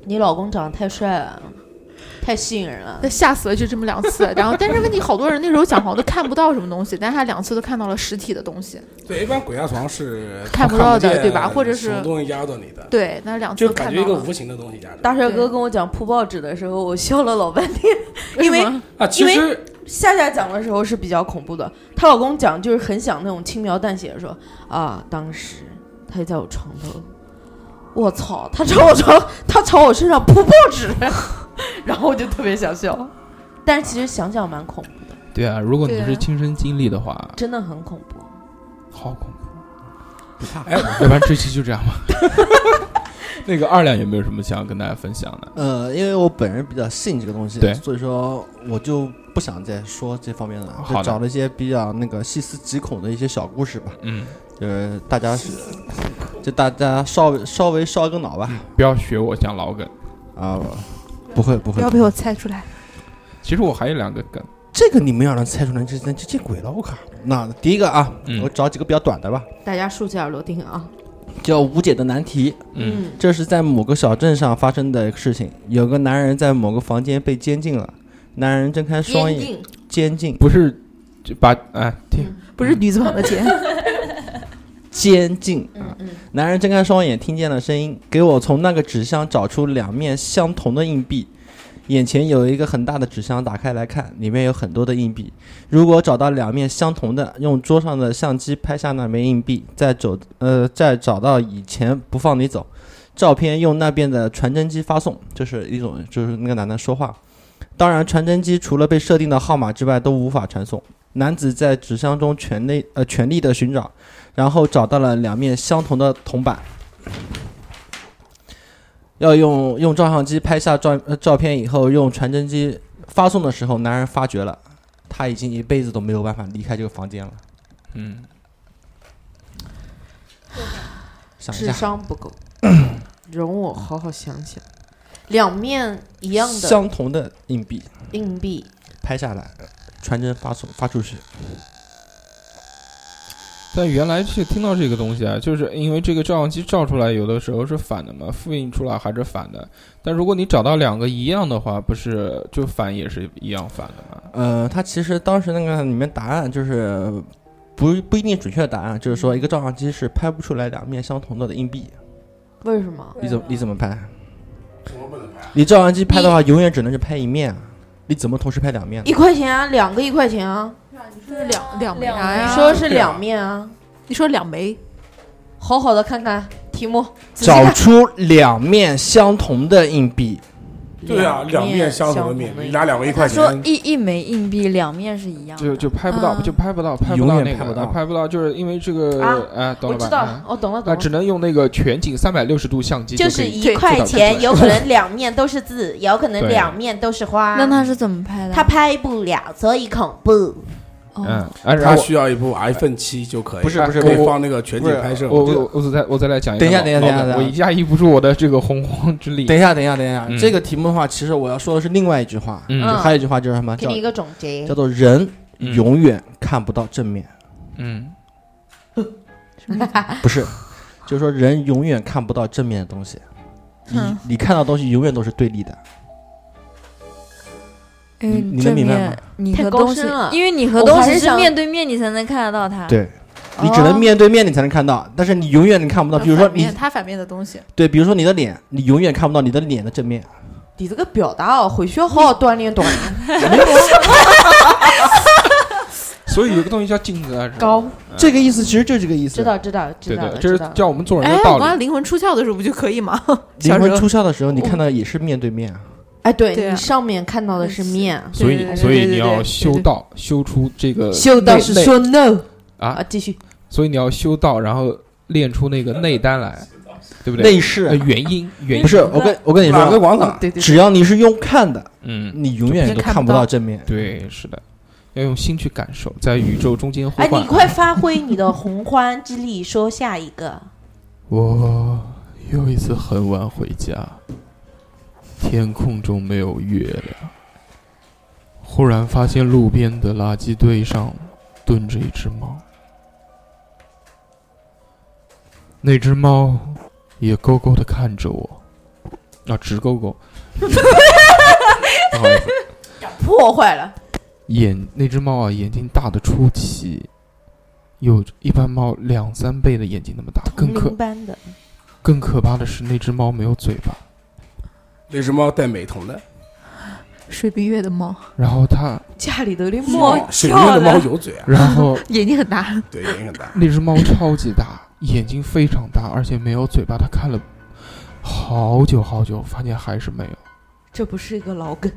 [SPEAKER 1] 你老公长得太帅了，太吸引人了
[SPEAKER 12] 他。吓死了，就这么两次。然后但是问题，好多人那时候讲好像都看不到什么东西，但是他两次都看到了实体的东西。
[SPEAKER 2] 对，一般鬼压床是
[SPEAKER 12] 看不到的
[SPEAKER 2] 见
[SPEAKER 12] 对吧或者是
[SPEAKER 2] 什么东西压到你的，
[SPEAKER 12] 对，那两次
[SPEAKER 2] 就
[SPEAKER 12] 都
[SPEAKER 2] 感
[SPEAKER 12] 看
[SPEAKER 2] 觉一
[SPEAKER 12] 到
[SPEAKER 2] 个
[SPEAKER 12] 了。
[SPEAKER 2] 无形的东西压着。
[SPEAKER 1] 大帅哥
[SPEAKER 12] 对
[SPEAKER 1] 跟我讲铺报纸的时候，我笑了老半天，因为
[SPEAKER 12] 什么
[SPEAKER 2] 啊，其
[SPEAKER 1] 因
[SPEAKER 2] 实
[SPEAKER 1] 夏夏讲的时候是比较恐怖的，她老公讲就是很想那种轻描淡写的说啊，当时他就在我床头，我操，他朝我床， 他朝我身上铺报纸， 然后我就特别想笑，但是其实想想蛮恐怖，
[SPEAKER 5] 对啊，如果你
[SPEAKER 12] 对啊
[SPEAKER 5] 是亲身经历的话，
[SPEAKER 1] 真的很恐怖。
[SPEAKER 5] 好恐怖，
[SPEAKER 2] 不怕，哎，
[SPEAKER 5] 要不然这期就这样吧。 那个二两有没有什么想要跟大家分享的？
[SPEAKER 8] 呃，因为我本人比较信这个东西，
[SPEAKER 5] 对
[SPEAKER 8] 所以说我就不想再说这方面了，
[SPEAKER 5] 好
[SPEAKER 8] 就
[SPEAKER 5] 的
[SPEAKER 8] 找了一些比较那个细思极恐的一些小故事吧，
[SPEAKER 5] 嗯，
[SPEAKER 8] 就是大家是，就大家稍微稍微烧个脑吧，
[SPEAKER 5] 不要学我讲老梗，
[SPEAKER 8] 啊，不会不
[SPEAKER 12] 不
[SPEAKER 8] 会
[SPEAKER 12] 要，被我猜出来，
[SPEAKER 5] 其实我还有两个梗。
[SPEAKER 8] 这个你们要能猜出来，这这这这鬼了，我靠！那第一个啊，
[SPEAKER 5] 嗯
[SPEAKER 8] 我找几个比较短的吧，
[SPEAKER 1] 大家竖起耳朵听啊，
[SPEAKER 8] 叫无解的难题。
[SPEAKER 5] 嗯，
[SPEAKER 8] 这是在某个小镇上发生的事情，有个男人在某个房间被监禁了，男人睁开双眼，
[SPEAKER 1] 定
[SPEAKER 8] 监禁，
[SPEAKER 5] 不是，就把哎听，
[SPEAKER 12] 不是女字旁的 姐，
[SPEAKER 8] 监禁。
[SPEAKER 1] 嗯
[SPEAKER 8] 啊！男人睁开双眼，听见了声音，给我从那个纸箱找出两面相同的硬币。眼前有一个很大的纸箱，打开来看，里面有很多的硬币。如果找到两面相同的，用桌上的相机拍下那枚硬币，再走呃再找到以前不放你走。照片用那边的传真机发送，这是一种就是那个男的说话。当然，传真机除了被设定的号码之外都无法传送。男子在纸箱中全力呃全力的寻找，然后找到了两面相同的铜板，要用用照相机拍下照呃照片以后，用传真机发送的时候，男人发觉了，他已经一辈子都没有办法离开这个房间了。
[SPEAKER 5] 嗯，
[SPEAKER 8] 想一
[SPEAKER 1] 智
[SPEAKER 8] 下，嗯
[SPEAKER 1] 商不够，容我好好想想。
[SPEAKER 9] 两面一样的
[SPEAKER 8] 相同的硬币
[SPEAKER 9] 硬币，
[SPEAKER 8] 拍下来，传真发送发出去。
[SPEAKER 5] 但原来是听到这个东西啊，就是因为这个照相机照出来有的时候是反的嘛，复印出来还是反的。但如果你找到两个一样的话，不是就反也是一样反的
[SPEAKER 9] 嗯
[SPEAKER 5] 嘛？
[SPEAKER 8] 呃，它其实当时那个里面答案就是不不一定准确的答案，就是说一个照相机是拍不出来两面相同的硬币，
[SPEAKER 9] 为什么？
[SPEAKER 8] 你怎么你怎么拍？你照相机拍的话，永远只能是拍一面啊，你怎么同时拍两面呢？
[SPEAKER 9] 一块钱啊，两个一块钱啊，
[SPEAKER 12] 就是两两枚
[SPEAKER 11] 两枚
[SPEAKER 12] 呀？
[SPEAKER 9] 你说是两面啊？
[SPEAKER 12] 你说两枚，
[SPEAKER 9] 好好的看看题目，仔细
[SPEAKER 8] 找
[SPEAKER 9] 看
[SPEAKER 8] 出两面相同的硬币，
[SPEAKER 2] 对啊，两面相同的面，你拿两个一块
[SPEAKER 11] 说
[SPEAKER 2] 钱，
[SPEAKER 11] 一一枚硬币两面是一样
[SPEAKER 5] 就
[SPEAKER 11] 的，
[SPEAKER 5] 就拍不到，
[SPEAKER 12] 嗯
[SPEAKER 5] 就拍不到，拍不
[SPEAKER 8] 永
[SPEAKER 5] 到
[SPEAKER 8] 远
[SPEAKER 5] 那个，
[SPEAKER 8] 拍不
[SPEAKER 5] 啊
[SPEAKER 8] 到
[SPEAKER 5] 拍不到，就是因为这个，
[SPEAKER 9] 啊
[SPEAKER 5] 哎，懂
[SPEAKER 9] 我
[SPEAKER 5] 了吧？
[SPEAKER 9] 知道
[SPEAKER 5] 哎
[SPEAKER 9] 了，我懂了，
[SPEAKER 5] 那
[SPEAKER 9] 懂了
[SPEAKER 5] 只。能用那个全景三百六十度相机
[SPEAKER 9] 就
[SPEAKER 5] 可
[SPEAKER 9] 是
[SPEAKER 5] 以
[SPEAKER 9] 一块钱，
[SPEAKER 5] 对
[SPEAKER 9] 有可能两面都是字，有可能
[SPEAKER 5] 对
[SPEAKER 9] 两面都是花。
[SPEAKER 11] 那他是怎么拍的？啊哦
[SPEAKER 9] 他拍不了，所以恐怖。
[SPEAKER 5] 嗯，哎，然
[SPEAKER 2] 它
[SPEAKER 5] 后
[SPEAKER 2] 需要一部 iPhone 七就可以，
[SPEAKER 8] 不是
[SPEAKER 5] 哎
[SPEAKER 8] 不是
[SPEAKER 2] 可以
[SPEAKER 8] 我
[SPEAKER 2] 放那个全景拍摄。
[SPEAKER 5] 我我我再我再来讲一个
[SPEAKER 8] 等一下
[SPEAKER 5] 老老
[SPEAKER 8] 等一下等一下
[SPEAKER 5] 梗
[SPEAKER 8] 等一下
[SPEAKER 5] 我压抑不住我的这个洪荒之力。
[SPEAKER 8] 等一下，等一下，等一下，
[SPEAKER 5] 嗯
[SPEAKER 8] 这个题目的话，其实我要说的是另外一句话，
[SPEAKER 5] 嗯
[SPEAKER 8] 就还有一句话就是什么
[SPEAKER 9] 给
[SPEAKER 8] 叫
[SPEAKER 9] 你一个总结
[SPEAKER 8] 叫，做人
[SPEAKER 5] 嗯
[SPEAKER 8] 永远看不到正面，
[SPEAKER 5] 嗯，
[SPEAKER 8] 不是，就是说人永远看不到正面的东西，你
[SPEAKER 11] 嗯
[SPEAKER 8] 你看到的东西永远都是对立的，
[SPEAKER 11] 因
[SPEAKER 8] 你
[SPEAKER 11] 为
[SPEAKER 8] 你能
[SPEAKER 11] 正
[SPEAKER 8] 明白
[SPEAKER 11] 哎面
[SPEAKER 8] 吗
[SPEAKER 11] 你
[SPEAKER 9] 太
[SPEAKER 11] 和
[SPEAKER 9] 高
[SPEAKER 11] 东西
[SPEAKER 9] 深了，
[SPEAKER 11] 因为你和
[SPEAKER 9] 我
[SPEAKER 11] 东
[SPEAKER 9] 还
[SPEAKER 11] 西
[SPEAKER 9] 是
[SPEAKER 11] 是
[SPEAKER 9] 想
[SPEAKER 11] 面对面，你才能看得到它。
[SPEAKER 8] 对。你只能面对面，你才能看到，但是你永远能看不到。比如说
[SPEAKER 12] 呃反
[SPEAKER 8] 你
[SPEAKER 12] 面他反面的东西，
[SPEAKER 8] 对，比如说你的脸，你永远看不到你的脸的正面。
[SPEAKER 9] 你这个表达哦，回去要好好锻炼锻 炼。
[SPEAKER 5] 所以有个东西叫镜子啊，是吧
[SPEAKER 9] 高，
[SPEAKER 8] 这个意思其实就是这个意思。
[SPEAKER 9] 知道知道知
[SPEAKER 5] 对
[SPEAKER 9] 道
[SPEAKER 5] 的，
[SPEAKER 9] 了，
[SPEAKER 5] 这
[SPEAKER 9] 知
[SPEAKER 5] 是
[SPEAKER 9] 道了。
[SPEAKER 5] 叫我们做人
[SPEAKER 12] 哎
[SPEAKER 5] 的，道
[SPEAKER 12] 我刚才
[SPEAKER 5] 理。
[SPEAKER 12] 灵魂出窍的时候不就可以吗？
[SPEAKER 8] 灵
[SPEAKER 12] 小时
[SPEAKER 8] 魂
[SPEAKER 12] 候
[SPEAKER 8] 出窍的时候，你看到也是面对面啊。
[SPEAKER 9] 哎，对
[SPEAKER 12] 对
[SPEAKER 9] 你
[SPEAKER 12] 啊
[SPEAKER 9] 上面看到的是面，
[SPEAKER 5] 所
[SPEAKER 12] 对对
[SPEAKER 5] 以
[SPEAKER 12] 对
[SPEAKER 5] 所以
[SPEAKER 12] 对
[SPEAKER 5] 你
[SPEAKER 12] 对
[SPEAKER 5] 要
[SPEAKER 12] 对
[SPEAKER 5] 修
[SPEAKER 12] 对
[SPEAKER 5] 道，修出这个
[SPEAKER 9] 修道
[SPEAKER 5] 内
[SPEAKER 9] 士
[SPEAKER 5] 内
[SPEAKER 9] 说 no
[SPEAKER 5] 啊
[SPEAKER 9] 啊，，继续。
[SPEAKER 5] 所以你要修道，然后练出那个内丹来，对不对？
[SPEAKER 8] 内饰
[SPEAKER 5] 呃元音
[SPEAKER 13] 哎
[SPEAKER 5] 元
[SPEAKER 8] 不是，我跟哎我跟你
[SPEAKER 2] 哪个
[SPEAKER 8] 说，
[SPEAKER 2] 广场？
[SPEAKER 9] 对对
[SPEAKER 8] 只要你是用看的，
[SPEAKER 5] 嗯，
[SPEAKER 8] 你永远都看不到正面。
[SPEAKER 5] 对，是的，要用心去感受，在宇宙中间呼
[SPEAKER 9] 哎，
[SPEAKER 5] 唤。
[SPEAKER 9] 你快发挥你的洪荒之力，说下一个。
[SPEAKER 5] 我有一次很晚回家，天空中没有月亮，忽然发现路边的垃圾堆上蹲着一只猫，那只猫也勾勾的看着我，啊，直勾勾，不好意思，
[SPEAKER 9] 破坏了，
[SPEAKER 5] 眼那只猫啊，眼睛大的出奇，有一般猫两三倍的眼睛那么大，更
[SPEAKER 9] 同
[SPEAKER 5] 可
[SPEAKER 9] 龄班的，
[SPEAKER 5] 更可怕的是，那只猫没有嘴巴，
[SPEAKER 2] 那只猫带美瞳的，
[SPEAKER 12] 水冰月的猫，
[SPEAKER 5] 然后它，
[SPEAKER 9] 家里头的
[SPEAKER 2] 猫
[SPEAKER 9] 猫
[SPEAKER 2] 水晶的猫有嘴啊，
[SPEAKER 5] 然 后
[SPEAKER 12] 眼睛很大，
[SPEAKER 2] 对，眼睛很大。
[SPEAKER 5] 那只猫超级大，眼睛非常大，而且没有嘴巴。它看了好久好久，发现还是没有。
[SPEAKER 9] 这不是一个老梗，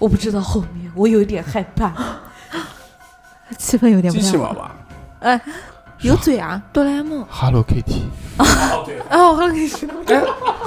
[SPEAKER 9] 我不知道后面，我有点害怕。
[SPEAKER 12] 气氛有点不
[SPEAKER 2] 机器
[SPEAKER 12] 太
[SPEAKER 2] 猫
[SPEAKER 12] 好。
[SPEAKER 2] 吧？
[SPEAKER 12] 有嘴啊！
[SPEAKER 11] 哆啦 A 梦
[SPEAKER 5] Hello Kitty，
[SPEAKER 12] 哦，我刚跟你说，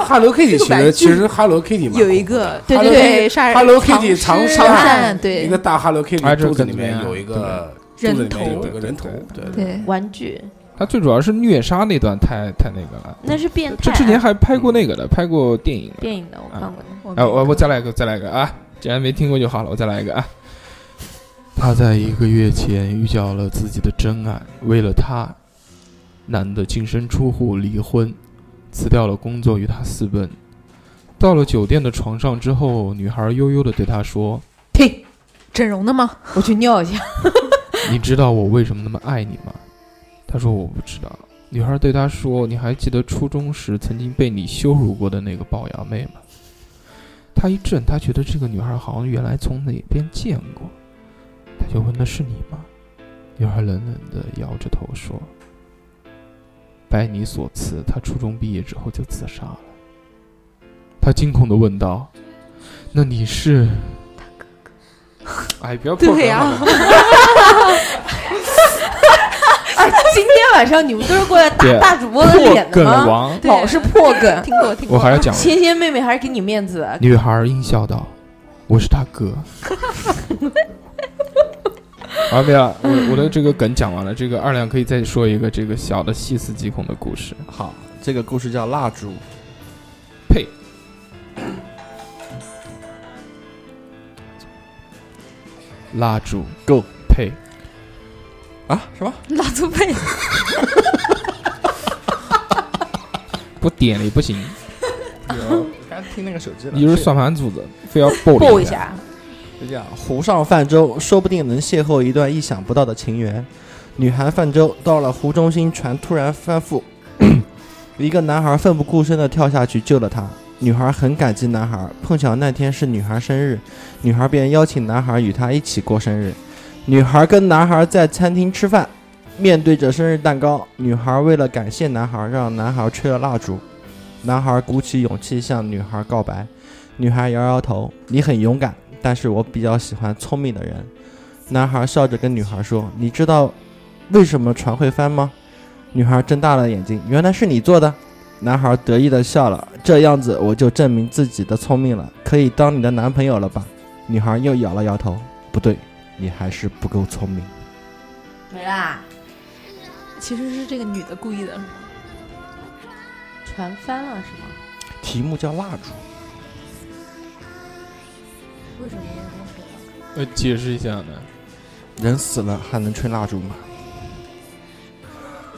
[SPEAKER 2] Hello Kitty
[SPEAKER 12] 这
[SPEAKER 2] 其
[SPEAKER 12] 个
[SPEAKER 2] 实
[SPEAKER 12] 玩具
[SPEAKER 2] 其实 Hello Kitty 嘛，
[SPEAKER 12] 有一个对
[SPEAKER 2] Hello
[SPEAKER 12] 对对，杀人
[SPEAKER 2] Hello Kitty 长
[SPEAKER 12] 长
[SPEAKER 2] 沙
[SPEAKER 12] 善
[SPEAKER 2] 一
[SPEAKER 12] 对
[SPEAKER 2] 个大 Hello Kitty
[SPEAKER 5] 哎这
[SPEAKER 2] 肚子
[SPEAKER 5] 梗
[SPEAKER 2] 里
[SPEAKER 5] 怎么样
[SPEAKER 2] 面有一个
[SPEAKER 12] 对
[SPEAKER 2] 肚子里面
[SPEAKER 12] 人头
[SPEAKER 2] 有一个人头，对对。
[SPEAKER 12] 对，
[SPEAKER 9] 玩具
[SPEAKER 5] 它最主要是虐杀那段太太那个了。
[SPEAKER 9] 那是变态
[SPEAKER 5] 这
[SPEAKER 9] 啊，
[SPEAKER 5] 之前还拍过那个的，拍过电影的。
[SPEAKER 9] 电影的，我看过的。
[SPEAKER 5] 哎，我我再来一个，再来一个啊！既然没听过就好了，我再来一个啊。他在一个月前遇到了自己的真爱，为了他，男的净身出户离婚，辞掉了工作与他私奔。到了酒店的床上之后，女孩悠悠的对他说
[SPEAKER 9] 停，
[SPEAKER 12] 整容的吗？
[SPEAKER 9] 我去尿一下。：“
[SPEAKER 5] 你知道我为什么那么爱你吗？”他说：“我不知道。”女孩对他说：“你还记得初中时曾经被你羞辱过的那个龅牙妹吗？”他一震，他觉得这个女孩好像原来从哪边见过，他就问：“那是你吗？”女孩冷冷的摇着头说：“拜你所赐，他初中毕业之后就自杀了。”他惊恐的问道：“那你是？”哎，不要破梗
[SPEAKER 12] 对呀
[SPEAKER 5] 好了
[SPEAKER 9] 哎，今天晚上你们都是过来打
[SPEAKER 5] 对啊
[SPEAKER 9] 大主播的
[SPEAKER 5] 破
[SPEAKER 9] 脸的
[SPEAKER 5] 梗
[SPEAKER 9] 吗？
[SPEAKER 5] 王，
[SPEAKER 12] 对
[SPEAKER 9] 哦老是破 梗，
[SPEAKER 12] 听过听
[SPEAKER 5] 我
[SPEAKER 12] 过，
[SPEAKER 5] 还要讲。
[SPEAKER 9] 仙仙妹妹还是给你面子。啊
[SPEAKER 5] 女孩阴笑道：“我是他哥。”好，啊没有，我我的这个梗讲完了。这个二两可以再说一个这个小的细思极恐的故事。
[SPEAKER 8] 好，这个故事叫蜡烛。
[SPEAKER 5] 呸！蜡烛
[SPEAKER 8] Go
[SPEAKER 5] 配
[SPEAKER 8] 啊？什么？
[SPEAKER 11] 蜡烛配，
[SPEAKER 5] 不点了也不行，
[SPEAKER 8] 有，刚听那个手机
[SPEAKER 5] 你就是算盘组的，非要爆
[SPEAKER 9] 爆一
[SPEAKER 5] 一。
[SPEAKER 9] 下，
[SPEAKER 8] 就这样，湖上泛舟，说不定能邂逅一段意想不到的情缘。女孩泛舟到了湖中心，船突然翻覆， 一个男孩奋不顾身地跳下去救了她。女孩很感激男孩，碰巧那天是女孩生日，女孩便邀请男孩与她一起过生日。女孩跟男孩在餐厅吃饭，面对着生日蛋糕，女孩为了感谢男孩，让男孩吹了蜡烛。男孩鼓起勇气向女孩告白，女孩摇摇头：“你很勇敢，但是我比较喜欢聪明的人。”男孩笑着跟女孩说：“你知道为什么船会翻吗？”女孩睁大了眼睛：“原来是你做的。”男孩得意的笑了：“这样子我就证明自己的聪明了，可以当你的男朋友了吧？”女孩又摇了摇头：“不对，你还是不够聪明。
[SPEAKER 9] 没啦，
[SPEAKER 12] 其实是这个女的故意的，
[SPEAKER 9] 船翻了是吗？”
[SPEAKER 8] 题目叫蜡烛，
[SPEAKER 5] 呃，解释一下呢？
[SPEAKER 8] 人死了还能吹蜡烛吗？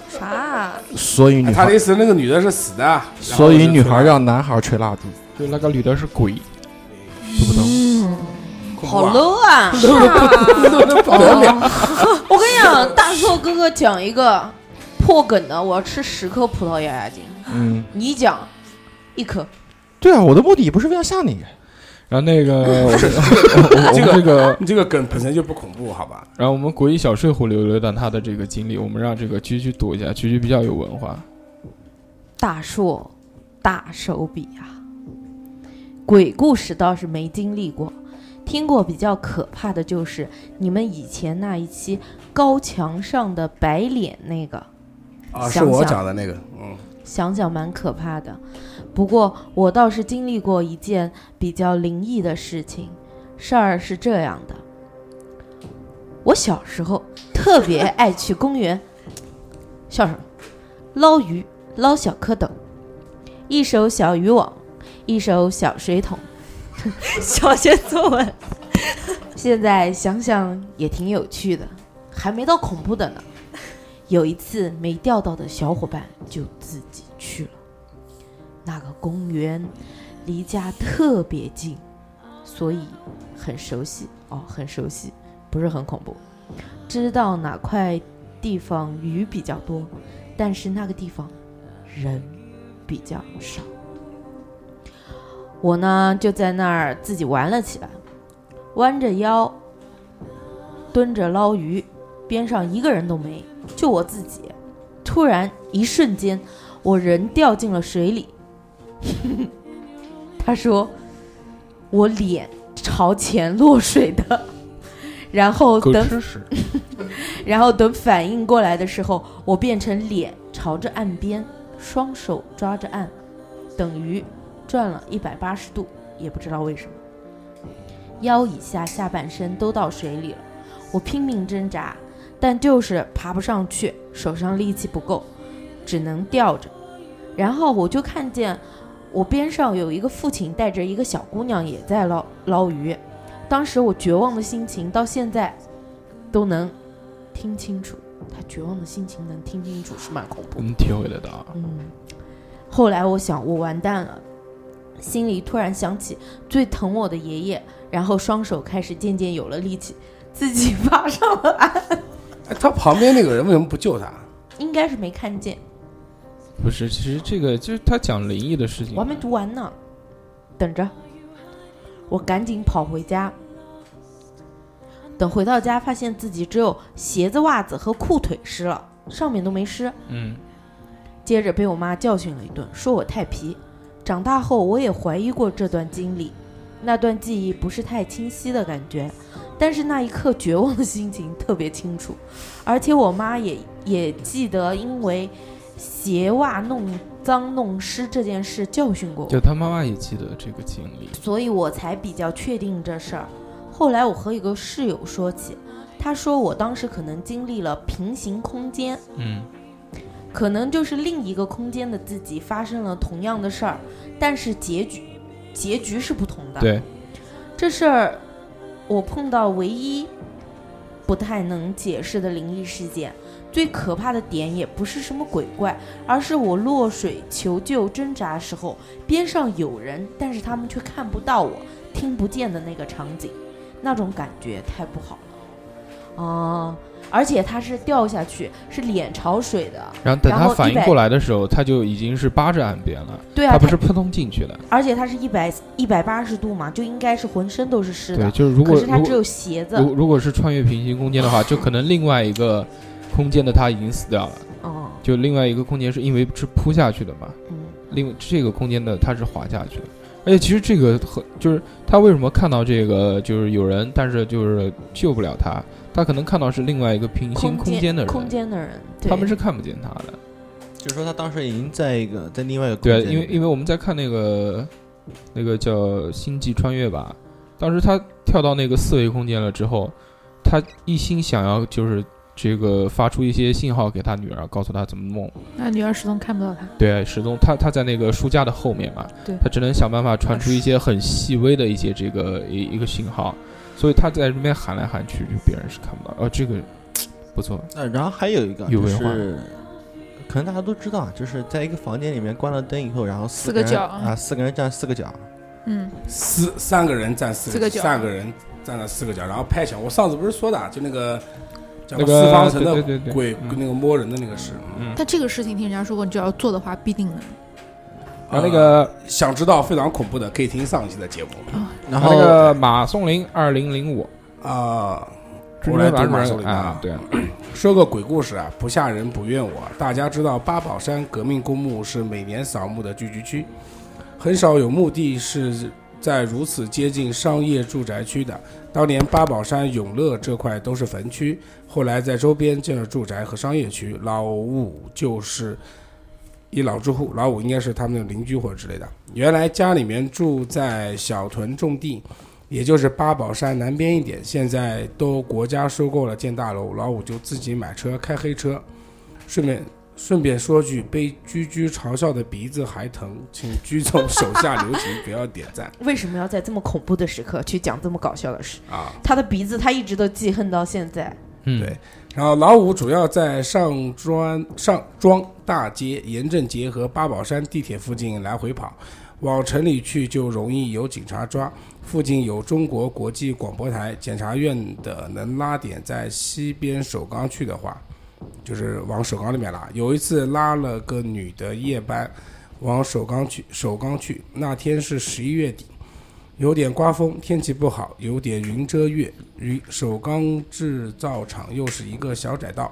[SPEAKER 11] 啥、
[SPEAKER 8] 所以女
[SPEAKER 2] 啊哎他的
[SPEAKER 8] 孩，
[SPEAKER 2] 意思，那个女的是死的，
[SPEAKER 8] 所以女孩让男孩吹蜡烛。
[SPEAKER 5] 就那个女的是鬼，懂不懂？
[SPEAKER 9] 好 low 啊！
[SPEAKER 2] 不得了，
[SPEAKER 9] 我跟你讲，大硕哥哥讲一个破梗的，我要吃十颗葡萄压压惊。
[SPEAKER 8] 嗯，
[SPEAKER 9] 你讲一颗，
[SPEAKER 8] 对啊，我的目的不是为了吓你，
[SPEAKER 5] 然后那个 我们
[SPEAKER 2] 这
[SPEAKER 5] 这
[SPEAKER 2] 个
[SPEAKER 5] 个，
[SPEAKER 2] 这个梗本身就不恐怖，好吧？
[SPEAKER 5] 然后我们国一小睡虎留了段他的这个经历，我们让这个居居读一下，居居比较有文化。
[SPEAKER 9] 大硕大手笔啊！鬼故事倒是没经历过，听过比较可怕的就是你们以前那一期高墙上的白脸那个。
[SPEAKER 2] 啊，是
[SPEAKER 9] 想
[SPEAKER 2] 我
[SPEAKER 9] 想
[SPEAKER 2] 讲的那个，嗯，
[SPEAKER 9] 想想蛮可怕的。不过我倒是经历过一件比较灵异的事情，事儿是这样的：我小时候特别爱去公园，笑什么？捞鱼，捞小蝌蚪，一手小渔网，一手小水桶， 小学作文。现在想想也挺有趣的，还没到恐怖的呢。有一次没钓到的小伙伴就自己去了。那个公园离家特别近，所以很熟悉哦，很熟悉，不是很恐怖。知道哪块地方鱼比较多，但是那个地方人比较少。我呢就在那儿自己玩了起来，弯着腰，蹲着捞鱼，边上一个人都没。就我自己。突然一瞬间，我人掉进了水里。 他说我脸朝前落水的，然后
[SPEAKER 5] 狗
[SPEAKER 9] 等
[SPEAKER 5] 吃屎，
[SPEAKER 9] 然后等反应过来的时候，我变成脸朝着岸边，双手抓着岸，等于转了一百八十度，也不知道为什么。腰以下下半身都到水里了，我拼命挣扎，但就是爬不上去，手上力气不够，只能吊着。然后我就看见我边上有一个父亲带着一个小姑娘也在捞捞鱼，当时我绝望的心情到现在都能听清楚，他绝望的心情能听清楚，是蛮恐怖的。
[SPEAKER 5] 我们体会得到。
[SPEAKER 9] 嗯，后来我想，我完蛋了，心里突然想起最疼我的爷爷，然后双手开始渐渐有了力气，自己爬上了 岸。
[SPEAKER 2] 哎他旁边那个人为什么不救他？
[SPEAKER 9] 应该是没看见，
[SPEAKER 5] 不是，其实这个就是他讲灵异的事
[SPEAKER 13] 嗯
[SPEAKER 5] 情
[SPEAKER 9] 我还，没读完呢，等着。我赶紧跑回家，等回到家，发现自己只有鞋子、袜子和裤腿湿了，上面都没湿。
[SPEAKER 5] 嗯，
[SPEAKER 9] 接着被我妈教训了一顿，说我太皮。长大后我也怀疑过这段经历，那段记忆不是太清晰的感觉，但是那一刻绝望的心情特别清楚，而且我妈也也记得，因为鞋袜弄脏弄湿这件事教训过
[SPEAKER 5] 就
[SPEAKER 9] 我，
[SPEAKER 5] 他妈妈也记得这个经历，
[SPEAKER 9] 所以我才比较确定这事儿。后来我和一个室友说起，他说我当时可能经历了平行空间，
[SPEAKER 5] 嗯，
[SPEAKER 9] 可能就是另一个空间的自己发生了同样的事儿，但是结局结局是不同的。
[SPEAKER 5] 对，
[SPEAKER 9] 这事儿我碰到唯一
[SPEAKER 1] 不太能解释的灵异事件。最可怕的点也不是什么鬼怪，而是我落水求救挣扎时候，边上有人，但是他们却看不到我，听不见的那个场景，那种感觉太不好了。啊、而且他是掉下去，是脸朝水的，
[SPEAKER 5] 然后等
[SPEAKER 1] 然
[SPEAKER 5] 他
[SPEAKER 1] 后
[SPEAKER 5] 反
[SPEAKER 1] 一
[SPEAKER 5] 应
[SPEAKER 1] 百
[SPEAKER 5] 过来的时候，他就已经是扒着岸边了，
[SPEAKER 1] 对啊，
[SPEAKER 5] 他不
[SPEAKER 1] 他
[SPEAKER 5] 是扑通进去了。
[SPEAKER 1] 而且它是一百一百八十度嘛，就应该是浑身都是湿
[SPEAKER 5] 对，
[SPEAKER 1] 的。
[SPEAKER 5] 就是如
[SPEAKER 1] 可
[SPEAKER 5] 果
[SPEAKER 1] 是它
[SPEAKER 5] 如
[SPEAKER 1] 只
[SPEAKER 5] 果
[SPEAKER 1] 有鞋子，
[SPEAKER 5] 如如果是穿越平行空间的话，就可能另外一个空间的他已经死掉了，
[SPEAKER 1] 嗯
[SPEAKER 5] 就另外一个空间是因为是扑下去的嘛，
[SPEAKER 1] 嗯，
[SPEAKER 5] 另这个空间的它是滑下去的。而且其实这个很就是他为什么看到这个就是有人，但是就是救不了他，他可能看到是另外一个平行空间的人，
[SPEAKER 1] 空间的人，对
[SPEAKER 5] 他们是看不见他的。
[SPEAKER 8] 就是说他当时已经在一个在另外一个空
[SPEAKER 5] 对，
[SPEAKER 8] 间
[SPEAKER 5] 因为因
[SPEAKER 8] 为
[SPEAKER 5] 为我们在看那个那个叫《星际穿越》吧，当时他跳到那个四维空间了之后，他一心想要就是这个发出一些信号给他女儿，告诉他怎么弄。
[SPEAKER 12] 那女儿始终看不到他。
[SPEAKER 5] 对，始终他他在那个书架的后面嘛，
[SPEAKER 12] 对
[SPEAKER 5] 他只能想办法传出一些很细微的一些这个一一个信号，所以他在那边喊来喊去，就别人是看不到。哦，这个不错，
[SPEAKER 8] 呃，然后还有一个
[SPEAKER 5] 有
[SPEAKER 8] 就
[SPEAKER 5] 文化
[SPEAKER 8] 是，可能大家都知道，啊就是在一个房间里面关了灯以后，然后
[SPEAKER 12] 四
[SPEAKER 8] 四
[SPEAKER 12] 个
[SPEAKER 8] 人
[SPEAKER 12] 角
[SPEAKER 8] 啊，四个人站四个角，
[SPEAKER 12] 嗯，
[SPEAKER 2] 四三个人站四
[SPEAKER 12] 四个角
[SPEAKER 2] 三个人站了四个角，然后拍墙。我上次不是说的啊，就那个叫四
[SPEAKER 5] 那个
[SPEAKER 2] 方城的
[SPEAKER 5] 对对对对，
[SPEAKER 2] 鬼
[SPEAKER 5] 嗯
[SPEAKER 2] 跟那个摸人的那个事。
[SPEAKER 5] 嗯，
[SPEAKER 12] 但这个事情听人家说过，你只要做的话，必定能。
[SPEAKER 5] 然后那个
[SPEAKER 2] 呃想知道非常恐怖的，可以听上一期的节目
[SPEAKER 5] 那
[SPEAKER 8] 然后
[SPEAKER 5] 个马松林二零零五，
[SPEAKER 2] 啊。
[SPEAKER 5] 我
[SPEAKER 2] 我
[SPEAKER 5] 来
[SPEAKER 2] 来
[SPEAKER 5] 读
[SPEAKER 2] 读马
[SPEAKER 5] 马
[SPEAKER 2] 松林
[SPEAKER 5] 啊
[SPEAKER 2] 啊，，
[SPEAKER 5] 对，
[SPEAKER 2] 说个鬼故事啊，不吓人不怨我。大家知道八宝山革命公墓是每年扫墓的聚居区，很少有墓地是在如此接近商业住宅区的。当年八宝山永乐这块都是坟区，后来在周边建了住宅和商业区。老五就是一老住户，老五应该是他们的邻居或者之类的。原来家里面住在小屯种地，也就是八宝山南边一点，现在都国家收购了建大楼，老五就自己买车开黑车。顺便顺便说句，被居居嘲笑的鼻子还疼，请居总手下留情，不要点赞
[SPEAKER 1] 为什么要在这么恐怖的时刻去讲这么搞笑的事？
[SPEAKER 2] 啊。
[SPEAKER 1] 他的鼻子他一直都记恨到现在。
[SPEAKER 5] 嗯，
[SPEAKER 2] 对然后老五主要在上庄上庄大街、盐镇街和八宝山地铁附近来回跑，往城里去就容易有警察抓。附近有中国国际广播台，检察院的能拉点在西边首钢去的话，就是往首钢那边拉。有一次拉了个女的夜班，往首钢去，首钢去。那天是十一月底，有点刮风，天气不好，有点云遮月。与首钢制造厂又是一个小窄道，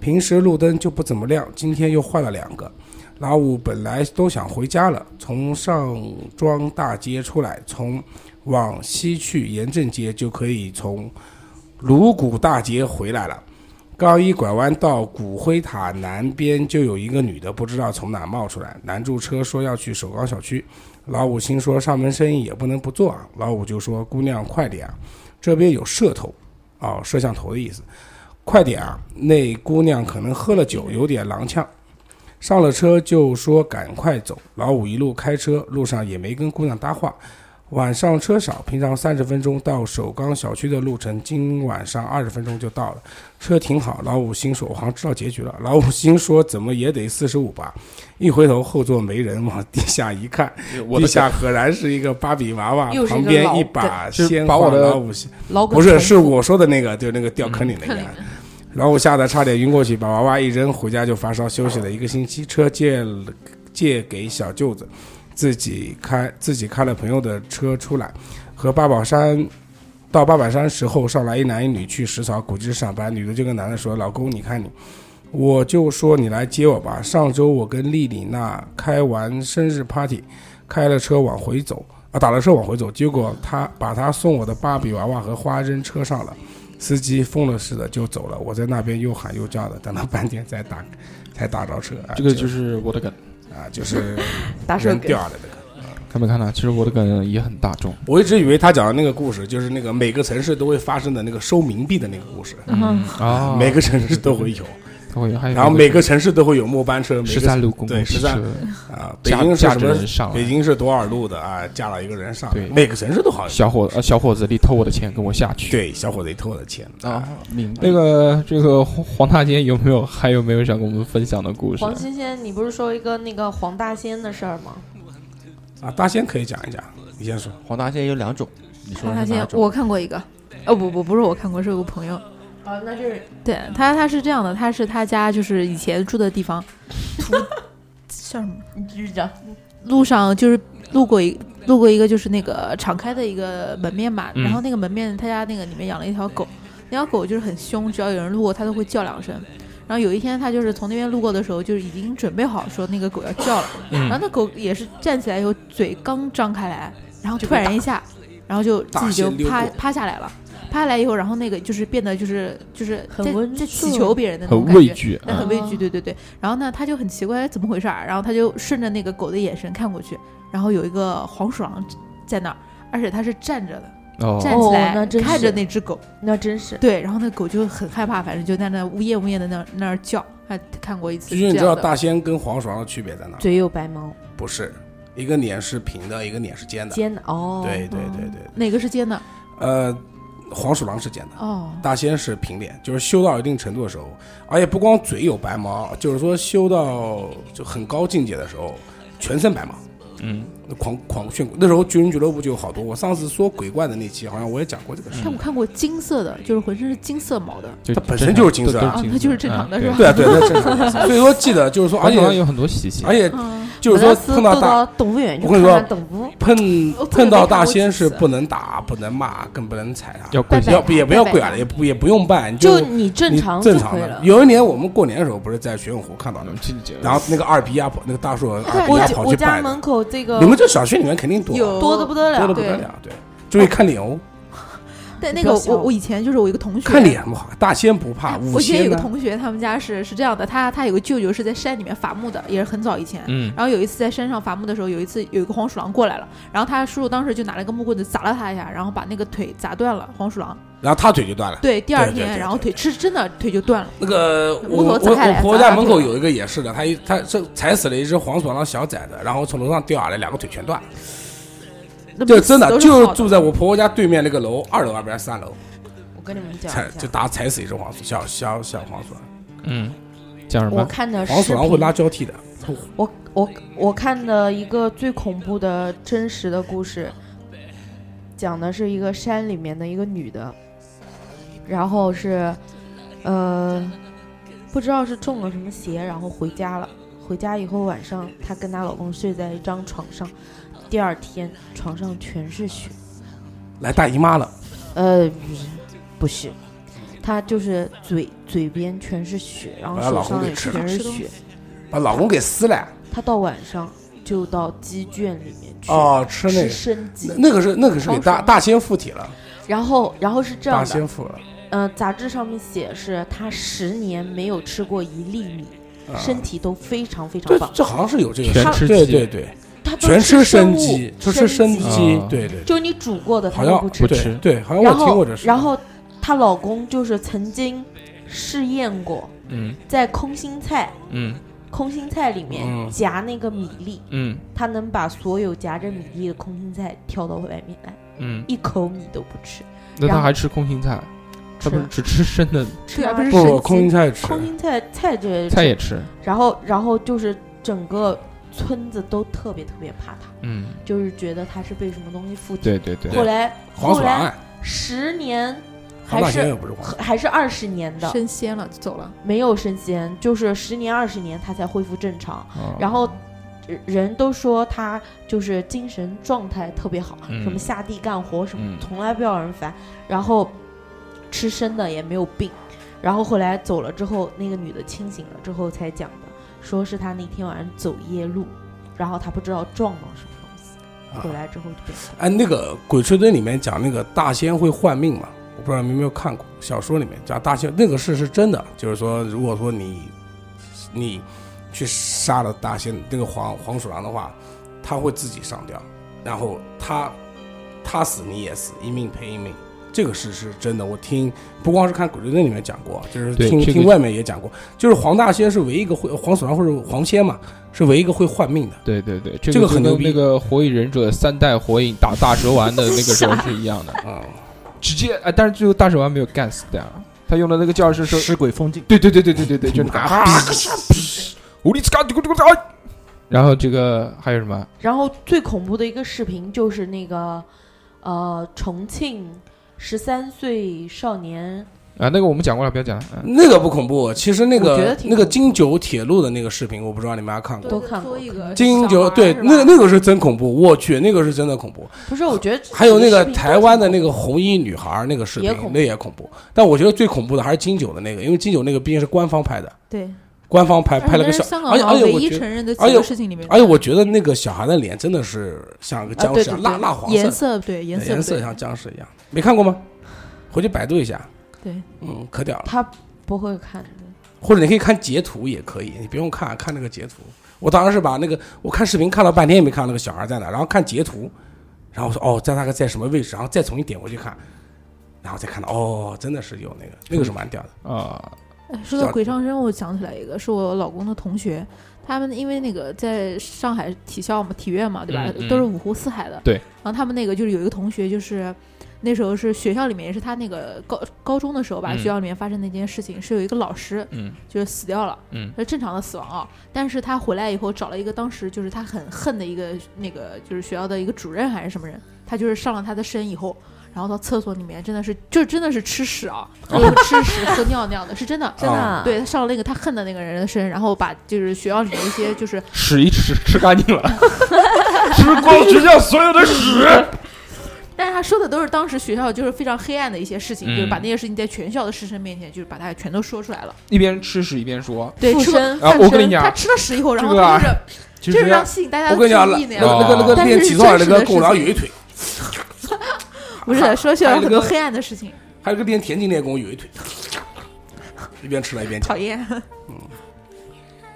[SPEAKER 2] 平时路灯就不怎么亮，今天又换了两个。老五本来都想回家了，从上庄大街出来，从往西去盐镇街就可以从卢谷大街回来了。高一拐弯到骨灰塔南边，就有一个女的，不知道从哪冒出来，拦住车说要去首钢小区。老五心说上门生意也不能不做啊，老五就说姑娘快点啊，这边有摄头，哦，摄像头的意思。快点啊！那姑娘可能喝了酒，有点踉跄，上了车就说赶快走。老五一路开车，路上也没跟姑娘搭话。晚上车少，平常三十分钟到首钢小区的路程，今晚上二十分钟就到了。车停好，老五心说：“我好像知道结局了。”老五心说：“怎么也得四十五吧？”一回头，后座没人，往地下一看，
[SPEAKER 8] 我
[SPEAKER 2] 地下赫然是一个芭比娃娃
[SPEAKER 1] 又，是一
[SPEAKER 2] 旁
[SPEAKER 1] 个
[SPEAKER 2] 边
[SPEAKER 1] 老
[SPEAKER 2] 一把
[SPEAKER 5] 就是
[SPEAKER 2] 鲜
[SPEAKER 5] 把
[SPEAKER 2] 花
[SPEAKER 5] 我的
[SPEAKER 2] 老五心。
[SPEAKER 1] 老狗
[SPEAKER 2] 不是，
[SPEAKER 1] 重
[SPEAKER 2] 是
[SPEAKER 1] 复
[SPEAKER 2] 我说的那个，就那个掉嗯坑里那个。然后我吓得差点晕过去，把娃娃一扔，回家就发烧，休息了一个星期。车借了借给小舅子，自己开自己开了朋友的车出来，和八宝山到八宝山时候，上来一男一女去石槽古迹上班，女的就跟男的说：“老公，你看你。”我就说你来接我吧。上周我跟丽丽娜开完生日 party，开了车往回走啊，打了车往回走，结果她把她送我的芭比娃娃和花扔车上了，司机疯了似的就走了。我在那边又喊又叫的，等了半天才打才打着车。啊、
[SPEAKER 5] 这个就是我的梗，
[SPEAKER 2] 啊，就是
[SPEAKER 1] 打手
[SPEAKER 2] 人
[SPEAKER 1] 给
[SPEAKER 2] 掉的那个。
[SPEAKER 5] 看没看到？其实我的梗也很大众。
[SPEAKER 2] 我一直以为他讲的那个故事就是那个每个城市都会发生的那个收冥币的那个故事，
[SPEAKER 5] 嗯啊，
[SPEAKER 2] 每个城市都会有。
[SPEAKER 5] 哦，还有
[SPEAKER 2] 然后每个城市都会有末班车，每
[SPEAKER 5] 十
[SPEAKER 2] 个
[SPEAKER 5] 三路公共
[SPEAKER 2] 对
[SPEAKER 5] 汽
[SPEAKER 2] 十三
[SPEAKER 5] 车
[SPEAKER 2] 啊，北
[SPEAKER 5] 架
[SPEAKER 2] 京是
[SPEAKER 5] 架
[SPEAKER 2] 什
[SPEAKER 5] 着人
[SPEAKER 2] 么？
[SPEAKER 5] 上
[SPEAKER 2] 北
[SPEAKER 5] 来，
[SPEAKER 2] 京是多少路的啊？架了一个人上来
[SPEAKER 5] 对，
[SPEAKER 2] 每个城市都好像
[SPEAKER 5] 小伙呃小伙子，你偷我的钱，跟我下去。
[SPEAKER 2] 对，小伙子也偷我的钱啊！
[SPEAKER 8] 啊，明白
[SPEAKER 5] 那个这个黄黄大仙有没有还有没有想跟我们分享的故事？
[SPEAKER 9] 黄仙仙，你不是说一个那个黄大仙的事儿吗？
[SPEAKER 2] 啊，大仙可以讲一讲，你先说。
[SPEAKER 8] 黄大仙有两种，你说
[SPEAKER 12] 黄大
[SPEAKER 8] 的是哪
[SPEAKER 12] 仙，
[SPEAKER 8] 种？
[SPEAKER 12] 我看过一个，哦不不不是我看过，是我朋友。
[SPEAKER 9] 啊，那就是
[SPEAKER 12] 对他他是这样的，他是他家就是以前住的地方，土叫什么？
[SPEAKER 9] 你继续讲。
[SPEAKER 12] 路上就是路过一路过一个就是那个敞开的一个门面嘛，
[SPEAKER 5] 嗯
[SPEAKER 12] 然后那个门面他家那个里面养了一条狗，那条狗就是很凶，只要有人路过它都会叫两声。然后有一天他就是从那边路过的时候，就是已经准备好说那个狗要叫了，
[SPEAKER 2] 嗯
[SPEAKER 5] 嗯
[SPEAKER 12] 然后那狗也是站起来以后嘴刚张开来，然后突然一下，然后就自己就
[SPEAKER 2] 大仙溜
[SPEAKER 12] 趴
[SPEAKER 2] 过
[SPEAKER 12] 趴下来了。趴下来以后，然后那个就是变得就是就是
[SPEAKER 9] 很
[SPEAKER 12] 在
[SPEAKER 9] 温
[SPEAKER 12] 在祈
[SPEAKER 9] 顺
[SPEAKER 12] 求别人的那
[SPEAKER 5] 很
[SPEAKER 12] 种感
[SPEAKER 5] 畏
[SPEAKER 12] 觉，
[SPEAKER 5] 惧，
[SPEAKER 12] 那
[SPEAKER 5] 嗯
[SPEAKER 12] 很畏惧，对对对。然后呢，他就很奇怪怎么回事儿，然后他就顺着那个狗的眼神看过去，然后有一个黄鼠狼在那儿，而且它是站着的，
[SPEAKER 5] 哦，
[SPEAKER 12] 站起
[SPEAKER 9] 哦
[SPEAKER 12] 来、
[SPEAKER 9] 那真
[SPEAKER 12] 看着
[SPEAKER 9] 是
[SPEAKER 12] 那只狗，
[SPEAKER 9] 那真是
[SPEAKER 12] 对，然后那狗就很害怕，反正就在那呜咽呜咽的那那儿叫，还看过一次
[SPEAKER 2] 其
[SPEAKER 12] 这
[SPEAKER 2] 实
[SPEAKER 12] 样
[SPEAKER 2] 你
[SPEAKER 12] 的。
[SPEAKER 2] 知道大仙跟黄鼠狼的区别在哪？
[SPEAKER 9] 嘴有白毛，
[SPEAKER 2] 不是，一个脸是平的，一个脸是尖的。
[SPEAKER 9] 尖的哦。
[SPEAKER 2] 对对对对，
[SPEAKER 12] 哪个是尖的？
[SPEAKER 2] 呃，黄鼠狼是尖的，
[SPEAKER 12] 哦，
[SPEAKER 2] 大仙是平脸，就是修到一定程度的时候，而且不光嘴有白毛，就是说修到就很高境界的时候，全身白毛。
[SPEAKER 5] 嗯，
[SPEAKER 2] 那狂狂炫，那时候军人俱乐部就有好多。我上次说鬼怪的那期，好像我也讲过这个事。
[SPEAKER 12] 但我看过金色的，就是浑身是金色毛的，
[SPEAKER 5] 就
[SPEAKER 2] 它本身就是金色啊
[SPEAKER 12] 啊，它嗯就是正常的是 吧？
[SPEAKER 2] 对啊，对，那正常。所以说记得就是 说，而
[SPEAKER 5] 黄鼠狼
[SPEAKER 2] 且
[SPEAKER 5] 有很多习性，
[SPEAKER 2] 而且
[SPEAKER 12] 嗯，
[SPEAKER 2] 就是
[SPEAKER 9] 我
[SPEAKER 2] 说
[SPEAKER 9] 当时
[SPEAKER 2] 碰到
[SPEAKER 9] 坐
[SPEAKER 2] 大
[SPEAKER 9] 到动物园去
[SPEAKER 2] 我跟
[SPEAKER 9] 看
[SPEAKER 2] 你说
[SPEAKER 9] 看动物，
[SPEAKER 2] 碰
[SPEAKER 12] 我
[SPEAKER 2] 碰到大仙
[SPEAKER 12] 我
[SPEAKER 2] 是
[SPEAKER 12] 记得
[SPEAKER 2] 不能打、不能骂、更不能踩他，
[SPEAKER 5] 要跪
[SPEAKER 2] 要
[SPEAKER 5] 下。
[SPEAKER 2] 不也不要
[SPEAKER 12] 拜拜
[SPEAKER 2] 跪啊，也不也不用拜，你
[SPEAKER 9] 就
[SPEAKER 2] 就
[SPEAKER 9] 你正
[SPEAKER 2] 你
[SPEAKER 9] 常就
[SPEAKER 2] 正常
[SPEAKER 9] 可以
[SPEAKER 2] 的
[SPEAKER 9] 了。。
[SPEAKER 2] 有一年我们过年的时候，不是在玄武湖看到的吗，然后那个二逼丫跑，那个大树二逼
[SPEAKER 9] 哎我
[SPEAKER 2] 丫
[SPEAKER 9] 家
[SPEAKER 2] 跑
[SPEAKER 9] 我
[SPEAKER 2] 去
[SPEAKER 9] 家
[SPEAKER 2] 拜的
[SPEAKER 9] 门，口这个
[SPEAKER 2] 你们这小区里面肯定多，啊
[SPEAKER 12] 有
[SPEAKER 9] 多的不得
[SPEAKER 2] 多的
[SPEAKER 9] 了
[SPEAKER 2] 不，得
[SPEAKER 12] 对
[SPEAKER 2] 了，啊对，就一看脸哦，
[SPEAKER 12] 但那
[SPEAKER 9] 不
[SPEAKER 12] 个
[SPEAKER 9] 要笑
[SPEAKER 12] 我
[SPEAKER 9] 我
[SPEAKER 12] 我以前就是我一个同学，
[SPEAKER 2] 看脸不好，大仙不怕，
[SPEAKER 12] 哎
[SPEAKER 2] 五
[SPEAKER 12] 我以前有
[SPEAKER 2] 仙
[SPEAKER 12] 个
[SPEAKER 2] 呢，
[SPEAKER 12] 同学，他们家是是这样的，他他有个舅舅是在山里面伐木的，也是很早以前。
[SPEAKER 5] 嗯，
[SPEAKER 12] 然后有一次在山上伐木的时候，有一次有一个黄鼠狼过来了，然后他叔叔当时就拿了个木棍子砸了他一下，然后把那个腿砸断了。黄鼠狼
[SPEAKER 2] 然后他腿就断了。
[SPEAKER 12] 对，第二
[SPEAKER 2] 对对
[SPEAKER 12] 天
[SPEAKER 2] 对
[SPEAKER 12] 然后
[SPEAKER 2] 对
[SPEAKER 12] 腿是真的腿就断了。
[SPEAKER 2] 那个我
[SPEAKER 12] 木
[SPEAKER 2] 我
[SPEAKER 12] 头砸
[SPEAKER 2] 我
[SPEAKER 12] 开来
[SPEAKER 2] 婆婆
[SPEAKER 12] 砸
[SPEAKER 2] 家
[SPEAKER 12] 大
[SPEAKER 2] 门
[SPEAKER 12] 腿
[SPEAKER 2] 口有一个也是的，她一她这踩死了一只黄鼠狼小崽子，然后从楼上掉下来，两个腿全断了。
[SPEAKER 12] 那
[SPEAKER 2] 这
[SPEAKER 12] 每次
[SPEAKER 2] 真的
[SPEAKER 12] 都是
[SPEAKER 2] 就
[SPEAKER 12] 好
[SPEAKER 2] 住在我婆婆家对面那个楼，二楼还不是三楼，
[SPEAKER 9] 我跟你们讲
[SPEAKER 2] 踩
[SPEAKER 9] 一
[SPEAKER 2] 就
[SPEAKER 9] 下，
[SPEAKER 2] 打踩死一只黄鼠小小小黄鼠狼，
[SPEAKER 5] 嗯，讲什
[SPEAKER 9] 我
[SPEAKER 5] 么？
[SPEAKER 9] 看的
[SPEAKER 2] 黄
[SPEAKER 9] 视
[SPEAKER 2] 鼠狼会
[SPEAKER 9] 频
[SPEAKER 2] 拉交替的。
[SPEAKER 9] 我我我看的一个最恐怖的真实的故事，讲的是一个山里面的一个女的，然后是，呃，不知道是中了什么邪，然后回家了。回家以后晚上，她跟她老公睡在一张床上，第二天床上全是血。
[SPEAKER 2] 来大姨妈了，
[SPEAKER 9] 呃，不是，不是，她就是嘴嘴边全是血，然后
[SPEAKER 2] 把她老公
[SPEAKER 9] 手上
[SPEAKER 2] 给
[SPEAKER 9] 也
[SPEAKER 2] 吃
[SPEAKER 9] 全
[SPEAKER 2] 了
[SPEAKER 9] 是
[SPEAKER 12] 吃东
[SPEAKER 9] 血。
[SPEAKER 2] 把老公给撕了。
[SPEAKER 9] 她到晚上就到鸡圈里面去
[SPEAKER 2] 哦，吃那
[SPEAKER 9] 吃
[SPEAKER 2] 个，
[SPEAKER 9] 生鸡
[SPEAKER 2] 那，那个是那个是给
[SPEAKER 9] 黄鼠
[SPEAKER 2] 大
[SPEAKER 9] 狼
[SPEAKER 2] 大仙附体了，
[SPEAKER 9] 然后然后是这
[SPEAKER 2] 大
[SPEAKER 9] 样的，
[SPEAKER 2] 仙附了，
[SPEAKER 9] 呃，杂志上面写是他十年没有吃过一粒米，
[SPEAKER 2] 啊
[SPEAKER 9] 身体都非常非常
[SPEAKER 2] 这
[SPEAKER 9] 棒，
[SPEAKER 2] 这好像是有这个
[SPEAKER 5] 全
[SPEAKER 2] 事儿，
[SPEAKER 5] 吃
[SPEAKER 2] 对
[SPEAKER 5] 鸡
[SPEAKER 2] 对对，
[SPEAKER 9] 他都
[SPEAKER 2] 全
[SPEAKER 9] 吃
[SPEAKER 2] 生
[SPEAKER 9] 物
[SPEAKER 2] 鸡，就吃
[SPEAKER 9] 生
[SPEAKER 2] 生
[SPEAKER 9] 鸡
[SPEAKER 2] 鸡
[SPEAKER 5] 啊，
[SPEAKER 2] 对对，对
[SPEAKER 9] 就是你煮过的
[SPEAKER 2] 好
[SPEAKER 9] 他都
[SPEAKER 2] 像
[SPEAKER 9] 不吃，
[SPEAKER 5] 不
[SPEAKER 2] 对
[SPEAKER 5] 吃
[SPEAKER 2] 对，好像我
[SPEAKER 9] 然
[SPEAKER 2] 听过
[SPEAKER 9] 后
[SPEAKER 2] 这事。
[SPEAKER 9] 然后她老公就是曾经试验过
[SPEAKER 5] 嗯
[SPEAKER 9] 在空心菜。
[SPEAKER 5] 嗯
[SPEAKER 9] 空心菜里面
[SPEAKER 2] 嗯
[SPEAKER 9] 夹那个米粒，
[SPEAKER 5] 嗯
[SPEAKER 9] 他能把所有夹着米粒的空心菜挑到外面来，
[SPEAKER 5] 嗯，
[SPEAKER 9] 一口米都不吃。
[SPEAKER 5] 那
[SPEAKER 9] 然
[SPEAKER 5] 他
[SPEAKER 9] 后
[SPEAKER 5] 还吃空心菜？
[SPEAKER 9] 吃
[SPEAKER 5] 他不是只吃生的
[SPEAKER 12] 对啊，
[SPEAKER 9] 啊
[SPEAKER 12] 不是
[SPEAKER 2] 不
[SPEAKER 12] 神
[SPEAKER 2] 不
[SPEAKER 12] 经
[SPEAKER 2] 空心菜吃，
[SPEAKER 9] 空心菜菜这
[SPEAKER 5] 菜也吃？
[SPEAKER 9] 然后然后就是整个村子都特别特别怕他，
[SPEAKER 5] 嗯，
[SPEAKER 9] 就是觉得他是被什么东西附体。
[SPEAKER 5] 对对对，
[SPEAKER 9] 后来
[SPEAKER 2] 黄
[SPEAKER 9] 后
[SPEAKER 2] 鼠狼
[SPEAKER 9] 来
[SPEAKER 2] 啊，
[SPEAKER 9] 十年
[SPEAKER 2] 黄
[SPEAKER 9] 还
[SPEAKER 2] 大仙
[SPEAKER 9] 是
[SPEAKER 2] 哎也不是黄鼠狼，
[SPEAKER 9] 还是二十年的
[SPEAKER 12] 升仙了走了，
[SPEAKER 9] 没有升仙，就是十年二十年他才恢复正常。
[SPEAKER 5] 哦
[SPEAKER 9] 然后呃人都说他就是精神状态特别好，
[SPEAKER 5] 嗯
[SPEAKER 9] 什么下地干活什么
[SPEAKER 5] 嗯，
[SPEAKER 9] 从来不要人烦。然后吃生的也没有病。然后后来走了之后，那个女的清醒了之后才讲的，说是她那天晚上走夜路，然后她不知道撞到什么东西，
[SPEAKER 2] 啊
[SPEAKER 9] 回来之后就变成
[SPEAKER 2] 哎，那个《鬼吹灯》里面讲那个大仙会换命嘛？我不知道你有没有看过小说里面讲大仙那个事是真的，就是说，如果说你你去杀了大仙那个黄黄鼠狼的话，它会自己上吊，然后它它死你也死，一命赔一命，这个事是真的，我听不光是看《鬼吹灯》里面讲过，就是
[SPEAKER 5] 对
[SPEAKER 2] 听
[SPEAKER 5] 这个
[SPEAKER 2] 听外面也讲过，就是黄大仙是唯一一个会黄鼠狼或者黄仙嘛，是唯一一个会换命的。
[SPEAKER 5] 对对对，这
[SPEAKER 2] 这
[SPEAKER 5] 个
[SPEAKER 2] 个
[SPEAKER 5] 就
[SPEAKER 2] 很牛
[SPEAKER 5] 跟
[SPEAKER 2] 逼
[SPEAKER 5] 那个《火影忍者》三代火影打大蛇丸的那个时候是一样 的，
[SPEAKER 2] 啊、
[SPEAKER 5] 直接 哎，但是最后大蛇丸没有干死掉，他用的那个叫是说，
[SPEAKER 8] 尸鬼封禁，
[SPEAKER 5] 对对对对对 对对，
[SPEAKER 2] 嗯
[SPEAKER 5] 就那个，我哩嘎咕咕咕哎然后这个还有什么？
[SPEAKER 1] 然后最恐怖的一个视频就是那个，呃，重庆十三岁少年，
[SPEAKER 5] 啊，那个我们讲过了，不要讲了。嗯
[SPEAKER 2] 那个不恐怖，其实那
[SPEAKER 1] 我觉得
[SPEAKER 2] 个
[SPEAKER 1] 挺
[SPEAKER 2] 那个
[SPEAKER 1] 恐怖
[SPEAKER 2] 京九铁路的那个视频，我不知道你们还看过。
[SPEAKER 1] 都看过
[SPEAKER 12] 一个
[SPEAKER 2] 京
[SPEAKER 12] 小
[SPEAKER 2] 九
[SPEAKER 12] 孩儿
[SPEAKER 2] 对
[SPEAKER 12] 是，吧
[SPEAKER 2] 那个那个是真恐怖，我去，那个是真的恐怖。
[SPEAKER 1] 不是，我觉得
[SPEAKER 2] 还有那个
[SPEAKER 1] 这视频都
[SPEAKER 2] 台湾的那
[SPEAKER 1] 挺
[SPEAKER 2] 个红衣女孩儿那个视频
[SPEAKER 1] 也恐，怖
[SPEAKER 2] 那也恐怖。但我觉得最恐怖的还是金九的那个，因为金九那个毕竟是官方拍的，
[SPEAKER 12] 对，
[SPEAKER 2] 官方拍
[SPEAKER 12] 而且
[SPEAKER 2] 拍了个
[SPEAKER 12] 那是
[SPEAKER 2] 小，
[SPEAKER 12] 香港
[SPEAKER 2] 而且而
[SPEAKER 12] 好像
[SPEAKER 2] 且
[SPEAKER 12] 唯
[SPEAKER 2] 我
[SPEAKER 12] 一
[SPEAKER 2] 觉得，
[SPEAKER 12] 承认的几
[SPEAKER 2] 而且
[SPEAKER 12] 个事情里面，
[SPEAKER 2] 而且我觉得那个小孩的脸真的是像
[SPEAKER 12] 啊
[SPEAKER 2] 个僵
[SPEAKER 1] 对
[SPEAKER 2] 尸，啊
[SPEAKER 1] 对
[SPEAKER 2] 蜡
[SPEAKER 1] 对
[SPEAKER 2] 蜡黄
[SPEAKER 12] 颜
[SPEAKER 2] 色，哎
[SPEAKER 12] 色对颜色
[SPEAKER 2] 颜色
[SPEAKER 12] 对
[SPEAKER 2] 像僵尸一样。没看过吗？回去百度一下。
[SPEAKER 12] 对，
[SPEAKER 2] 嗯，可屌了。
[SPEAKER 1] 他不会看的。
[SPEAKER 2] 或者你可以看截图也可以，你不用看看那个截图。我当时是把那个我看视频看了半天也没看到那个小孩在哪，然后看截图，然后我说哦，在大概在什么位置，然后再重新点回去看，然后再看到哦，真的是有那个那个是蛮屌的。
[SPEAKER 5] 啊，
[SPEAKER 12] 哎说
[SPEAKER 2] 小
[SPEAKER 12] 到鬼上身，我想起来一个，是我老公的同学，他们因为那个在上海体校嘛、体院嘛，对吧？
[SPEAKER 5] 嗯嗯
[SPEAKER 12] 都是五湖四海的。
[SPEAKER 5] 对。
[SPEAKER 12] 然后他们那个就是有一个同学，就是那时候是学校里面，也是他那个高高中的时候吧，
[SPEAKER 5] 嗯
[SPEAKER 12] 学校里面发生的一件事情，是有一个老师
[SPEAKER 5] 嗯
[SPEAKER 12] 就是死掉了，
[SPEAKER 5] 嗯，
[SPEAKER 12] 是正常的死亡啊。但是他回来以后找了一个当时就是他很恨的一个那个就是学校的一个主任还是什么人，他就是上了他的身以后，然后到厕所里面真的是就真的是吃 屎啊，就是吃屎喝尿那样的，是真的。
[SPEAKER 1] 真的啊、
[SPEAKER 12] 对他上了那个他恨的那个人的身，然后把就是学校里面一些就是
[SPEAKER 5] 屎一吃吃干 净了，吃光学校所有的屎。
[SPEAKER 12] 但是他说的都是当时学校就是非常黑暗的一些事情，
[SPEAKER 5] 嗯
[SPEAKER 12] 就是把那些事情在全校的师生面前，就是把它全都说出来了。
[SPEAKER 5] 一边吃屎一边说，
[SPEAKER 12] 对，
[SPEAKER 1] 附
[SPEAKER 12] 吃过
[SPEAKER 1] 身
[SPEAKER 5] 啊
[SPEAKER 12] 饭
[SPEAKER 5] 我跟
[SPEAKER 12] 身
[SPEAKER 5] 你讲
[SPEAKER 12] 他吃了屎以后，然
[SPEAKER 5] 这
[SPEAKER 12] 后
[SPEAKER 5] 个啊
[SPEAKER 12] 他就是
[SPEAKER 5] 其
[SPEAKER 12] 就是
[SPEAKER 5] 实
[SPEAKER 12] 让吸引大家
[SPEAKER 2] 我
[SPEAKER 12] 的
[SPEAKER 2] 跟你
[SPEAKER 12] 注
[SPEAKER 2] 讲，那
[SPEAKER 12] 嗯意那
[SPEAKER 2] 那
[SPEAKER 12] 样。
[SPEAKER 2] 个那个那个
[SPEAKER 12] 但是
[SPEAKER 2] 练
[SPEAKER 12] 是
[SPEAKER 2] 起床
[SPEAKER 12] 真
[SPEAKER 2] 那
[SPEAKER 12] 实的
[SPEAKER 2] 个
[SPEAKER 12] 事
[SPEAKER 2] 功劳
[SPEAKER 12] 情
[SPEAKER 2] 有一腿，
[SPEAKER 12] 不是说学
[SPEAKER 2] 还有
[SPEAKER 12] 校很
[SPEAKER 2] 一个
[SPEAKER 12] 多黑暗的事情，
[SPEAKER 2] 还有一个练田径练功有一腿，一边吃了一边
[SPEAKER 12] 讨
[SPEAKER 2] 讲。
[SPEAKER 12] 厌。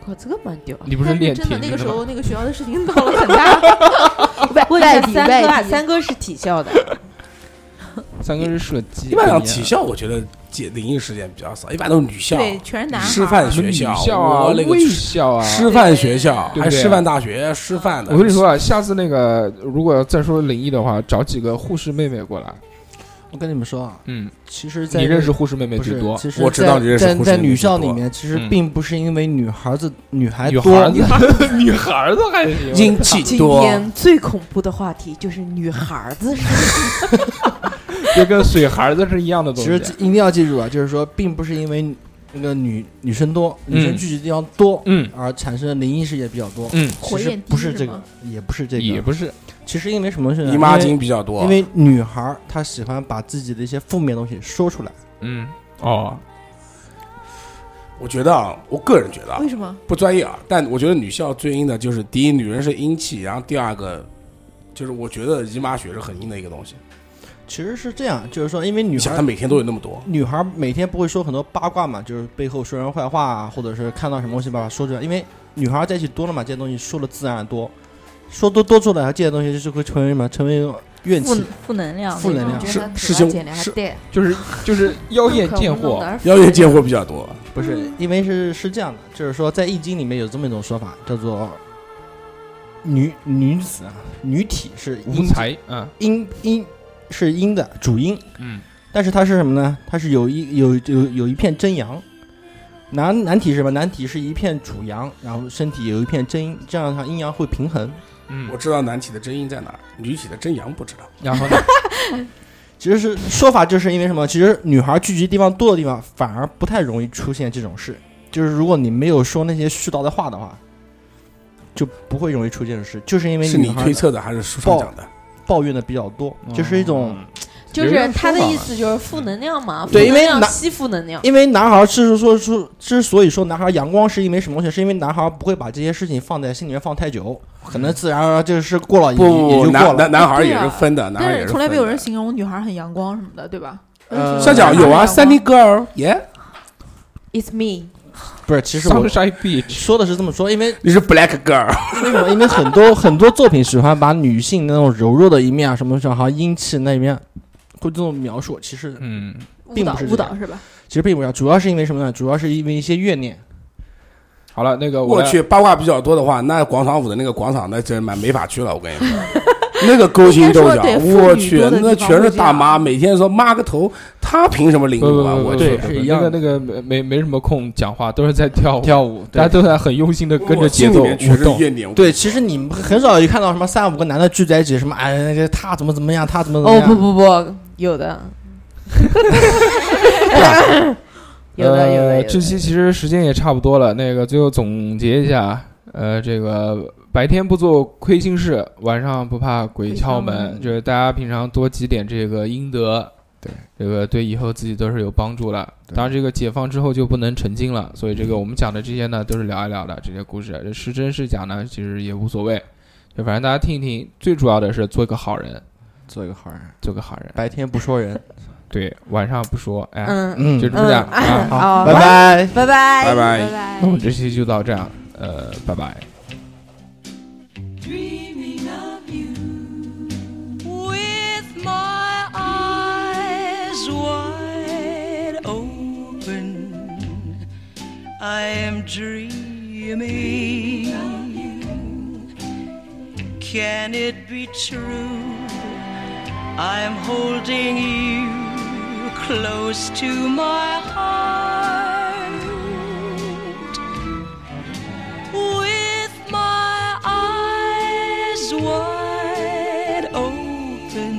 [SPEAKER 1] 靠，这个蛮屌。
[SPEAKER 5] 你不
[SPEAKER 12] 但
[SPEAKER 5] 练
[SPEAKER 12] 真的
[SPEAKER 5] 田
[SPEAKER 12] 那
[SPEAKER 5] 径
[SPEAKER 12] 个时
[SPEAKER 5] 的吗？
[SPEAKER 12] 候那个学校的事情闹了很大，
[SPEAKER 1] 问
[SPEAKER 12] 外
[SPEAKER 1] 一
[SPEAKER 12] 地
[SPEAKER 1] 下三
[SPEAKER 12] 外
[SPEAKER 1] 哥啊，
[SPEAKER 12] 地
[SPEAKER 1] 三哥是体校的，
[SPEAKER 5] 三个是射击，
[SPEAKER 2] 一般
[SPEAKER 5] 不
[SPEAKER 2] 讲
[SPEAKER 5] 样
[SPEAKER 2] 体校，我觉得解灵异事件比较少，一般都是女校、
[SPEAKER 12] 对，全是男孩儿。
[SPEAKER 2] 师范
[SPEAKER 5] 什么
[SPEAKER 2] 学校、
[SPEAKER 5] 女校啊
[SPEAKER 2] 我勒、个
[SPEAKER 5] 卫
[SPEAKER 2] 去
[SPEAKER 5] 校啊。
[SPEAKER 2] 师范学校，
[SPEAKER 5] 对不对
[SPEAKER 2] 还师范大学师范的。
[SPEAKER 5] 我跟你说啊，下次那个如果再说灵异的话，找几个护士妹妹过来。
[SPEAKER 8] 我跟你们说啊，
[SPEAKER 5] 嗯，
[SPEAKER 8] 其实在
[SPEAKER 5] 你认识护士妹妹
[SPEAKER 8] 不
[SPEAKER 5] 最
[SPEAKER 8] 是
[SPEAKER 5] 多，
[SPEAKER 8] 其实
[SPEAKER 2] 我知道
[SPEAKER 8] 在
[SPEAKER 2] 你认识
[SPEAKER 8] 在
[SPEAKER 2] 护士
[SPEAKER 8] 在
[SPEAKER 2] 妹妹
[SPEAKER 8] 女
[SPEAKER 2] 最
[SPEAKER 8] 校
[SPEAKER 2] 多
[SPEAKER 8] 里面，其实
[SPEAKER 5] 嗯
[SPEAKER 8] 并不是因为女孩子女孩
[SPEAKER 5] 女
[SPEAKER 8] 哎多，
[SPEAKER 5] 孩子， 女孩子还行。
[SPEAKER 2] 阴气
[SPEAKER 1] 今
[SPEAKER 2] 多，
[SPEAKER 1] 天最恐怖的话题就是女孩子是
[SPEAKER 5] 就跟水孩子是一样的东
[SPEAKER 8] 其
[SPEAKER 5] 西
[SPEAKER 8] 实。一定要记住啊，就是说，并不是因为那个女女生多，
[SPEAKER 5] 嗯
[SPEAKER 8] 女生聚集地方多，
[SPEAKER 5] 嗯
[SPEAKER 8] 而产生的灵异事件比较多。
[SPEAKER 5] 嗯，
[SPEAKER 8] 其
[SPEAKER 12] 火
[SPEAKER 8] 实
[SPEAKER 12] 焰低
[SPEAKER 8] 不是
[SPEAKER 12] 是
[SPEAKER 8] 这个
[SPEAKER 12] 吗，
[SPEAKER 8] 也不是这
[SPEAKER 5] 也
[SPEAKER 8] 个，
[SPEAKER 5] 不是，
[SPEAKER 8] 其实因为什么事呢？
[SPEAKER 2] 姨妈巾比较
[SPEAKER 8] 因
[SPEAKER 2] 多，
[SPEAKER 8] 为因为女孩儿她喜欢把自己的一些负面东西说出来，
[SPEAKER 5] 嗯，哦，
[SPEAKER 2] 我觉得啊，我个人觉得啊
[SPEAKER 12] 为，什么？
[SPEAKER 2] 不专业啊，但我觉得女校最阴的就是第一，女人是阴气，然后第二个就是我觉得姨妈血是很阴的一个东西。
[SPEAKER 8] 其实是这样，就是说，因为女
[SPEAKER 2] 你
[SPEAKER 8] 孩
[SPEAKER 2] 想，
[SPEAKER 8] 儿
[SPEAKER 2] 她每天都有那么多，
[SPEAKER 8] 女孩儿每天不会说很多八卦嘛，就是背后说人坏话啊，或者是看到什么东西把它说出来。因为女孩儿在一起多了嘛，这些东西说的自然多，说多多出来，这些东西就是会成为什么？成为一种怨
[SPEAKER 11] 负
[SPEAKER 8] 气。
[SPEAKER 11] 负能量，
[SPEAKER 8] 负能量
[SPEAKER 2] 是是兄是
[SPEAKER 11] 对，
[SPEAKER 5] 就是就是妖艳贱货，
[SPEAKER 2] 妖艳贱货比较多。
[SPEAKER 8] 不是，因为是是这样的，就是说在《易经》里面有这么一种说法，叫做女女子啊，女体是
[SPEAKER 5] 无
[SPEAKER 8] 阴
[SPEAKER 5] 才啊，
[SPEAKER 8] 阴阴是阴的主阴，
[SPEAKER 5] 嗯，
[SPEAKER 8] 但是它是什么呢？它是有一有有有一片真阳。男男体是什么？男体是一片主阳，然后身体有一片真阴，这样的话阴阳会平衡。
[SPEAKER 5] 嗯
[SPEAKER 2] 我，知道男体的真阴在哪儿，女体的真阳不知道。
[SPEAKER 5] 然后呢，
[SPEAKER 8] 其实是说法，就是因为什么？其实女孩聚集地方多的地方，反而不太容易出现这种事。就是如果你没有说那些絮叨的话的话，就不会容易出现这种事。就是因为
[SPEAKER 2] 是
[SPEAKER 8] 女
[SPEAKER 2] 你
[SPEAKER 8] 孩
[SPEAKER 2] 推测的还是书上讲的？
[SPEAKER 8] 抱怨的比较多，就是一种
[SPEAKER 5] 嗯，
[SPEAKER 1] 就是他的意思就是负能量嘛，
[SPEAKER 8] 对因为
[SPEAKER 1] 负能量
[SPEAKER 8] 拿
[SPEAKER 1] 吸负能量，
[SPEAKER 8] 因为男孩是说出之所以说男孩阳光是因为什么东西，是因为男孩不会把这些事情放在心里面放太久，可能自然而然就是过了也也
[SPEAKER 2] 不，
[SPEAKER 8] 就过
[SPEAKER 2] 男
[SPEAKER 8] 了。
[SPEAKER 2] 男男孩儿
[SPEAKER 12] 对
[SPEAKER 2] 也
[SPEAKER 12] 啊
[SPEAKER 2] 是分的，男孩
[SPEAKER 12] 但
[SPEAKER 2] 儿也
[SPEAKER 12] 是
[SPEAKER 2] 是
[SPEAKER 12] 从来没有人
[SPEAKER 2] 分
[SPEAKER 12] 形容女孩很阳光什么的，对吧？
[SPEAKER 8] 呃
[SPEAKER 2] 的。像讲有啊，三 D
[SPEAKER 12] 丁
[SPEAKER 2] girl 耶，
[SPEAKER 1] It's me，
[SPEAKER 8] 不是，其实我
[SPEAKER 5] sunshine beach，
[SPEAKER 8] 说的是这么说，因为
[SPEAKER 2] 你是 black girl，
[SPEAKER 8] 为什么？因为很多很多作品喜欢把女性那种柔弱的一面啊，什么像好像阴气那一面会这种描述，其实
[SPEAKER 5] 嗯，
[SPEAKER 12] 误
[SPEAKER 8] 并
[SPEAKER 12] 导
[SPEAKER 8] 不是
[SPEAKER 12] 误
[SPEAKER 8] 这样
[SPEAKER 12] 导是吧？
[SPEAKER 8] 其实并不是，主要是因为什么呢？主要是因为一些怨念。
[SPEAKER 5] 好了，那个
[SPEAKER 2] 我
[SPEAKER 5] 来，
[SPEAKER 2] 去，八卦比较多的话，那广场舞的那个广场，那真蛮没法去了。我跟你说， 那个勾心斗角
[SPEAKER 12] 应该，说对
[SPEAKER 2] 我
[SPEAKER 12] 妇女
[SPEAKER 2] 去
[SPEAKER 12] 多的，地
[SPEAKER 2] 那
[SPEAKER 12] 方
[SPEAKER 2] 全是
[SPEAKER 12] 会这
[SPEAKER 2] 大
[SPEAKER 12] 样啊
[SPEAKER 2] 妈，每天说妈个头，她凭什么领
[SPEAKER 5] 不不
[SPEAKER 2] 舞
[SPEAKER 5] 不
[SPEAKER 2] 啊？我
[SPEAKER 5] 不，
[SPEAKER 2] 去
[SPEAKER 8] 对，
[SPEAKER 5] 不
[SPEAKER 8] 是
[SPEAKER 5] 不那
[SPEAKER 8] 一样
[SPEAKER 5] 个
[SPEAKER 8] 的
[SPEAKER 5] 那个没没没什么空讲话，都是在跳舞，
[SPEAKER 8] 跳舞，
[SPEAKER 5] 大家
[SPEAKER 8] 对
[SPEAKER 5] 都在很用心的跟着
[SPEAKER 2] 我
[SPEAKER 5] 节
[SPEAKER 2] 心
[SPEAKER 5] 奏
[SPEAKER 2] 里面全
[SPEAKER 5] 舞
[SPEAKER 2] 是
[SPEAKER 5] 动。
[SPEAKER 2] 怨念。我
[SPEAKER 8] 对，其实你们很少有看到什么三五个男的聚在一起，什么哎，那个他怎么怎么样，他怎么怎么
[SPEAKER 1] 哦
[SPEAKER 8] 样。
[SPEAKER 1] 不不不，有的， 有的有的有
[SPEAKER 5] 呃，
[SPEAKER 1] 的
[SPEAKER 5] 这期其实时间也差不多了，那个最后总结一下，呃，这个白天不做亏心事，晚上不怕鬼敲
[SPEAKER 12] 鬼敲
[SPEAKER 5] 门，
[SPEAKER 12] 门
[SPEAKER 5] 就是大家平常多积点这个阴德。
[SPEAKER 13] 对，
[SPEAKER 5] 这个对以后自己都是有帮助了。
[SPEAKER 13] 对
[SPEAKER 5] 当然，这个解放之后就不能成精了，所以这个我们讲的这些呢，都是聊一聊的这些故事，这是真是假呢，其实也无所谓，就反正大家听一听。最主要的是做一个好人，
[SPEAKER 8] 做一个好人，
[SPEAKER 5] 做个好人。
[SPEAKER 8] 白天不说 人。
[SPEAKER 5] 对，晚上不说，哎，
[SPEAKER 1] 嗯，
[SPEAKER 8] 嗯
[SPEAKER 5] 就这么讲、啊。
[SPEAKER 1] 好，
[SPEAKER 8] 拜拜。
[SPEAKER 1] 拜拜
[SPEAKER 2] 拜拜。
[SPEAKER 12] 拜
[SPEAKER 5] 那我们这期就到这样，呃，拜拜。
[SPEAKER 3] dreaming of you with my eyes wide open. I am dreaming. Can it be true? I'm holding you close to my heart with my eyes wide open.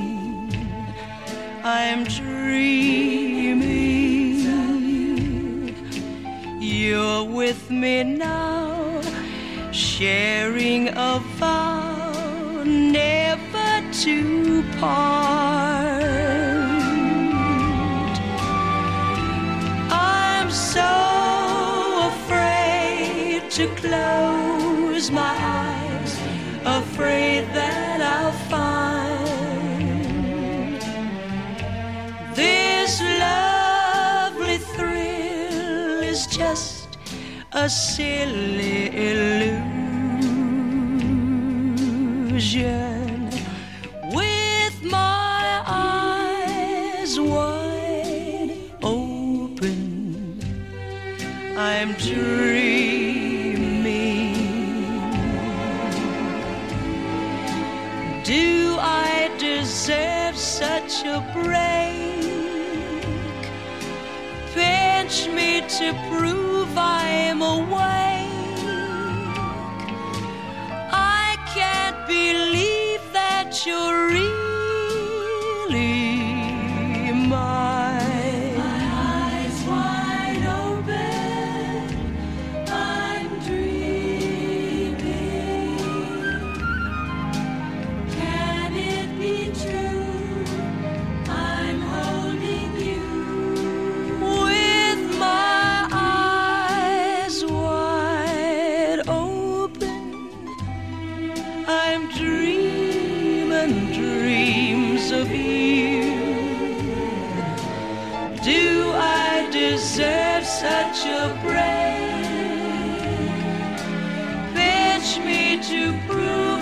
[SPEAKER 3] I'm dreaming. You're with me now, sharing a vow never to part. I'm so afraid to close my eyes, afraid that I'll find this lovely thrill is just a silly illusion. With my eyes wide open, I'm dreaming. Do I deserve such a break? Pinch me to prove I am awake. I can't believe that you're really mine. My eyes wide open, I'm dreaming. Can it be true? I'm holding you with my eyes wide open. I'm dreaming dreams of you. Do I deserve such a break? Pinch me to prove.